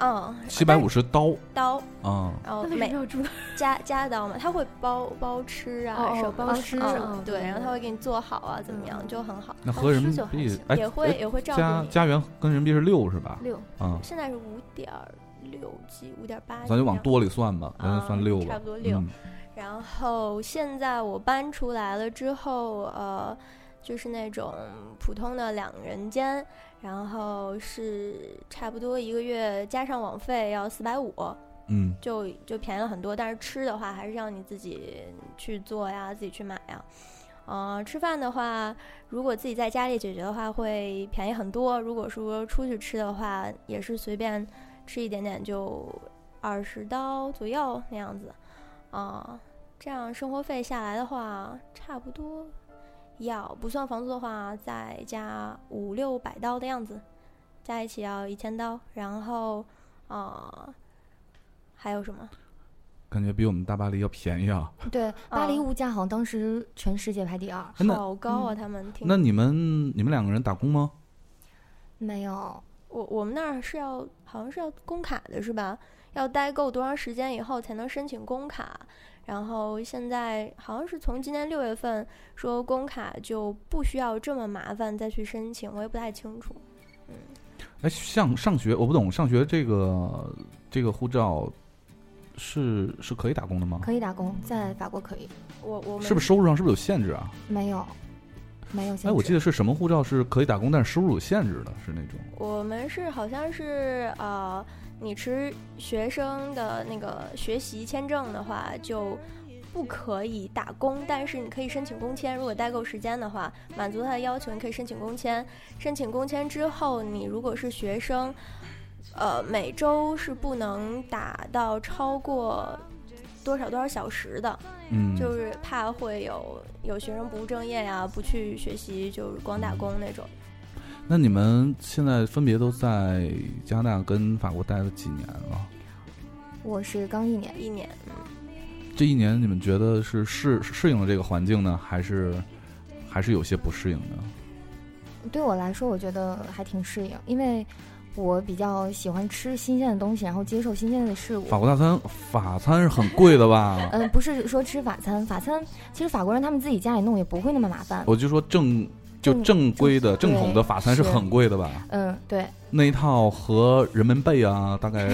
[SPEAKER 2] 嗯，
[SPEAKER 1] 七百五十刀
[SPEAKER 2] 刀，
[SPEAKER 1] 啊，
[SPEAKER 2] 然后
[SPEAKER 5] 那为什
[SPEAKER 2] 每
[SPEAKER 5] 么
[SPEAKER 2] (laughs)
[SPEAKER 5] 要住
[SPEAKER 2] 加加到嘛，他会包包吃啊
[SPEAKER 5] 哦，哦
[SPEAKER 2] 什么
[SPEAKER 5] 包吃
[SPEAKER 2] 嗯
[SPEAKER 5] 哦
[SPEAKER 2] 对，
[SPEAKER 5] 对
[SPEAKER 2] 然后他会给你做好啊，怎么样
[SPEAKER 5] 嗯
[SPEAKER 2] 就很好，
[SPEAKER 1] 那合人民
[SPEAKER 5] 十九还
[SPEAKER 1] 币
[SPEAKER 5] 行
[SPEAKER 1] 哎
[SPEAKER 2] 也会
[SPEAKER 1] 哎
[SPEAKER 2] 也会照
[SPEAKER 1] 加
[SPEAKER 2] 顾你。
[SPEAKER 1] 加元跟人民币是六是吧？
[SPEAKER 5] 六？
[SPEAKER 1] 啊，
[SPEAKER 2] 现在是五点六几，五点八，
[SPEAKER 1] 咱就往多里算吧，咱就
[SPEAKER 2] 啊
[SPEAKER 1] 算六吧，
[SPEAKER 2] 差不多六
[SPEAKER 1] 嗯
[SPEAKER 2] 然后现在我搬出来了之后，呃，就是那种普通的两人间，然后是差不多一个月加上网费要四百五，
[SPEAKER 1] 嗯。
[SPEAKER 2] 就就便宜了很多。但是吃的话，还是要你自己去做呀，自己去买呀。呃，吃饭的话，如果自己在家里解决的话，会便宜很多。如果说出去吃的话，也是随便吃一点点，就二十刀左右那样子。啊、这样生活费下来的话，差不多要不算房租的话，再加五六百刀的样子，加一起要一千刀。然后，呃，还有什么？
[SPEAKER 1] 感觉比我们大巴黎要便宜啊！
[SPEAKER 6] 对，巴黎
[SPEAKER 2] 嗯
[SPEAKER 6] 物价好像当时全世界排第二，
[SPEAKER 1] 那嗯
[SPEAKER 2] 好高啊！他们听
[SPEAKER 1] 那你们你们两个人打工吗？
[SPEAKER 6] 没有，
[SPEAKER 2] 我我们那儿是要好像是要工卡的是吧？要待够多长时间以后才能申请工卡？然后现在好像是从今年六月份说工卡就不需要这么麻烦再去申请，我也不太清楚。嗯
[SPEAKER 1] 哎，像上学我不懂，上学这个这个护照是是可以打工的吗？
[SPEAKER 6] 可以打工，在法国可以，
[SPEAKER 2] 我我们
[SPEAKER 1] 是不是收入上是不是有限制啊？
[SPEAKER 6] 没有，没有限制。
[SPEAKER 1] 哎，我记得是什么护照是可以打工，但是收入有限制的，是那种
[SPEAKER 2] 我们是好像是呃，你持学生的那个学习签证的话，就不可以打工，但是你可以申请工签。如果待够时间的话，满足他的要求，你可以申请工签。申请工签之后，你如果是学生，呃，每周是不能打到超过多少多少小时的。
[SPEAKER 1] 嗯，
[SPEAKER 2] 就是怕会有有学生不务正业呀、不去学习，就是光打工那种。
[SPEAKER 1] 那你们现在分别都在加拿大跟法国待了几年了？
[SPEAKER 6] 我是刚一年，
[SPEAKER 2] 一年，嗯
[SPEAKER 1] 这一年你们觉得是适适应了这个环境呢，还是还是有些不适应的？
[SPEAKER 6] 对我来说，我觉得还挺适应，因为我比较喜欢吃新鲜的东西，然后接受新鲜的事物。
[SPEAKER 1] 法国大餐法餐是很贵的吧？
[SPEAKER 6] 嗯，不是说吃法餐，法餐其实法国人他们自己家里弄也不会那么麻烦。
[SPEAKER 1] 我就说正就
[SPEAKER 6] 正
[SPEAKER 1] 正规的正
[SPEAKER 6] 对
[SPEAKER 1] 统的法餐是
[SPEAKER 6] 是
[SPEAKER 1] 很贵的吧？
[SPEAKER 6] 嗯，对，
[SPEAKER 1] 那一套和人民币啊，大
[SPEAKER 4] (laughs)
[SPEAKER 1] 概
[SPEAKER 6] (laughs)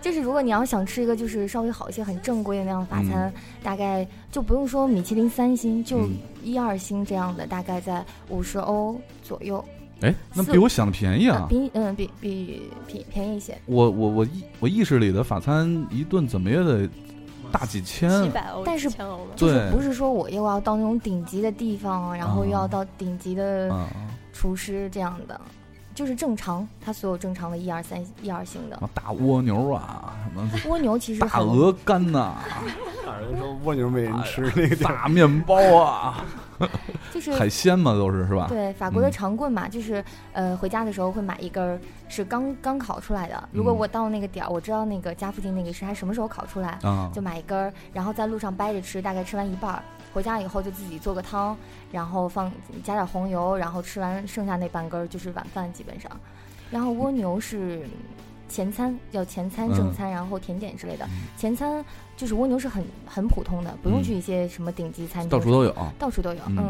[SPEAKER 6] 就是如果你要想吃一个就是稍微好一些、很正规的那样法餐，大概就不用说米其林三星，就
[SPEAKER 1] 嗯
[SPEAKER 6] 一二星这样的，大概在五十欧左右，
[SPEAKER 1] 哎，那
[SPEAKER 6] 四
[SPEAKER 1] 比我想的便宜
[SPEAKER 6] 呃
[SPEAKER 1] 啊！
[SPEAKER 6] 比嗯比比比便宜一些。
[SPEAKER 1] 我我我意我意识里的法餐一顿怎么也得大几
[SPEAKER 2] 七
[SPEAKER 1] 千，
[SPEAKER 2] 百欧，
[SPEAKER 6] 但是
[SPEAKER 2] 千欧吗？
[SPEAKER 6] 就是
[SPEAKER 1] 啊对
[SPEAKER 6] 不是说我又要到那种顶级的地方，然后又要到顶级的
[SPEAKER 1] 啊，
[SPEAKER 6] 厨师这样的，就是正常，它所有正常的一二三一二星
[SPEAKER 1] 什
[SPEAKER 6] 的
[SPEAKER 1] 么大蜗牛啊，什么
[SPEAKER 6] 蜗牛其实
[SPEAKER 1] 大
[SPEAKER 6] 很
[SPEAKER 1] 鹅肝呐、
[SPEAKER 4] 大人说蜗牛没人吃那个地儿，
[SPEAKER 1] 大面包啊，
[SPEAKER 6] 就是
[SPEAKER 1] 海鲜嘛都是是吧？
[SPEAKER 6] 对法国的
[SPEAKER 1] 嗯
[SPEAKER 6] 长棍嘛，就是呃回家的时候会买一根儿是刚刚烤出来的，如果
[SPEAKER 1] 嗯
[SPEAKER 6] 我到那个点儿，我知道那个家附近那个是它什么时候烤出来，
[SPEAKER 1] 啊
[SPEAKER 6] 就，买一根儿，然后在路上掰着吃，大概吃完一半儿，回家以后就自己做个汤，然后放加点红油，然后吃完剩下那半根儿就是晚饭基本上。然后蜗牛是前餐，叫前餐、
[SPEAKER 1] 嗯
[SPEAKER 6] 正餐，然后甜点之类的
[SPEAKER 1] 嗯。
[SPEAKER 6] 前餐就是蜗牛是很很普通的，不用去一些什么顶级餐厅，
[SPEAKER 1] 到处都有。
[SPEAKER 6] 到处都有。
[SPEAKER 1] 嗯
[SPEAKER 6] 嗯，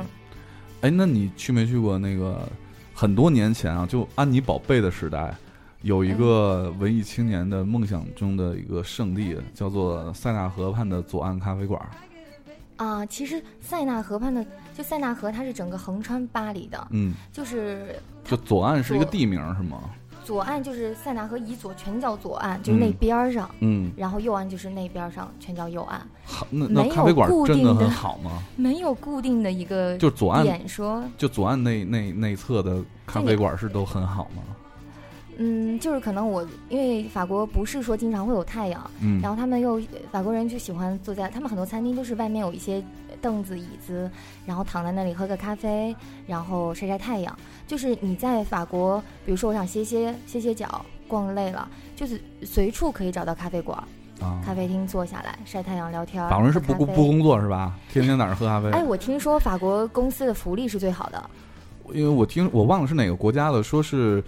[SPEAKER 1] 哎，那你去没去过那个很多年前啊，就安妮宝贝的时代，有
[SPEAKER 6] 嗯
[SPEAKER 1] 一个文艺青年的梦想中的一个圣地，叫做塞纳河畔的左岸咖啡馆。
[SPEAKER 6] 啊，其实塞纳河畔的，就塞纳河，它是整个横穿巴黎的，
[SPEAKER 1] 嗯，
[SPEAKER 6] 就是
[SPEAKER 1] 就左岸是一个
[SPEAKER 6] 左
[SPEAKER 1] 地名是吗？
[SPEAKER 6] 左岸就是塞纳河以左全叫左岸，就是那
[SPEAKER 1] 嗯
[SPEAKER 6] 边儿上。
[SPEAKER 1] 嗯，
[SPEAKER 6] 然后右岸就是那边儿上，全叫右岸，
[SPEAKER 1] 好，那
[SPEAKER 6] 没
[SPEAKER 1] 那
[SPEAKER 6] 有
[SPEAKER 1] 咖啡馆
[SPEAKER 6] 固
[SPEAKER 1] 真的
[SPEAKER 6] 定的
[SPEAKER 1] 很好吗？
[SPEAKER 6] 没有固定的一个
[SPEAKER 1] 哦就左岸，
[SPEAKER 6] 点说，
[SPEAKER 1] 就左岸那那那一侧的咖啡馆是都很好吗？
[SPEAKER 6] 嗯，就是可能我因为法国不是说经常会有太阳，
[SPEAKER 1] 嗯
[SPEAKER 6] 然后他们又法国人就喜欢坐在他们很多餐厅都是外面有一些凳子椅子，然后躺在那里喝个咖啡，然后晒晒太阳。就是你在法国，比如说我想歇歇歇歇脚，逛累了，就是随处可以找到咖啡馆、
[SPEAKER 1] 啊，
[SPEAKER 6] 咖啡厅坐下来晒太阳、聊天儿。
[SPEAKER 1] 法国人是
[SPEAKER 6] 喝
[SPEAKER 1] 不不
[SPEAKER 6] 咖啡
[SPEAKER 1] 不工作是吧？天天在那儿喝咖啡。
[SPEAKER 6] 哎，我听说法国公司的福利是最好的，
[SPEAKER 1] 因为我听我忘了是哪个国家了，说是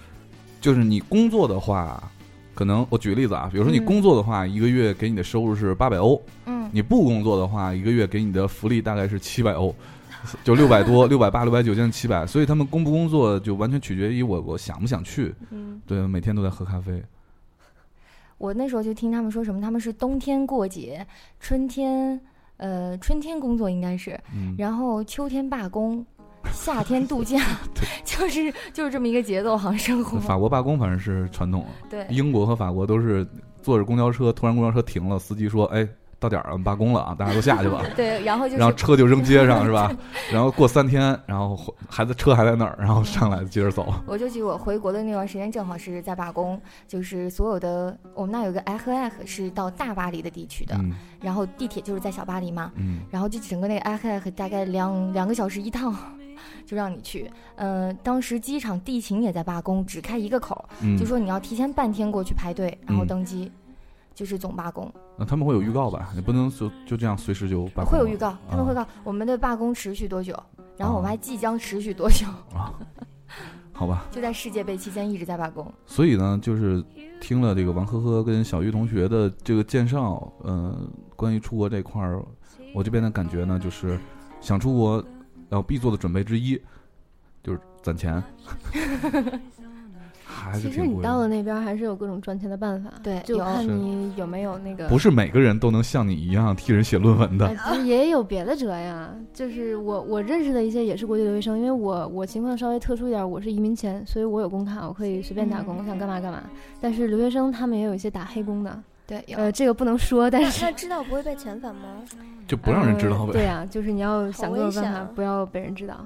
[SPEAKER 1] 就是你工作的话，可能我举个例子啊，比如说你
[SPEAKER 6] 嗯
[SPEAKER 1] 工作的话，一个月给你的收入是八百欧，
[SPEAKER 6] 嗯，
[SPEAKER 1] 你不工作的话，一个月给你的福利大概是七百欧。就六百多、六百八、六百九，将近七百，所以他们工不工作就完全取决于我我想不想去。
[SPEAKER 5] 嗯，
[SPEAKER 1] 对，每天都在喝咖啡。
[SPEAKER 6] 我那时候就听他们说什么，他们是冬天过节，春天，呃，春天工作应该是，
[SPEAKER 1] 嗯，
[SPEAKER 6] 然后秋天罢工，夏天度假，就是就是这么一个节奏，好像生
[SPEAKER 1] 法
[SPEAKER 6] 活。
[SPEAKER 1] 国罢工反正是传统，
[SPEAKER 6] 嗯对，
[SPEAKER 1] 英国和法国都是坐着公交车，突然公交车停了，司机说：“哎，到点儿了，罢工了啊，大家都下去吧。”
[SPEAKER 6] (laughs) 对，然后就
[SPEAKER 1] 然后
[SPEAKER 6] 是
[SPEAKER 1] 车就扔街上是
[SPEAKER 6] (laughs)
[SPEAKER 1] 吧？然后过三天，然后回还在车还在那儿，然后上来接着走。
[SPEAKER 6] 我就记得我回国的那段时间，正好是在罢工，就是所有的我们那有个 e h e 是到大巴黎的地区的，
[SPEAKER 1] 嗯
[SPEAKER 6] 然后地铁就是在小巴黎嘛，
[SPEAKER 1] 嗯，
[SPEAKER 6] 然后就整个那个 i h a 大概两两个小时一趟，就让你去。呃，当时机场地勤也在罢工，只开一个口，
[SPEAKER 1] 嗯
[SPEAKER 6] 就说你要提前半天过去排队，然后
[SPEAKER 1] 嗯
[SPEAKER 6] 登机，就是总罢工。
[SPEAKER 1] 那他们会有预告吧？你不能就就这样随时就把
[SPEAKER 6] 会有预
[SPEAKER 1] 啊
[SPEAKER 6] 告，他们会告我们的罢工持续多久，然后我
[SPEAKER 1] 哦
[SPEAKER 6] 们还即将持续多久，
[SPEAKER 1] 啊，好吧。
[SPEAKER 6] 就在世界杯期间一直在罢工。
[SPEAKER 1] 所以呢，就是听了这个王呵呵跟小玉同学的这个介绍，呃，关于出国这块儿，我这边的感觉呢，就是想出国要必做的准备之一，就是攒钱。 (laughs) 还是
[SPEAKER 5] 其实
[SPEAKER 1] 挺
[SPEAKER 5] 你
[SPEAKER 1] 贵
[SPEAKER 5] 到
[SPEAKER 1] 的
[SPEAKER 5] 了那边儿还是有各种赚钱的办法，
[SPEAKER 6] 对
[SPEAKER 5] 就
[SPEAKER 6] 有
[SPEAKER 5] 看
[SPEAKER 1] 是
[SPEAKER 5] 你有没有那个
[SPEAKER 1] 不是每个人都能像你一样替人写论文的。 (laughs)
[SPEAKER 5] 哎，其实也有别的辙呀，就是我我认识的一些也是国际留学生，因为我我情况稍微特殊一点，我是移民前，所以我有工卡，我可以随便打工，
[SPEAKER 6] 嗯
[SPEAKER 5] 我想干嘛干嘛。但是留学生他们也有一些打黑工的，
[SPEAKER 6] 对，有
[SPEAKER 5] 呃，这个不能说，但
[SPEAKER 2] 那
[SPEAKER 6] (laughs)
[SPEAKER 5] 是
[SPEAKER 2] 那知道不会被遣返吗？
[SPEAKER 1] 就不让人知道
[SPEAKER 5] 呃
[SPEAKER 1] 呗。
[SPEAKER 5] 对呀、就是你要想
[SPEAKER 2] 好
[SPEAKER 5] 各
[SPEAKER 2] 危
[SPEAKER 5] 种办
[SPEAKER 2] 险
[SPEAKER 5] 法
[SPEAKER 2] 啊，
[SPEAKER 5] 不要被人知道。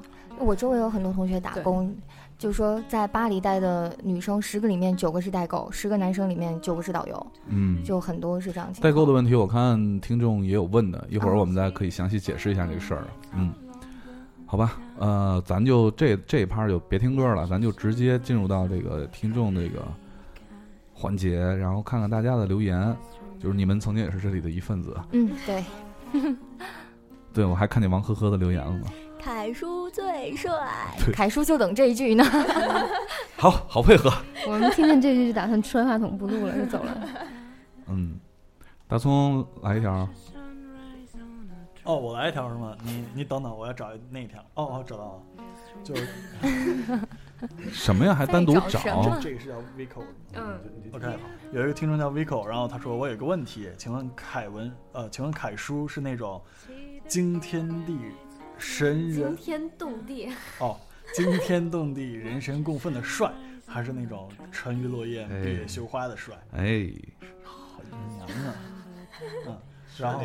[SPEAKER 6] 我周围有很多同学打工，就说在巴黎待的女生十个里面九个是代购，十个男生里面九个是导游，
[SPEAKER 1] 嗯，
[SPEAKER 6] 就很多是这样情
[SPEAKER 1] 代
[SPEAKER 6] 况。
[SPEAKER 1] 购的问题，我看听众也有问的，一会儿
[SPEAKER 6] 啊
[SPEAKER 1] 我们再可以详细解释一下这个事儿。嗯，好吧，呃，咱就这这一趴儿就别听歌了，咱就直接进入到这个听众这个环节，然后看看大家的留言。就是你们曾经也是这里的一份子，
[SPEAKER 5] 嗯，
[SPEAKER 6] 对，
[SPEAKER 1] 对我还看见王呵呵的留言了呢。
[SPEAKER 2] (laughs) 凯叔最帅，
[SPEAKER 6] 凯叔就等这一句呢。
[SPEAKER 1] 好好配合，
[SPEAKER 5] (laughs) 我们听见这句就打算摔话筒不录了，就走
[SPEAKER 6] (laughs)
[SPEAKER 5] 了。
[SPEAKER 1] 嗯，大葱来一条，
[SPEAKER 3] 哦，我来一条是吗？你你等等，我要找那条。哦哦，找到了，就是
[SPEAKER 1] 什么呀？还单独
[SPEAKER 6] 在找什
[SPEAKER 1] 找
[SPEAKER 6] 么？
[SPEAKER 3] 这个是叫 Vico 的吗
[SPEAKER 5] 嗯
[SPEAKER 3] ，OK，有一个听众叫 Vico，然后他说我有一个问题，请问凯文呃，请问凯叔是那种惊天地神人
[SPEAKER 7] 天动地，
[SPEAKER 3] 哦，惊天动地人神共愤的帅，还是那种沉鱼落雁、闭月羞花的帅？
[SPEAKER 1] 哎，
[SPEAKER 3] 好娘啊！嗯，然后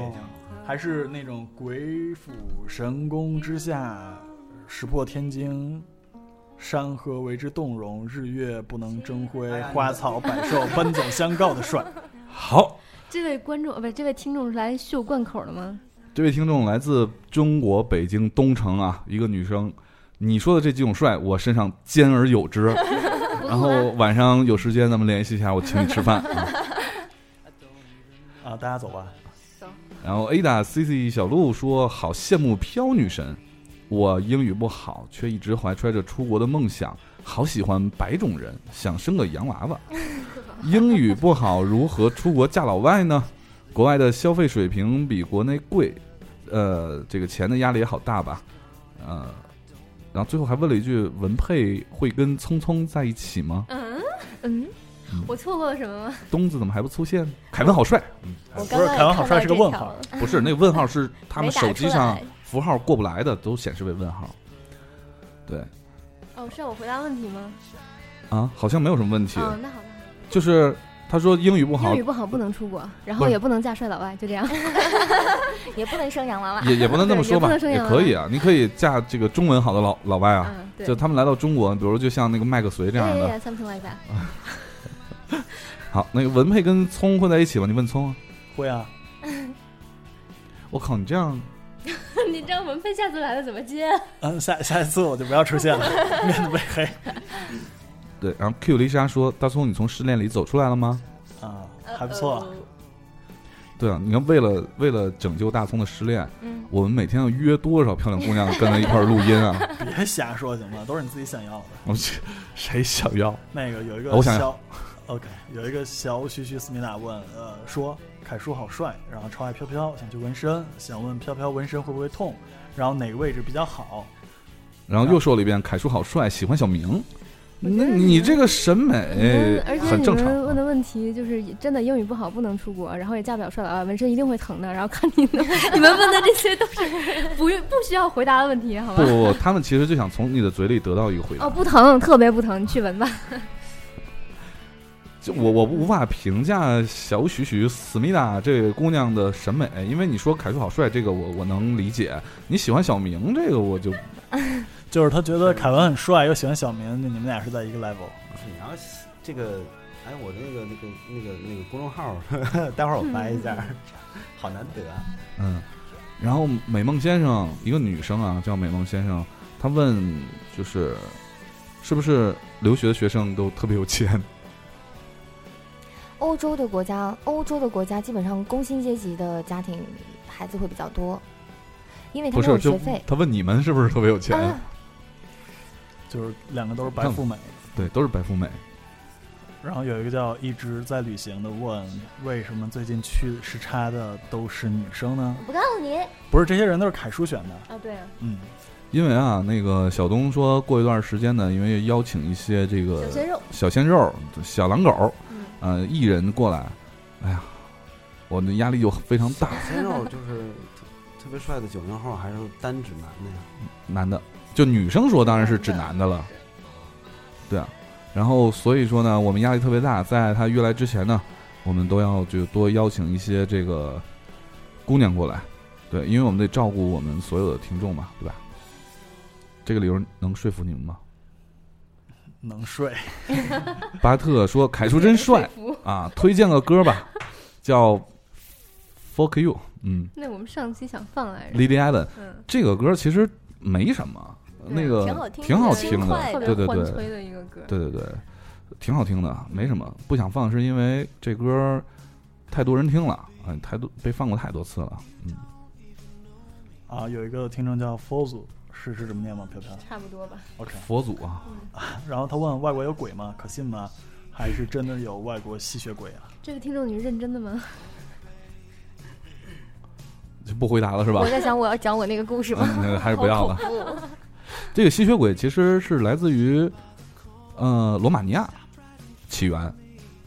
[SPEAKER 3] 还是那种鬼斧神工之下，石破天惊。山河为之动容，日月不能争辉。花草百兽，奔走相告的帅。
[SPEAKER 1] 好，
[SPEAKER 5] 这位观众，呃不是这位听众是来秀贯口的吗？
[SPEAKER 1] 这位听众来自中国北京东城啊，一个女生，你说的这几种帅，我身上兼而有之。然后晚上有时间咱们联系一下，我请你吃饭。啊、
[SPEAKER 3] 啊，大家走吧。
[SPEAKER 1] 然后 Ada C C 小鹿说：“好羡慕飘女神，我英语不好，却一直怀揣着出国的梦想，好喜欢白种人，想生个洋娃娃。英语不好，如何出国嫁老外呢？国外的消费水平比国内贵，呃，这个钱的压力也好大吧，呃。”然后最后还问了一句：“文佩会跟聪聪在一起吗
[SPEAKER 5] 嗯嗯，我错过了什么吗？？”
[SPEAKER 1] 东子怎么还不出现？凯文好帅，嗯，
[SPEAKER 2] 我
[SPEAKER 3] 不
[SPEAKER 2] 刚
[SPEAKER 3] 是
[SPEAKER 2] 刚也
[SPEAKER 3] 凯文好
[SPEAKER 2] 看
[SPEAKER 3] 帅
[SPEAKER 2] 到
[SPEAKER 3] 是个
[SPEAKER 2] 这
[SPEAKER 3] 问
[SPEAKER 2] 条
[SPEAKER 3] 号
[SPEAKER 2] 了
[SPEAKER 3] (laughs)
[SPEAKER 1] 不是那个问号是他们
[SPEAKER 2] 没打
[SPEAKER 1] 手机
[SPEAKER 2] 出
[SPEAKER 1] 上
[SPEAKER 2] 来
[SPEAKER 1] 符号过不来的，都显示为问号。对
[SPEAKER 5] 哦，是让我回答问题吗？
[SPEAKER 1] 啊，好像没有什么问题。
[SPEAKER 5] 哦，那好吧。
[SPEAKER 1] 就是他说英语不好
[SPEAKER 5] 英语，不好不能出国，然
[SPEAKER 1] 不
[SPEAKER 5] 后
[SPEAKER 1] 是
[SPEAKER 5] 也不能嫁帅老外，就
[SPEAKER 1] (laughs)
[SPEAKER 5] 这样。
[SPEAKER 6] 也不能生洋娃娃。
[SPEAKER 1] 也也不能这么说吧，
[SPEAKER 5] (laughs) 对也不能说
[SPEAKER 1] 也
[SPEAKER 5] 洋娃
[SPEAKER 1] 可以啊，你可以嫁这个中文好的老老外啊。
[SPEAKER 5] 嗯，对
[SPEAKER 1] 就，他们来到中国，比如就像那个麦克隋这样
[SPEAKER 5] 呀
[SPEAKER 1] 的，
[SPEAKER 5] 呀，something like that。
[SPEAKER 1] 好，那个文佩跟葱混在一起吗？你问葱啊。
[SPEAKER 3] 会啊，
[SPEAKER 1] 我靠，你这样
[SPEAKER 7] (laughs) 你这样文佩下次来了怎么接？
[SPEAKER 3] 嗯，下下一次我就不要出现了，面子被黑
[SPEAKER 1] 对。然后 Q 丽莎说：“大葱，你从失恋里走出来了吗
[SPEAKER 3] 啊，还不错。
[SPEAKER 1] 对啊，你看，为了为了拯救大葱的失恋，
[SPEAKER 7] 嗯
[SPEAKER 1] 我们每天要约多少漂亮姑娘跟他一块儿录音
[SPEAKER 5] (laughs)
[SPEAKER 1] 啊？
[SPEAKER 3] (laughs) 别瞎说行吗？都是你自己想要的。
[SPEAKER 1] 我去，谁想要？啊
[SPEAKER 3] 那个有一个
[SPEAKER 1] 我想
[SPEAKER 3] 小 o k 有一个小徐徐思密达问，呃，说凯叔好帅，然后超爱飘飘，想去纹身，想问飘飘纹身会不会痛，然后哪个位置比较好？
[SPEAKER 1] 然后又说了一遍，凯叔好帅，喜欢小明。那你这个审美
[SPEAKER 5] 嗯而且
[SPEAKER 1] 哎很
[SPEAKER 5] 你
[SPEAKER 1] 正常
[SPEAKER 5] 们问的问题就是也真的英语不好不能出国，然后也嫁不了帅老二，纹身一定会疼的。然后看你
[SPEAKER 1] (laughs)
[SPEAKER 5] 们你们问的这些都是 (laughs) 不用不需要回答的问题，好
[SPEAKER 1] 不
[SPEAKER 5] 吗？
[SPEAKER 1] 不不，他们其实就想从你的嘴里得到一个回答。
[SPEAKER 5] 哦，不疼，特别不疼，你去纹吧。 (laughs)
[SPEAKER 1] 就我我无法评价小许许思密达这个姑娘的审美，因为你说凯叔好帅，这个我我能理解。你喜欢小明这个我
[SPEAKER 5] (laughs)
[SPEAKER 1] 就
[SPEAKER 3] 就是他觉得
[SPEAKER 1] 嗯
[SPEAKER 3] 凯文很帅，又喜欢小明，你们俩是在一个 level。
[SPEAKER 4] 你要这个，哎，我那个那个那个那个公众号，待会儿 (laughs) 我发一下， (laughs) 好难得
[SPEAKER 3] (laughs)
[SPEAKER 4] 啊。
[SPEAKER 1] 嗯。然后美梦先生，一个女生啊，叫美梦先生，她问就是是不是留学的学生都特别有钱？
[SPEAKER 6] 欧洲的国家，欧洲的国家基本上工薪阶级的家庭孩子会比较多，因
[SPEAKER 1] (laughs)
[SPEAKER 6] 哎为他
[SPEAKER 1] 不
[SPEAKER 6] 们
[SPEAKER 1] 是，
[SPEAKER 6] 有
[SPEAKER 1] 就
[SPEAKER 6] 学费。
[SPEAKER 1] 她问你们是不是特别有钱？
[SPEAKER 6] 啊，
[SPEAKER 3] 就是两个都是白富美。
[SPEAKER 1] 对，都是白富美。
[SPEAKER 3] 然后有一个叫一直在旅行的问，为什么最近去时差的都是女生呢？
[SPEAKER 7] 我告诉你啊，
[SPEAKER 3] 不是，这些人都是凯叔选的。
[SPEAKER 7] 对啊，
[SPEAKER 3] 嗯，
[SPEAKER 1] 因为啊，那个小东说过一段时间呢，因为邀请一些这个
[SPEAKER 7] 小鲜肉，
[SPEAKER 1] 小鲜肉、小狼狗，
[SPEAKER 7] 嗯
[SPEAKER 1] 呃，艺人过来，哎呀，我的压力就非常大。
[SPEAKER 4] 鲜肉就是特别帅的九零后，还是单指男的呀？
[SPEAKER 1] 男的，就女生说当然是指男的了，对啊。然后所以说呢，我们压力特别大，在他约来之前呢，我们都要就多邀请一些这个姑娘过来，对，因为我们得照顾我们所有的听众嘛，对吧？这个理由能说服你们吗？
[SPEAKER 3] 能睡。
[SPEAKER 1] 巴特说：“凯叔真帅啊，推荐个歌吧，叫《Fuck You》。嗯
[SPEAKER 5] 那我们上期想放来着，
[SPEAKER 1] ，Lily Allen
[SPEAKER 5] 嗯，
[SPEAKER 1] 这个歌其实没什么，那个
[SPEAKER 2] 挺好听的
[SPEAKER 1] 挺好
[SPEAKER 2] 轻
[SPEAKER 1] 听
[SPEAKER 2] 快
[SPEAKER 5] 特
[SPEAKER 1] 的，
[SPEAKER 2] 的
[SPEAKER 5] 别
[SPEAKER 1] 对对
[SPEAKER 5] 欢
[SPEAKER 1] 对，
[SPEAKER 5] 催的一个歌。
[SPEAKER 1] 对对对，挺好听的，没什么。不想放是因为这歌儿太多人听了，嗯、太多被放过太多次了。嗯，
[SPEAKER 3] 啊，有一个听众叫 Fozu，是是这么念吗？飘飘
[SPEAKER 5] 差不多吧，
[SPEAKER 3] ，OK。
[SPEAKER 1] 佛祖啊，
[SPEAKER 3] 然后他问外国有鬼吗？可信吗？还是真的有外国吸血鬼啊？
[SPEAKER 5] 这个听众你是认真的吗？
[SPEAKER 1] 就不回答了是吧
[SPEAKER 6] 我？在想我要讲我那个故事吗？
[SPEAKER 1] (laughs) 嗯，还是不要了。
[SPEAKER 6] 啊
[SPEAKER 1] (laughs) 这个吸血鬼其实是来自于呃罗马尼亚起源，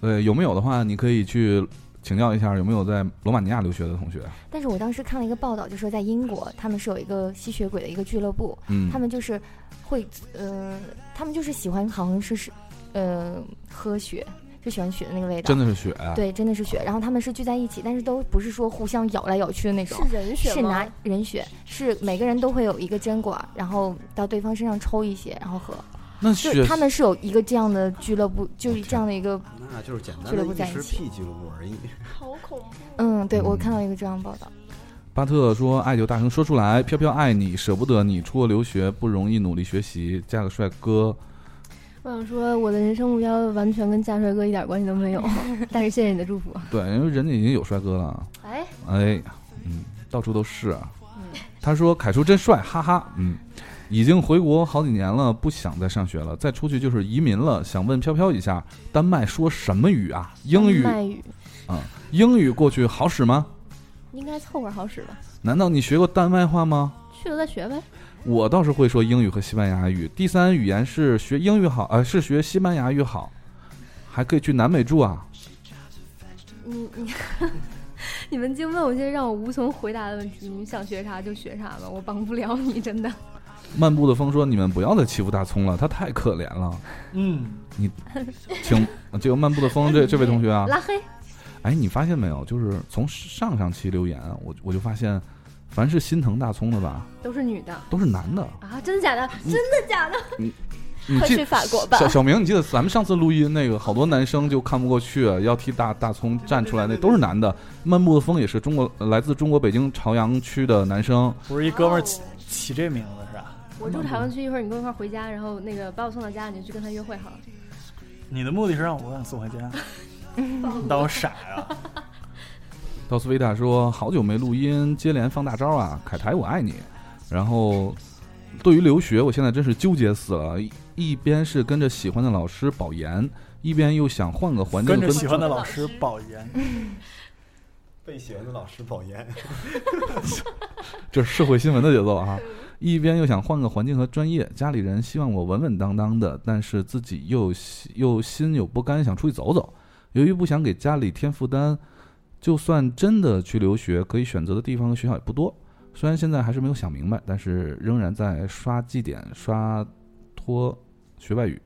[SPEAKER 1] 呃，有没有的话，你可以去请教一下有没有在罗马尼亚留学的同学。
[SPEAKER 6] 但是我当时看了一个报道，就说在英国，他们是有一个吸血鬼的一个俱乐部，
[SPEAKER 1] 嗯，
[SPEAKER 6] 他们就是会，呃，他们就是喜欢，好像是是，呃，喝血，就喜欢血的那个味道。
[SPEAKER 1] 真的是血，啊
[SPEAKER 6] 对，真的是血。然后他们是聚在一起，但是都不是说互相咬来咬去的那种，
[SPEAKER 7] 是人血
[SPEAKER 6] 是拿
[SPEAKER 7] 吗？
[SPEAKER 6] 人血，是每个人都会有一个针管，然后到对方身上抽一些，然后喝。
[SPEAKER 1] 那血
[SPEAKER 6] 就是他们是有一个这样的俱乐部，就是
[SPEAKER 1] 我天
[SPEAKER 6] 这样的一个，
[SPEAKER 4] 那就是简单
[SPEAKER 6] 俱
[SPEAKER 4] 的
[SPEAKER 6] 乐部
[SPEAKER 4] 一
[SPEAKER 6] 在一
[SPEAKER 4] 时
[SPEAKER 6] 起
[SPEAKER 4] P 俱乐部而已。
[SPEAKER 7] 好恐怖！
[SPEAKER 6] 嗯，对我
[SPEAKER 1] 嗯
[SPEAKER 6] 看到一个这样的报道。
[SPEAKER 1] 巴特说：“爱就大声说出来，飘飘爱你，舍不得你。出国留学不容易，努力学习，嫁个帅哥。
[SPEAKER 5] 我想说，我的人生目标完全跟嫁帅哥一点关系都没有，但是谢谢你的祝福。
[SPEAKER 1] 对，因为人家已经有帅哥了。
[SPEAKER 5] 哎，
[SPEAKER 1] 哎，嗯，到处都是啊。他说：‘凯叔真帅，哈哈。’嗯，已经回国好几年了，不想再上学了，再出去就是移民了。想问飘飘一下，丹麦说什么语啊？ (laughs) 英语，嗯
[SPEAKER 5] 卖语
[SPEAKER 1] 英语过去好使吗？
[SPEAKER 5] 应该凑合好使吧，
[SPEAKER 1] 难道你学过丹麦话吗？
[SPEAKER 5] 去了再学呗。
[SPEAKER 1] 我倒是会说英语和西班牙语。第三语言是学英语好，呃，是学西班牙语好，还可以去南美住啊。
[SPEAKER 5] 你
[SPEAKER 1] (laughs)
[SPEAKER 5] 你你们净问我些让我无从回答的问题，你想学啥就学啥吧，我帮不了你，真的。
[SPEAKER 1] 漫步的风说：“你们不要再欺负大葱了，他太可怜了。
[SPEAKER 3] 嗯，
[SPEAKER 7] (laughs)
[SPEAKER 1] 请呃这个漫步的风这这位同学啊，
[SPEAKER 5] 拉黑，
[SPEAKER 1] 哎，你发现没有？就是从上上期留言，我我就发现，凡是心疼大葱的吧，
[SPEAKER 5] 都是女的
[SPEAKER 1] 都是男的。嗯
[SPEAKER 2] (laughs)
[SPEAKER 5] 啊，真的假的？真的假的？
[SPEAKER 1] 你
[SPEAKER 2] 快
[SPEAKER 1] 记
[SPEAKER 2] 去法国吧
[SPEAKER 1] 小小明，你记得咱们上次录音那个，好多男生就看不过去，啊要替大大葱站出来，那都是男的。漫步的风也是中国来自中国北京朝阳区的男生，
[SPEAKER 3] 不是一哥们儿起起这名字是吧？
[SPEAKER 5] 我住朝阳区，一会儿你跟我一块儿回家，然后那个把我送到家，你就去跟他约会
[SPEAKER 1] (laughs)
[SPEAKER 5] 好了。
[SPEAKER 3] 你的目的是让我把你送回家？你当我傻呀、
[SPEAKER 1] 到斯维达说：“好久没录音，接连放大招啊！凯台，我爱你。”然后，对于留学，我现在真是纠结死了，一一边是跟着喜欢的老师保研，一边又想换个环境
[SPEAKER 3] 跟着
[SPEAKER 1] 跟
[SPEAKER 3] 喜欢的老师保研，
[SPEAKER 4] 被喜欢的老师保研， (laughs)
[SPEAKER 1] 这是社会新闻的节奏啊！一边又想换个环境和专业，家里人希望我稳稳当当的，但是自己又喜又心有不甘，想出去走走。由于不想给家里添负担，就算真的去留学，可以选择的地方和学校也不多。虽然现在还是没有想明白，但是仍然在刷绩点、刷托学外语，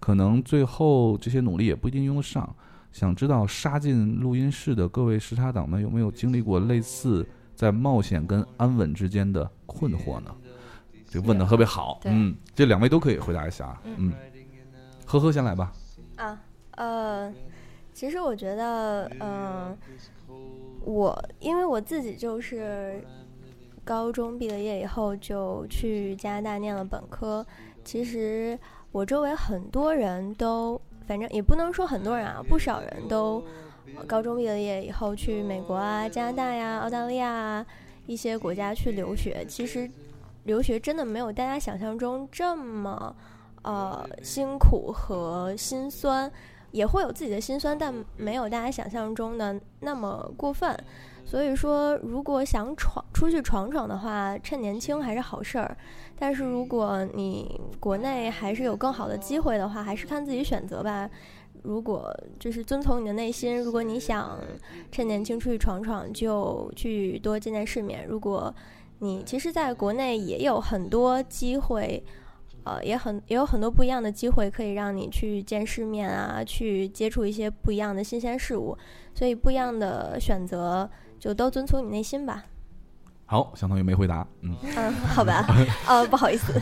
[SPEAKER 1] 可能最后这些努力也不一定用得上。想知道杀进录音室的各位时差党们有没有经历过类似在冒险跟安稳之间的困惑呢？这问的特别好，
[SPEAKER 6] 对
[SPEAKER 1] 嗯，这两位都可以回答一下啊，嗯，呵呵，先来吧，
[SPEAKER 2] 啊，呃，其实我觉得，嗯、我因为我自己就是高中毕了业以后就去加拿大念了本科，其实我周围很多人都，反正也不能说很多人啊，不少人都呃高中毕了业以后去美国啊、加拿大呀、澳大利亚啊一些国家去留学，其实。留学真的没有大家想象中这么，呃辛苦和心酸，也会有自己的心酸，但没有大家想象中的那么过分。所以说，如果想闯出去闯闯的话，趁年轻还是好事儿。但是如果你国内还是有更好的机会的话，还是看自己选择吧。如果就是遵从你的内心，如果你想趁年轻出去闯闯，就去多见见世面。如果你其实，在国内也有很多机会，呃，也很也有很多不一样的机会可以让你去见世面啊，去接触一些不一样的新鲜事物，所以不一样的选择就都遵从你内心吧。
[SPEAKER 1] 好，相当于没回答，嗯
[SPEAKER 2] 嗯，好吧，呃，不好意思，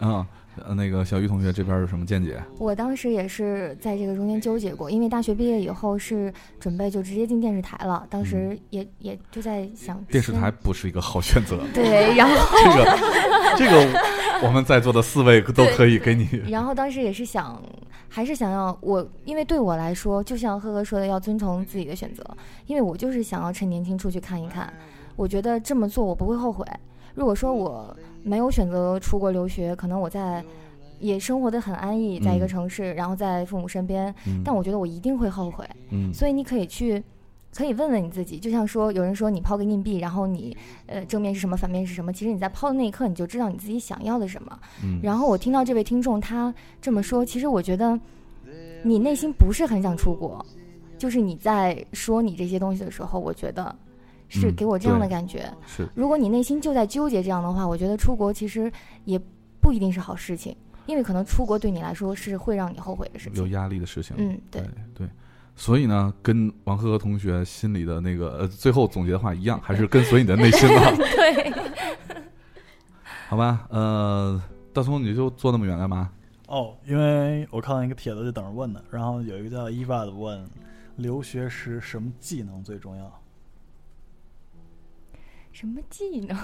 [SPEAKER 1] 啊、呃那个小鱼同学这边有什么见解？
[SPEAKER 6] 我当时也是在这个中间纠结过，因为大学毕业以后是准备就直接进电视台了，当时也、也就在想
[SPEAKER 1] 嗯电视台。不是一个好选择，
[SPEAKER 6] 对，然后
[SPEAKER 1] 这个这个我们在座的四位都可以给你，
[SPEAKER 6] 然后当时也是想，还是想要我，因为对我来说，就像赫赫说的，要遵从自己的选择，因为我就是想要趁年轻出去看一看，我觉得这么做我不会后悔。如果说我没有选择出国留学，可能我在也生活的很安逸，在一个
[SPEAKER 1] 嗯
[SPEAKER 6] 城市，然后在父母身边，
[SPEAKER 1] 嗯
[SPEAKER 6] 但我觉得我一定会后悔。
[SPEAKER 1] 嗯
[SPEAKER 6] 所以你可以去，可以问问你自己，就像说有人说你抛个硬币，然后你呃正面是什么，反面是什么，其实你在抛的那一刻你就知道你自己想要的什么。
[SPEAKER 1] 嗯
[SPEAKER 6] 然后我听到这位听众他这么说，其实我觉得你内心不是很想出国，就是你在说你这些东西的时候，我觉得是
[SPEAKER 1] 嗯
[SPEAKER 6] 给我这样的
[SPEAKER 1] 对
[SPEAKER 6] 感觉。
[SPEAKER 1] 是
[SPEAKER 6] 如果你内心就在纠结这样的话，我觉得出国其实也不一定是好事情，因为可能出国对你来说是会让你后悔的事
[SPEAKER 1] 有
[SPEAKER 6] 情。
[SPEAKER 1] 压力的事情，
[SPEAKER 6] 嗯，对，
[SPEAKER 1] 对。所以呢，跟王赫赫同学心里的那个呃，最后总结的话一样，还是跟随你的内心
[SPEAKER 5] (laughs)
[SPEAKER 1] 吧。
[SPEAKER 6] 对，
[SPEAKER 1] 好吧，呃，大葱，你就坐那么远干嘛？
[SPEAKER 3] 哦，因为我看到一个帖子就等着问呢，然后有一个叫伊娃的问，留学时什么技能最重要？
[SPEAKER 6] 什么技能？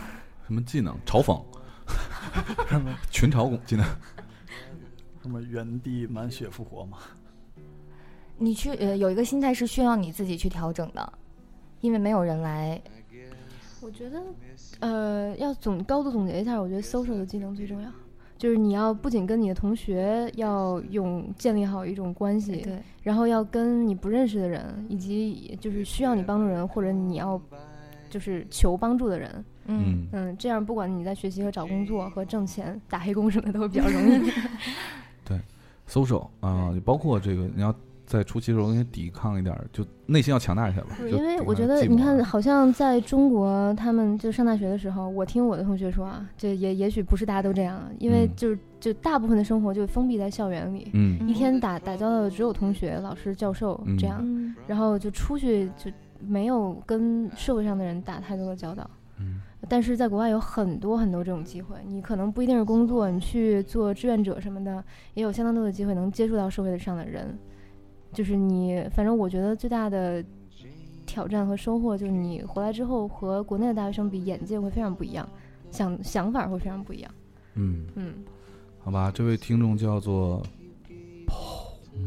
[SPEAKER 1] 什么技能？嘲
[SPEAKER 5] (laughs)
[SPEAKER 1] 讽，群嘲攻技能。
[SPEAKER 3] 什么原地满血复活吗？ (laughs)
[SPEAKER 6] 你去呃有一个心态是需要你自己去调整的，因为没有人来。
[SPEAKER 5] 我觉得，呃，要总高度总结一下，我觉得 social 的技能最重要，就是你要不仅跟你的同学要用建立好一种关系，
[SPEAKER 6] 对，
[SPEAKER 5] 然后要跟你不认识的人，以及就是需要你帮助的人，或者你要就是求帮助的人，
[SPEAKER 6] 嗯，
[SPEAKER 1] 嗯，
[SPEAKER 5] 嗯，这样不管你在学习和找工作和挣钱、打黑工什么的都比较容易。
[SPEAKER 1] social 啊、包括这个，你要在初期的时候应该抵抗一点儿，就内心要强大一些吧。
[SPEAKER 5] 不是
[SPEAKER 1] 就
[SPEAKER 5] 因为
[SPEAKER 1] 抵
[SPEAKER 5] 我
[SPEAKER 1] 抗
[SPEAKER 5] 觉得，
[SPEAKER 1] 寂
[SPEAKER 5] 你
[SPEAKER 1] 寞
[SPEAKER 5] 看，好像在中国，他们就上大学的时候，我听我的同学说啊，这也也许不是大家都这样，啊因为
[SPEAKER 1] 嗯
[SPEAKER 5] 就是就大部分的生活就封闭在校园里，
[SPEAKER 1] 嗯
[SPEAKER 5] 一天打打交道的只有同学、老师、教授
[SPEAKER 1] 嗯
[SPEAKER 5] 这样，然后就出去就没有跟社会上的人打太多的交道。
[SPEAKER 1] 嗯
[SPEAKER 5] 但是在国外有很多很多这种机会，你可能不一定是工作，你去做志愿者什么的，也有相当多的机会能接触到社会上的人。就是你，反正我觉得最大的挑战和收获就是你回来之后和国内的大学生比，眼界会非常不一样，想想法会非常不一样。
[SPEAKER 1] 嗯，
[SPEAKER 5] 嗯，
[SPEAKER 1] 好吧，这位听众叫做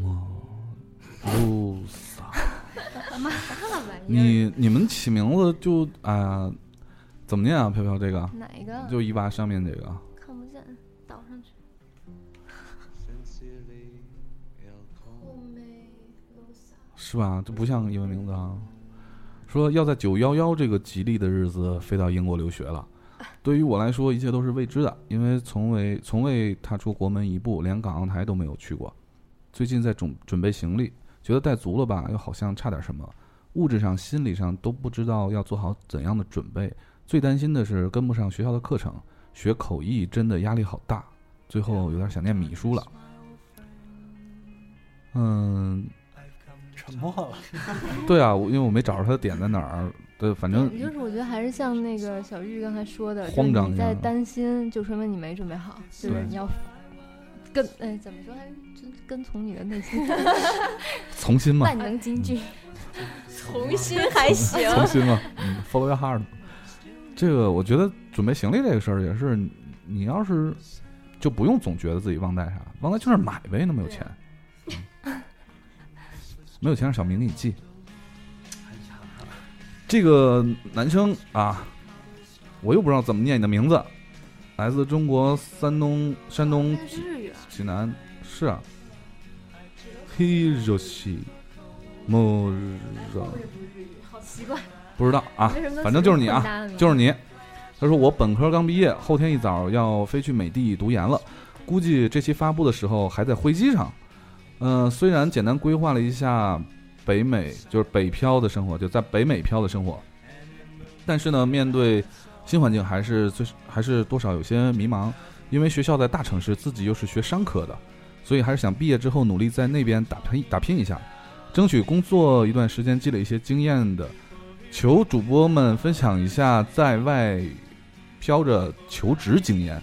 [SPEAKER 1] 跑吗？露萨，
[SPEAKER 5] 嘛玩
[SPEAKER 1] 你你们起名字就哎呀，怎么念啊？飘飘这个
[SPEAKER 5] 哪一个？
[SPEAKER 1] 就一娃上面这个啊
[SPEAKER 2] 看不见，倒上去。
[SPEAKER 1] 是吧？这不像英文名字啊。说要在九幺幺这个吉利的日子飞到英国留学了。对于我来说，一切都是未知的，因为从未从未踏出国门一步，连港澳台都没有去过。最近在准准备行李，觉得带足了吧，又好像差点什么，物质上、心理上都不知道要做好怎样的准备。最担心的是跟不上学校的课程，学口译真的压力好大。最后有点想念米叔了。嗯，
[SPEAKER 3] 沉默了。 (laughs)
[SPEAKER 1] 对啊，我因为我没找着他的点在哪儿，对，反正
[SPEAKER 5] 就是我觉得还是像那个小玉刚才说的，
[SPEAKER 1] 慌张
[SPEAKER 5] 就是你
[SPEAKER 1] 一下
[SPEAKER 5] 在担心，就说明你没准备好，就是
[SPEAKER 1] 对
[SPEAKER 5] 你要跟哎怎么说还是真跟从你的内心，
[SPEAKER 1] (laughs) 从心
[SPEAKER 5] (laughs)
[SPEAKER 1] 嘛，嗯
[SPEAKER 6] 万能金句，
[SPEAKER 1] (laughs)
[SPEAKER 2] 重新还行
[SPEAKER 1] 从心嘛，嗯，follow your heart。这个我觉得准备行李这个事儿也是，你要是就不用总觉得自己忘带啥，忘带去那儿买呗，那么有钱，
[SPEAKER 5] 啊
[SPEAKER 1] 嗯没有钱让小明给你寄。
[SPEAKER 5] 哎
[SPEAKER 1] 这个男生啊，我又不知道怎么念你的名字，来自中国山东山东
[SPEAKER 5] 日语啊
[SPEAKER 1] 济南是啊，Hiroshi m u r
[SPEAKER 5] 好
[SPEAKER 1] (laughs)
[SPEAKER 5] 奇怪，
[SPEAKER 1] 不知道啊，反正就是你啊，就是你。他说我本科刚毕业，后天一早要飞去美帝读研了，估计这期发布的时候还在飞机上。嗯、虽然简单规划了一下北美，就是北漂的生活，就在北美漂的生活，但是呢，面对新环境还是最还是多少有些迷茫，因为学校在大城市，自己又是学商科的，所以还是想毕业之后努力在那边打拼打拼一下，争取工作一段时间，积累一些经验的。求主播们分享一下在外飘着求职经验。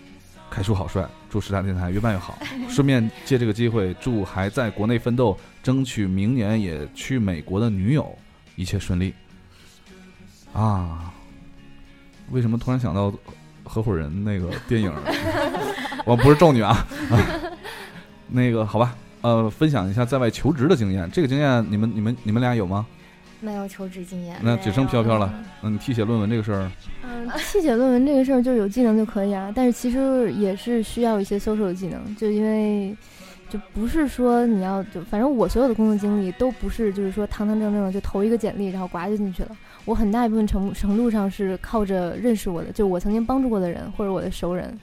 [SPEAKER 1] 凯叔好帅，祝时代电台越办越好。顺便借这个机会，祝还在国内奋斗、争取明年也去美国的女友一切顺利。啊，为什么突然想到合伙人那个电影？我不是咒你啊，啊 (laughs) 那个好吧，呃，分享一下在外求职的经验。这个经验，你们、你们、你们俩有吗？
[SPEAKER 6] 没有求职经验。
[SPEAKER 1] 那只剩飘飘了。嗯，你替写论文这个事儿，
[SPEAKER 5] 嗯，替写论文这个事儿就是有技能就可以啊，但是其实也是需要一些 social 的技能，就因为就不是说你要就反正我所有的工作经历都不是就是说堂堂正正的就投一个简历然后呱就进去了，我很大一部分程程度上是靠着认识我的，就我曾经帮助过的人或者我的熟人，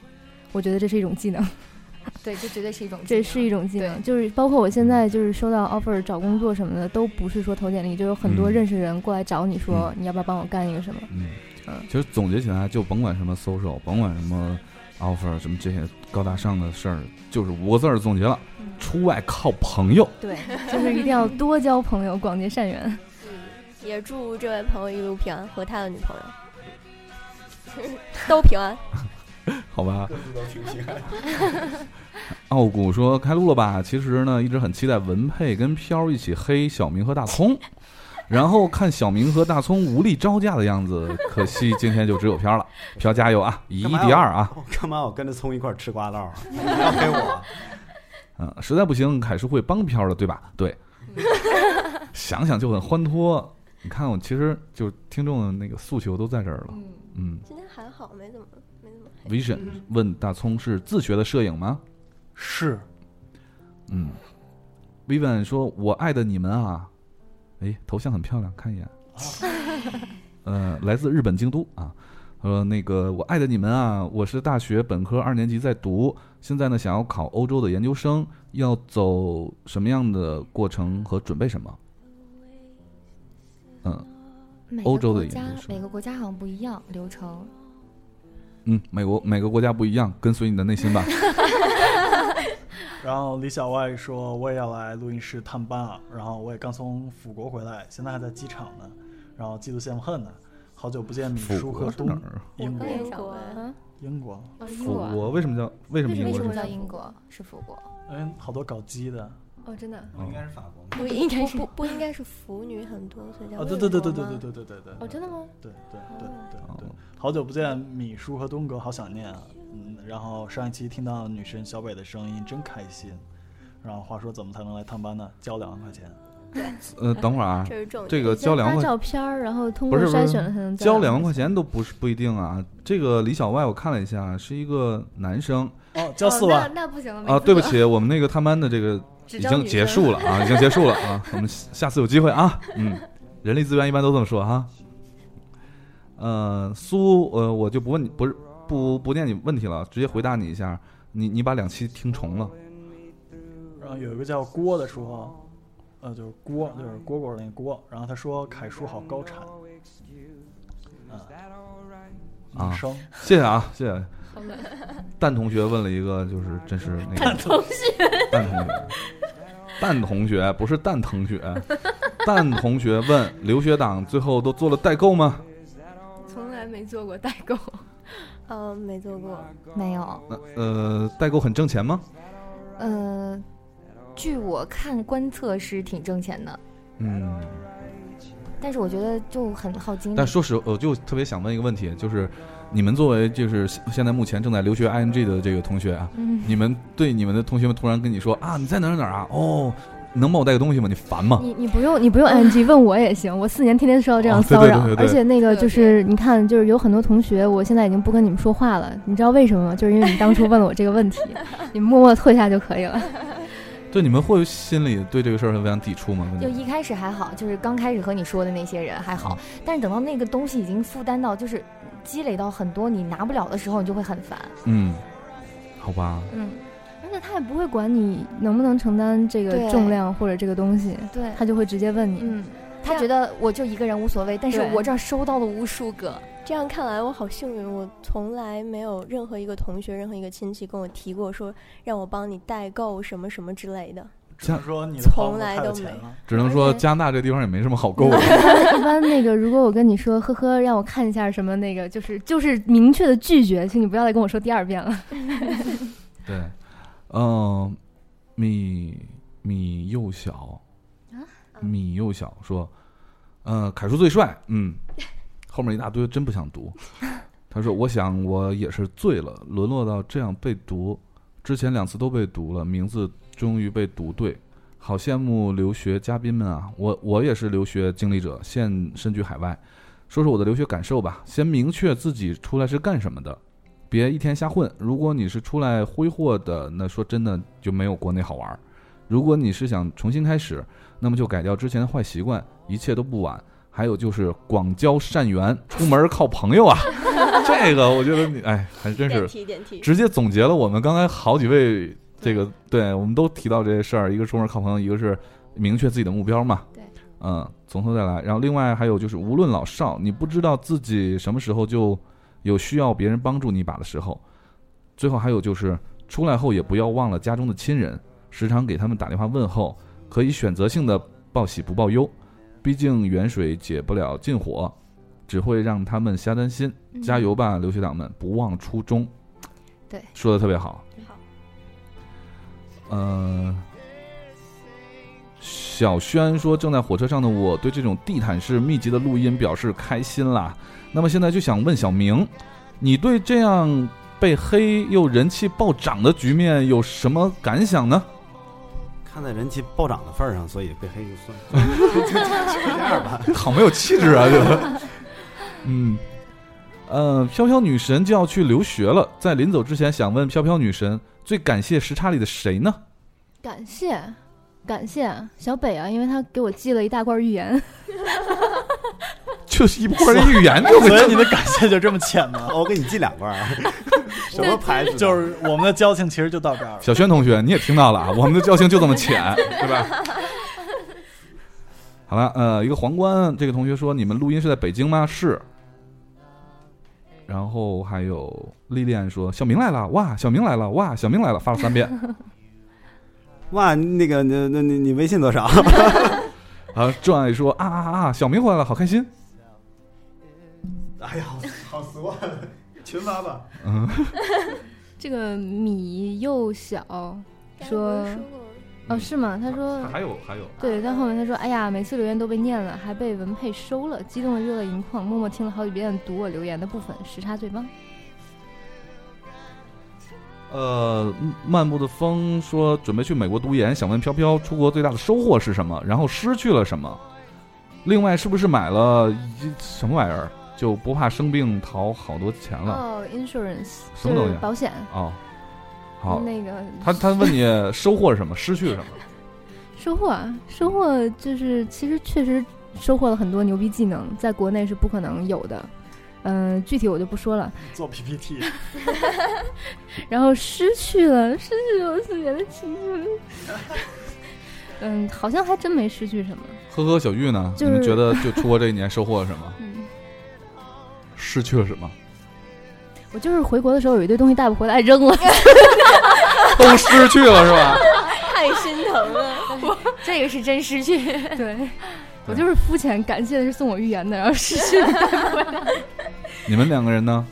[SPEAKER 5] 我觉得这是一种技能，
[SPEAKER 6] (laughs) 对，这绝对是一种技
[SPEAKER 5] 这
[SPEAKER 6] 能，
[SPEAKER 5] 是一种技能，
[SPEAKER 6] 对
[SPEAKER 5] 就是包括我
[SPEAKER 1] 嗯
[SPEAKER 5] 现在就是收到 offer 找工作什么的，都不是说投简历，就有很多
[SPEAKER 1] 嗯
[SPEAKER 5] 认识人过来找你说、你要不要帮我干一个什么。
[SPEAKER 1] 嗯
[SPEAKER 5] 嗯，
[SPEAKER 1] 其实总结起来，就甭管什么 social，甭管什么 offer，什么这些高大上的事儿，就是五个字儿总结了：出外靠朋友。
[SPEAKER 2] (laughs)
[SPEAKER 5] 对，就是一定要多交朋友，广结善缘。
[SPEAKER 2] 也祝这位朋友一路平安和他的女朋友 (laughs) 都平安。
[SPEAKER 1] 好吧，
[SPEAKER 4] 各自都挺平安。
[SPEAKER 1] 傲骨说开录了吧？其实呢，一直很期待文佩跟飘一起黑小明和大葱，然后看小明和大葱无力招架的样子，可惜今天就只有飘了。飘加油啊，以一敌二
[SPEAKER 4] (laughs)
[SPEAKER 1] 啊！
[SPEAKER 4] 干嘛我跟着葱一块儿吃瓜唠
[SPEAKER 3] (laughs)
[SPEAKER 4] 啊？你要黑我？
[SPEAKER 1] 嗯，实在不行，凯是会帮飘的，对吧？对， (laughs) 想想就很欢脱。你看，我其实就听众的那个诉求都在这儿了。嗯
[SPEAKER 2] 今天还好，没怎么没怎么黑。
[SPEAKER 1] ，Vision
[SPEAKER 6] 嗯
[SPEAKER 1] 问大葱是自学的摄影吗？
[SPEAKER 3] 是，
[SPEAKER 1] 嗯，Vivian 说：“我爱的你们啊，哎，头像很漂亮，看一
[SPEAKER 6] (laughs)
[SPEAKER 1] 眼。呃，来自日本京都啊。呃，那个我爱的你们啊，我是大学本科二年级在读，现在呢想要考欧洲的研究生，要走什么样的过程和准备什么？嗯
[SPEAKER 6] 每个
[SPEAKER 1] 欧洲的
[SPEAKER 6] 国家
[SPEAKER 1] 研究生
[SPEAKER 6] 每个国家好像不一样流程。
[SPEAKER 1] 嗯，美国每个国家不一样，跟随你的内心吧。
[SPEAKER 3] 然后李小外说我也要来录音室探班啊，然后我也刚从辅国回来，现在还在机场呢，然后嫉妒羡慕恨呢。好久不见，米
[SPEAKER 1] 辅
[SPEAKER 3] 叔和
[SPEAKER 1] 国是
[SPEAKER 3] 东
[SPEAKER 1] 哪儿啊？
[SPEAKER 3] 英国
[SPEAKER 2] 我也
[SPEAKER 5] 英
[SPEAKER 2] 想
[SPEAKER 5] 国啊，
[SPEAKER 3] 英国，
[SPEAKER 5] 哦，英
[SPEAKER 1] 辅
[SPEAKER 5] 国啊，
[SPEAKER 1] 国为什么叫为什么英
[SPEAKER 6] 为
[SPEAKER 1] 国
[SPEAKER 6] 什
[SPEAKER 1] 是
[SPEAKER 6] 么
[SPEAKER 1] 辅
[SPEAKER 6] 叫
[SPEAKER 1] 国？
[SPEAKER 6] 英国是福国？
[SPEAKER 3] 嗯，好多搞基的
[SPEAKER 5] 哦，真的啊，
[SPEAKER 1] 应该
[SPEAKER 4] 是法国
[SPEAKER 2] 不应该是不不应该是腐女很多，所以叫
[SPEAKER 3] 啊，对对对对
[SPEAKER 2] 英国
[SPEAKER 3] 对
[SPEAKER 2] 吗
[SPEAKER 3] 对对对对对，
[SPEAKER 5] 哦，真的吗？
[SPEAKER 3] 对对对对
[SPEAKER 1] 哦
[SPEAKER 3] 对，好久不见，米叔和东哥，好想念啊！嗯，然后上一期听到女神小北的声音，真开心。然后话说，怎么才能来探班呢？交两万块钱，
[SPEAKER 1] 呃，等会儿啊
[SPEAKER 2] 这，是重点。
[SPEAKER 1] 这个交两
[SPEAKER 5] 发
[SPEAKER 1] 块
[SPEAKER 5] 照片儿，然后通
[SPEAKER 1] 不
[SPEAKER 5] 过
[SPEAKER 1] 是不
[SPEAKER 5] 筛
[SPEAKER 1] 是
[SPEAKER 5] 选了才能
[SPEAKER 1] 交两
[SPEAKER 5] 两
[SPEAKER 1] 万块。钱都不是不一定啊。这个李小外我看了一下，是一个男生
[SPEAKER 3] 哦，交
[SPEAKER 5] 哦，
[SPEAKER 3] 四万。
[SPEAKER 5] 那那不行了
[SPEAKER 1] 啊。对不，起，我们那个探班的这
[SPEAKER 5] (laughs)
[SPEAKER 1] 个
[SPEAKER 5] 只
[SPEAKER 1] 已
[SPEAKER 5] 招
[SPEAKER 1] 经
[SPEAKER 5] 女
[SPEAKER 1] 结
[SPEAKER 5] 生
[SPEAKER 1] 束了啊，已经结束了啊。我们下下次有机会啊，嗯，人力资源一般都这么说哈、呃，苏，呃，我就不问你，不是不不念你问题了，直接回答你一下。你你把两期听重了，
[SPEAKER 3] 然后有一个叫郭的说，呃，就是郭，就是蝈蝈那个郭。然后他说，凯叔好高产。啊，
[SPEAKER 1] 啊
[SPEAKER 3] 女生，
[SPEAKER 1] 谢谢啊，谢谢。蛋同学问了一个，就是真是那个
[SPEAKER 3] 同
[SPEAKER 1] (laughs) 蛋同学，蛋同学不是蛋同学， (laughs) 蛋同学问留学党最后都做了代购吗？
[SPEAKER 5] 从来没做过代
[SPEAKER 1] (laughs)
[SPEAKER 5] 购。嗯 (laughs)
[SPEAKER 2] 呃，没做过，
[SPEAKER 6] 没有，
[SPEAKER 1] 呃呃，代购很挣钱吗？
[SPEAKER 6] 呃，据我看观测是挺挣钱的，
[SPEAKER 1] 嗯，
[SPEAKER 6] 但是我觉得就很耗精力
[SPEAKER 1] 但。说实，我就特别想问一个问题，就是你们作为就是现在目前正在留学 ING 的这个同学啊，
[SPEAKER 6] 嗯，
[SPEAKER 1] 你们对你们的同学们突然跟你说啊，你在哪儿哪儿啊？哦，能帮我带个东西吗？你烦吗？
[SPEAKER 5] 你你不用
[SPEAKER 2] (laughs)
[SPEAKER 5] 你不用 ING 问我也行，我四年天天受到这样
[SPEAKER 1] 哦对
[SPEAKER 5] 骚
[SPEAKER 1] 对
[SPEAKER 5] 扰，
[SPEAKER 1] 对对对
[SPEAKER 5] 而且那个就是你看，就是有很多同学，我现在已经不跟你们说话了，你知道为什么吗？就是因为你当初问了我这个
[SPEAKER 2] (laughs)
[SPEAKER 5] 问题，你默默退下就可以了。
[SPEAKER 1] 对，你们会心里对这个事儿非常抵触吗？
[SPEAKER 6] 就一开始还好，就是刚开始和你说的那些人还好，
[SPEAKER 1] 嗯
[SPEAKER 6] 但是等到那个东西已经负担到，就是积累到很多你拿不了的时候，你就会很烦。
[SPEAKER 1] 嗯，好吧，
[SPEAKER 6] 嗯，
[SPEAKER 5] 而且他也不会管你能不能承担这个
[SPEAKER 6] 对
[SPEAKER 5] 重量或者这个东西，
[SPEAKER 6] 对，
[SPEAKER 5] 他就会直接问你。
[SPEAKER 6] 嗯，他觉得我就一个人无所谓，但是
[SPEAKER 5] 对
[SPEAKER 6] 我这儿收到了无数个。
[SPEAKER 2] 这样看来我好幸运，我从来没有任何一个同学、任何一个亲戚跟我提过说让我帮你代购什么什么之类的。
[SPEAKER 3] 只是说你的
[SPEAKER 2] 从
[SPEAKER 3] 朋友
[SPEAKER 2] 来
[SPEAKER 3] 太有
[SPEAKER 2] 都
[SPEAKER 3] 钱
[SPEAKER 2] 没
[SPEAKER 3] 了。
[SPEAKER 1] 只能说加拿大这地方也没什么好购
[SPEAKER 5] (laughs)
[SPEAKER 1] 的。 (laughs) 嗯
[SPEAKER 5] 一般那个，如果我跟你说呵呵，让我看一下什么那个，就是就是明确的拒绝，请你不要再跟我说第二遍了。
[SPEAKER 1] 对，嗯，米米幼小，米幼小说，呃，凯叔最帅，嗯，后面一大堆真不想读。他说：“我想我也是醉了，沦落到这样被读，之前两次都被读了，名字终于被读对，好羡慕留学嘉宾们啊！我我也是留学经历者，现身居海外，说说我的留学感受吧。先明确自己出来是干什么的，别一天瞎混。如果你是出来挥霍的，那说真的就没有国内好玩儿。如果你是想重新开始，那么就改掉之前的坏习惯，一切都不晚。还有就是广交善缘，出门靠朋友啊！这个我觉得你哎，还真
[SPEAKER 2] 点
[SPEAKER 1] 是
[SPEAKER 2] 题点题，
[SPEAKER 1] 直接总结了我们刚才好几位这个，对我们都提到这些事儿，一个出门靠朋友，一个是明确自己的目标嘛。
[SPEAKER 5] 对，
[SPEAKER 1] 嗯，从头再来。然后另外还有就是，无论老少，你不知道自己什么时候就有需要别人帮助你一把的时候。最后还有就是，出来后也不要忘了家中的亲人，时常给他们打电话问候，可以选择性的报喜不报忧，毕竟远水解不了近火，只会让他们瞎担心。加油吧，留学党们，不忘初衷。
[SPEAKER 6] 对，
[SPEAKER 1] 说的特别好。
[SPEAKER 2] 好。
[SPEAKER 1] 呃，小轩说，正在火车上的我对这种地毯式密集的录音表示开心啦。那么现在就想问小明，你对这样被黑又人气暴涨的局面有什么感想呢？
[SPEAKER 4] 看在人气暴涨的份儿上，所以被黑就算了，
[SPEAKER 2] (laughs)
[SPEAKER 4] 就这样吧。
[SPEAKER 1] 好没有气质啊，这
[SPEAKER 4] (laughs)
[SPEAKER 1] 个。嗯，呃，飘飘女神就要去留学了，在临走之前，想问飘飘女神最感谢时差里的谁呢？
[SPEAKER 5] (laughs) 感谢，感谢小北啊，因为他给我寄了一大罐预言。 (laughs)
[SPEAKER 1] 就是 (laughs) 一块儿预言就
[SPEAKER 3] 所以
[SPEAKER 1] 会
[SPEAKER 3] 你的感谢就这么浅吗？
[SPEAKER 4] (laughs) 我给你寄两罐
[SPEAKER 3] (laughs)
[SPEAKER 4] 儿，什么牌子？
[SPEAKER 3] 就是我们的交情其实就
[SPEAKER 1] (laughs)
[SPEAKER 3] 到这儿了。
[SPEAKER 1] 小轩同学，你也听到了啊，我们的交情就这么浅，对哎吧？好了，呃，一个皇冠这个同学说，你们录音是在北京吗？是。然后还有莉莉安说，小明来了，哇，小明来了，哇，小明来了，发了三遍。
[SPEAKER 4] (laughs) 哇，那个，那那你你微信多少？ (laughs)
[SPEAKER 1] 啊，转爱说啊啊啊，小明回来了，好开心。
[SPEAKER 4] 哎呀，好死我了，群发吧。
[SPEAKER 1] 嗯，
[SPEAKER 5] 这个米又小，说
[SPEAKER 2] 刚才不是过
[SPEAKER 5] 哦是吗？他说
[SPEAKER 1] 还有还有，
[SPEAKER 5] 对，但后面他说：“哎呀，每次留言都被念了，还被文佩收了，激动的热泪盈眶。默默听了好几遍读我留言的部分，时差最棒。
[SPEAKER 1] 呃，漫步的风说准备去美国读研，想问飘飘出国最大的收获是什么，然后失去了什么？另外，是不是买了一什么玩意儿就不怕生病逃好多钱了？
[SPEAKER 5] 哦，insurance
[SPEAKER 1] 什么
[SPEAKER 5] 就
[SPEAKER 1] 东西
[SPEAKER 5] 是保险。
[SPEAKER 1] 哦，好，
[SPEAKER 5] 那个
[SPEAKER 1] 他他问你收获是
[SPEAKER 5] (laughs)
[SPEAKER 1] 什么，失去是什么？
[SPEAKER 5] 收获啊，收获就是其实确实收获了很多牛逼技能，在国内是不可能有的。嗯、具体我就不说了。
[SPEAKER 3] 做 PPT，
[SPEAKER 5] 然后失去了，失去了我四年的青春。 (laughs) 嗯，好像还真没失去什么。
[SPEAKER 1] 呵呵，小玉呢？
[SPEAKER 5] 就是
[SPEAKER 1] 你们觉得就出国这一年收获了什么？
[SPEAKER 5] 嗯。”
[SPEAKER 1] 失去了什么？
[SPEAKER 5] 我就是回国的时候有一堆东西带不回来，
[SPEAKER 6] (laughs)
[SPEAKER 5] 扔了。
[SPEAKER 1] 都失去了是吧？ (laughs)
[SPEAKER 2] 太心疼了。
[SPEAKER 6] 这个是真失去。 (laughs)
[SPEAKER 5] 对，我就是肤浅，感谢的是送我预言的，然后失去了
[SPEAKER 6] (laughs)
[SPEAKER 5] 带不回来。
[SPEAKER 1] 你们两个人呢？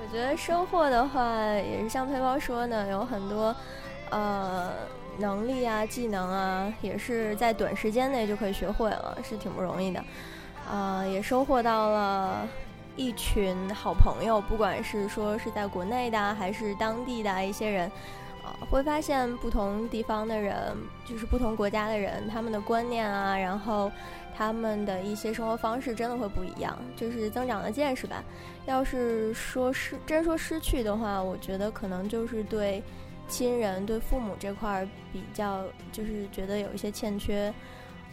[SPEAKER 2] 我觉得收获的话，也是像推包说呢，有很多呃能力啊、技能啊，也是在短时间内就可以学会了，是挺不容易的。呃，也收获到了一群好朋友，不管是说是在国内的啊还是当地的啊一些人。呃会发现不同地方的人，就是不同国家的人，他们的观念啊，然后他们的一些生活方式真的会不一样，就是增长了见识吧。要是说失，真说失去的话，我觉得可能就是对亲人、对父母这块儿比较，就是觉得有一些欠缺。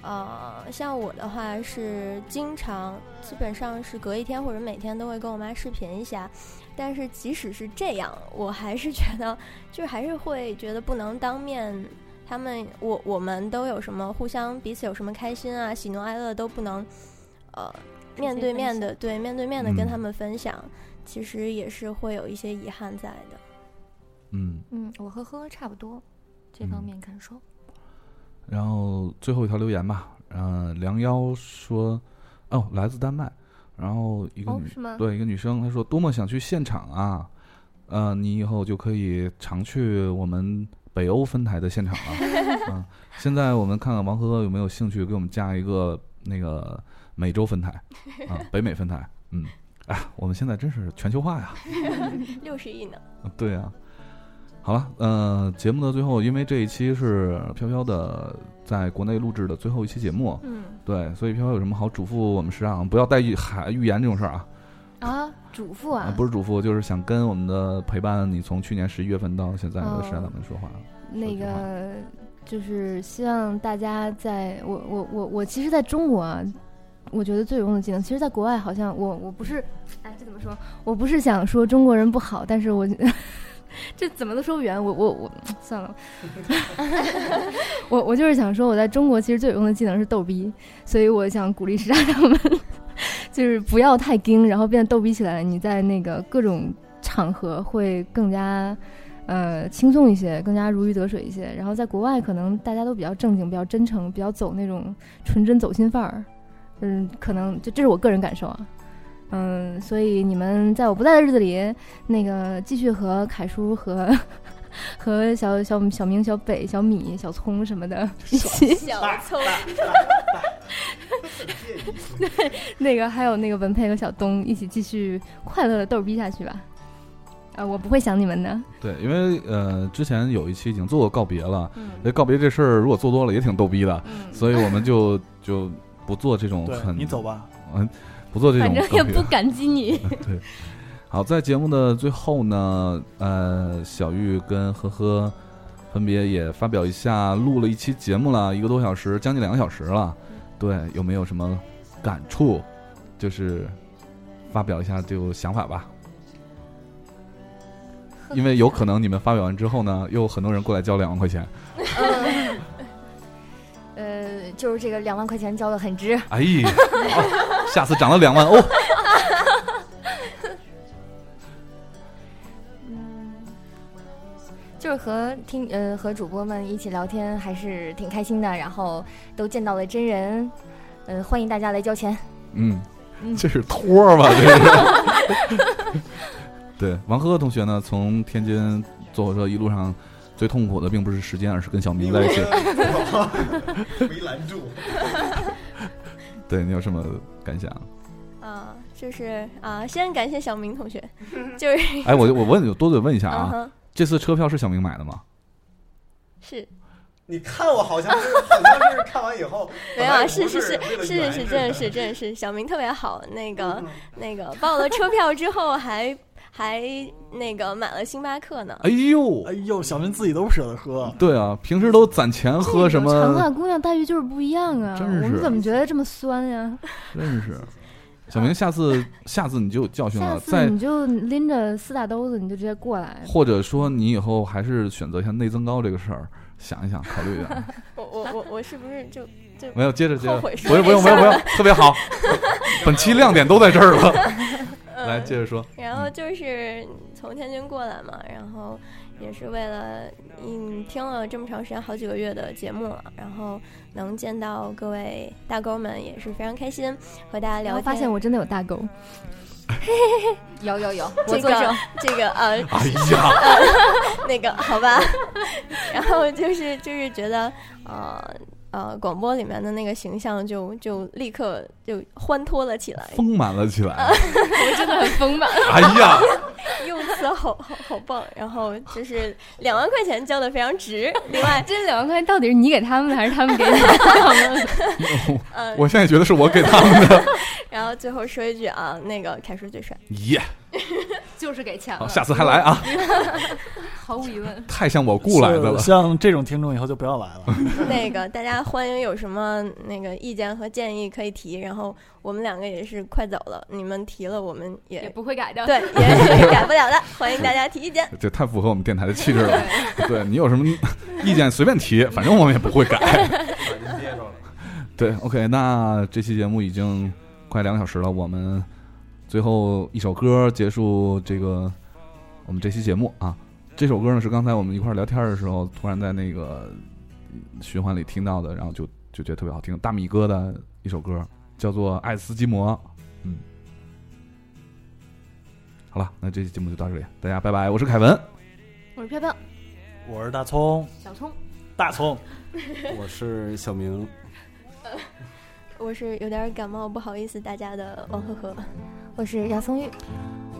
[SPEAKER 2] 呃，像我的话是经常，基本上是隔一天或者每天都会跟我妈视频一下。但是即使是这样，我还是觉得，就是还是会觉得不能当面。他们，我我们都有什么互相彼此有什么开心啊、喜怒哀乐都不能，呃，
[SPEAKER 6] 直
[SPEAKER 2] 面
[SPEAKER 6] 接
[SPEAKER 2] 对
[SPEAKER 6] 分
[SPEAKER 2] 面
[SPEAKER 6] 享
[SPEAKER 2] 的对面对面的跟
[SPEAKER 1] 嗯
[SPEAKER 2] 他们分享，其实也是会有一些遗憾在的。
[SPEAKER 1] 嗯，
[SPEAKER 6] 嗯，我和呵呵差不多，这方面感受。
[SPEAKER 1] 然后最后一条留言吧。嗯、梁幺说，哦，来自丹麦，然后一个
[SPEAKER 5] 哦
[SPEAKER 1] 女，、
[SPEAKER 5] 是吗？
[SPEAKER 1] 对一个女生，她说多么想去现场啊，呃，你以后就可以常去我们北欧分台的现场
[SPEAKER 5] (laughs)
[SPEAKER 1] 了、啊。嗯、现在我们看看王呵呵有没有兴趣给我们加一个那个美洲分台啊，北美分台。嗯，哎，我们现在真是全球化呀。
[SPEAKER 2] (laughs) 六十亿呢？ (laughs)
[SPEAKER 1] (laughs) 对啊，好了，呃，节目的最后，因为这一期是飘飘的在国内录制的最后一期节目，
[SPEAKER 5] 嗯
[SPEAKER 1] 对，所以飘飘有什么好嘱咐我们时长，不要带预还预言这种事儿啊，
[SPEAKER 5] 啊，嘱咐
[SPEAKER 1] 啊
[SPEAKER 5] 啊，
[SPEAKER 1] 不是嘱咐，就是想跟我们的陪伴你从去年十一月份到现在的
[SPEAKER 5] 哦
[SPEAKER 1] 时长党们说话，
[SPEAKER 5] 那个就是希望大家在我我我我其实在中国啊，我觉得最有用的技能，其实在国外好像我我不是，哎，这怎么说？我不是想说中国人不好，但是我这怎么都说不圆。我我我算了， (laughs) 我我就是想说，我在中国其实最有用的技能是逗逼，所以我想鼓励时尚党们，就是不要太精，然后变得逗逼起来，你在那个各种场合会更加。呃，轻松一些，更加如鱼得水一些。然后在国外，可能大家都比较正经、比较真诚、比较走那种纯真走心范儿。嗯，可能就这是我个人感受啊。嗯，所以你们在我不在的日子里，那个继续和凯叔和 (laughs) 和小小小明、小北、小米、小聪什么的一起，
[SPEAKER 2] 小葱，
[SPEAKER 5] (laughs) 那个还有那个文佩和小东一起继续快乐的逗逼下去吧。啊，我不会想你们的。
[SPEAKER 1] 对，因为呃之前有一期已经做过告别了，所以告别这事儿如果做多了也挺逗逼的，
[SPEAKER 5] 嗯，
[SPEAKER 1] 所以我们就就不做这种
[SPEAKER 3] 对
[SPEAKER 1] 很
[SPEAKER 3] 你走吧，
[SPEAKER 1] 嗯，不做这种
[SPEAKER 5] 反正
[SPEAKER 1] 告
[SPEAKER 5] 也
[SPEAKER 1] 别
[SPEAKER 5] 不感
[SPEAKER 1] (laughs)
[SPEAKER 5] 激你。
[SPEAKER 1] 好，在节目的最后呢，呃，小玉跟呵呵分别也发表一下，录了一期节目了，一个多小时，将近两个小时了。对，有没有什么感触？就是发表一下这个想法吧，因为有可能你们发表完之后呢，又有很多人过来交两万块钱。
[SPEAKER 6] (laughs) 呃，就是这个两万块钱交的很值。
[SPEAKER 1] 哎
[SPEAKER 6] (laughs)
[SPEAKER 1] 呀，好下次涨了两万哦欧。
[SPEAKER 6] 嗯就是和听呃和主播们一起聊天还是挺开心的，然后都见到了真人，呃，欢迎大家来交钱。
[SPEAKER 1] 嗯，这是托儿吧？这是。对，王赫同学呢，从天津坐火车一路上最痛苦的并不是时间，而是跟小明在一
[SPEAKER 7] (laughs)
[SPEAKER 1] 起。
[SPEAKER 4] (laughs) 没拦住。
[SPEAKER 1] 对你有什么感想？
[SPEAKER 2] (laughs) 啊，就是啊，先感谢小明同学，就是
[SPEAKER 1] 哎，我就我问你，多嘴问一下
[SPEAKER 2] 嗯
[SPEAKER 1] 啊，
[SPEAKER 2] 哼，
[SPEAKER 1] 这次车票是小明买的吗？
[SPEAKER 2] 是
[SPEAKER 4] 你看我好像是，好像是看完以后，
[SPEAKER 2] 没有啊，
[SPEAKER 4] 是
[SPEAKER 2] 是是是是是，真的是真的是，小明特别好，那个那个报了车票之后还还那个买了星巴克呢。
[SPEAKER 1] 哎呦
[SPEAKER 3] 哎，呦，小明自己都不舍得喝，
[SPEAKER 1] 对啊，平时都攒钱喝什
[SPEAKER 5] 长发
[SPEAKER 1] 么？
[SPEAKER 5] 姑娘待遇就是不一样啊！
[SPEAKER 1] 真是
[SPEAKER 5] 我们怎么觉得这么酸呀、
[SPEAKER 1] 真是。小明，下次下次你就有教训
[SPEAKER 5] 下
[SPEAKER 1] 了，
[SPEAKER 5] 次
[SPEAKER 1] 再
[SPEAKER 5] 你就拎着四大兜子，你就直接过来。
[SPEAKER 1] 或者说你以后还是选择一下内增高这个事儿，想一想，考虑一
[SPEAKER 5] (laughs)
[SPEAKER 1] 下。
[SPEAKER 2] 我我我我是不是就就
[SPEAKER 1] 没有，接着接着，不
[SPEAKER 2] 后悔
[SPEAKER 1] 用不用不用不
[SPEAKER 2] (laughs)
[SPEAKER 1] 用，特别好。本期亮点都在这儿了，
[SPEAKER 2] 嗯
[SPEAKER 1] 来接着说。嗯
[SPEAKER 2] 然后就是从天津过来嘛，然后也是为了嗯听了这么长时间好几个月的节目了，然后能见到各位大哥们也是非常开心，和大家
[SPEAKER 5] 然
[SPEAKER 2] 聊
[SPEAKER 5] 后
[SPEAKER 2] 天。
[SPEAKER 5] 发
[SPEAKER 2] (laughs)
[SPEAKER 5] 现我真的有大沟，
[SPEAKER 7] 有有有，
[SPEAKER 2] 这
[SPEAKER 7] 我作证
[SPEAKER 2] 个。这个呃
[SPEAKER 1] 哎呀，
[SPEAKER 2] (laughs) 那个好吧，然后就是就是觉得呃呃广播里面的那个形象就就立刻就欢脱了起来，
[SPEAKER 1] 丰满了起来。
[SPEAKER 5] 真的很丰满。
[SPEAKER 1] 哎呀，
[SPEAKER 2] 用词好好好棒，然后就是两万块钱交的非常值，另外
[SPEAKER 5] (laughs) 这两万块钱到底是你给他们的还是他们给你的？
[SPEAKER 2] 嗯。
[SPEAKER 1] 我现在觉得是我给他们的。
[SPEAKER 2] (laughs) 然后最后说一句啊，那个凯叔最帅，
[SPEAKER 1] 耶，
[SPEAKER 2] (laughs)
[SPEAKER 5] 就是给钱
[SPEAKER 1] 好，
[SPEAKER 5] 了，
[SPEAKER 1] 下次还来啊！
[SPEAKER 5] (laughs) 毫无疑问。
[SPEAKER 1] 太像我雇来的了嗯
[SPEAKER 3] 是。像这种听众以后就不要来了。
[SPEAKER 2] 那个大家欢迎有什么那个意见和建议可以提，然后我们两个也是快走了，你们提了我们也
[SPEAKER 5] 也不会改掉。
[SPEAKER 2] 对，也是改不了的，欢迎大家提意见。
[SPEAKER 1] 这太符合我们电台的气质了。对你有什么意见随便提，反正我们也不会改。
[SPEAKER 2] (laughs)
[SPEAKER 4] 憋着了。
[SPEAKER 1] 对，OK，那这期节目已经快两个小时了，我们最后一首歌结束这个我们这期节目啊。这首歌呢是刚才我们一块儿聊天的时候，突然在那个循环里听到的，然后就就觉得特别好听，大米哥的一首歌叫做《爱斯基摩》。嗯，好了，那这期节目就到这里，大家拜拜，我是凯文。
[SPEAKER 5] 我是飘飘，
[SPEAKER 3] 我是大葱，
[SPEAKER 5] 小聪，
[SPEAKER 3] 大葱，
[SPEAKER 4] 我是小明，
[SPEAKER 2] 我是有点感冒，不好意思大家的王呵呵。
[SPEAKER 7] 我是姚松玉，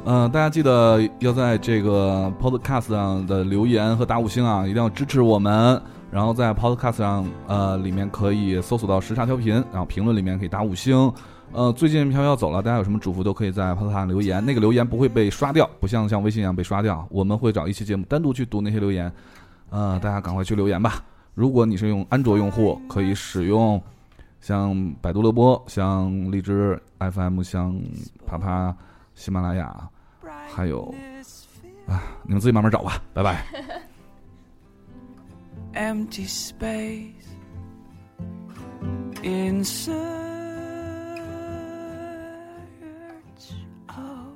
[SPEAKER 1] 嗯、大家记得要在这个 Podcast 上的留言和打五星啊，一定要支持我们。然后在 Podcast 上，呃，里面可以搜索到时差调频，然后评论里面可以打五星。呃，最近飘飘走了，大家有什么嘱咐都可以在 Podcast 上留言，那个留言不会被刷掉，不像像微信一样被刷掉。我们会找一期节目单独去读那些留言，呃，大家赶快去留言吧。如果你是用安卓用户，可以使用像百度乐播、像荔枝 FM、像啪啪、喜马拉雅。还有啊，你们自己慢慢找吧，拜拜。
[SPEAKER 10] (laughs) empty space in search of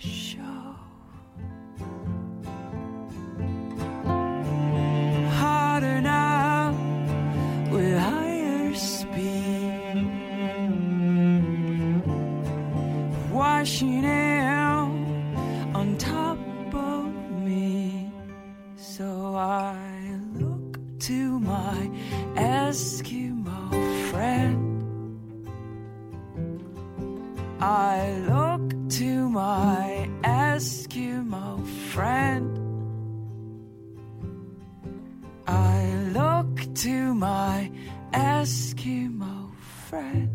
[SPEAKER 10] inspiration. Harder now with higher speed. washing out on top of me. So I look to my Eskimo friend. I look to my Eskimo friend. I look to my Eskimo friend.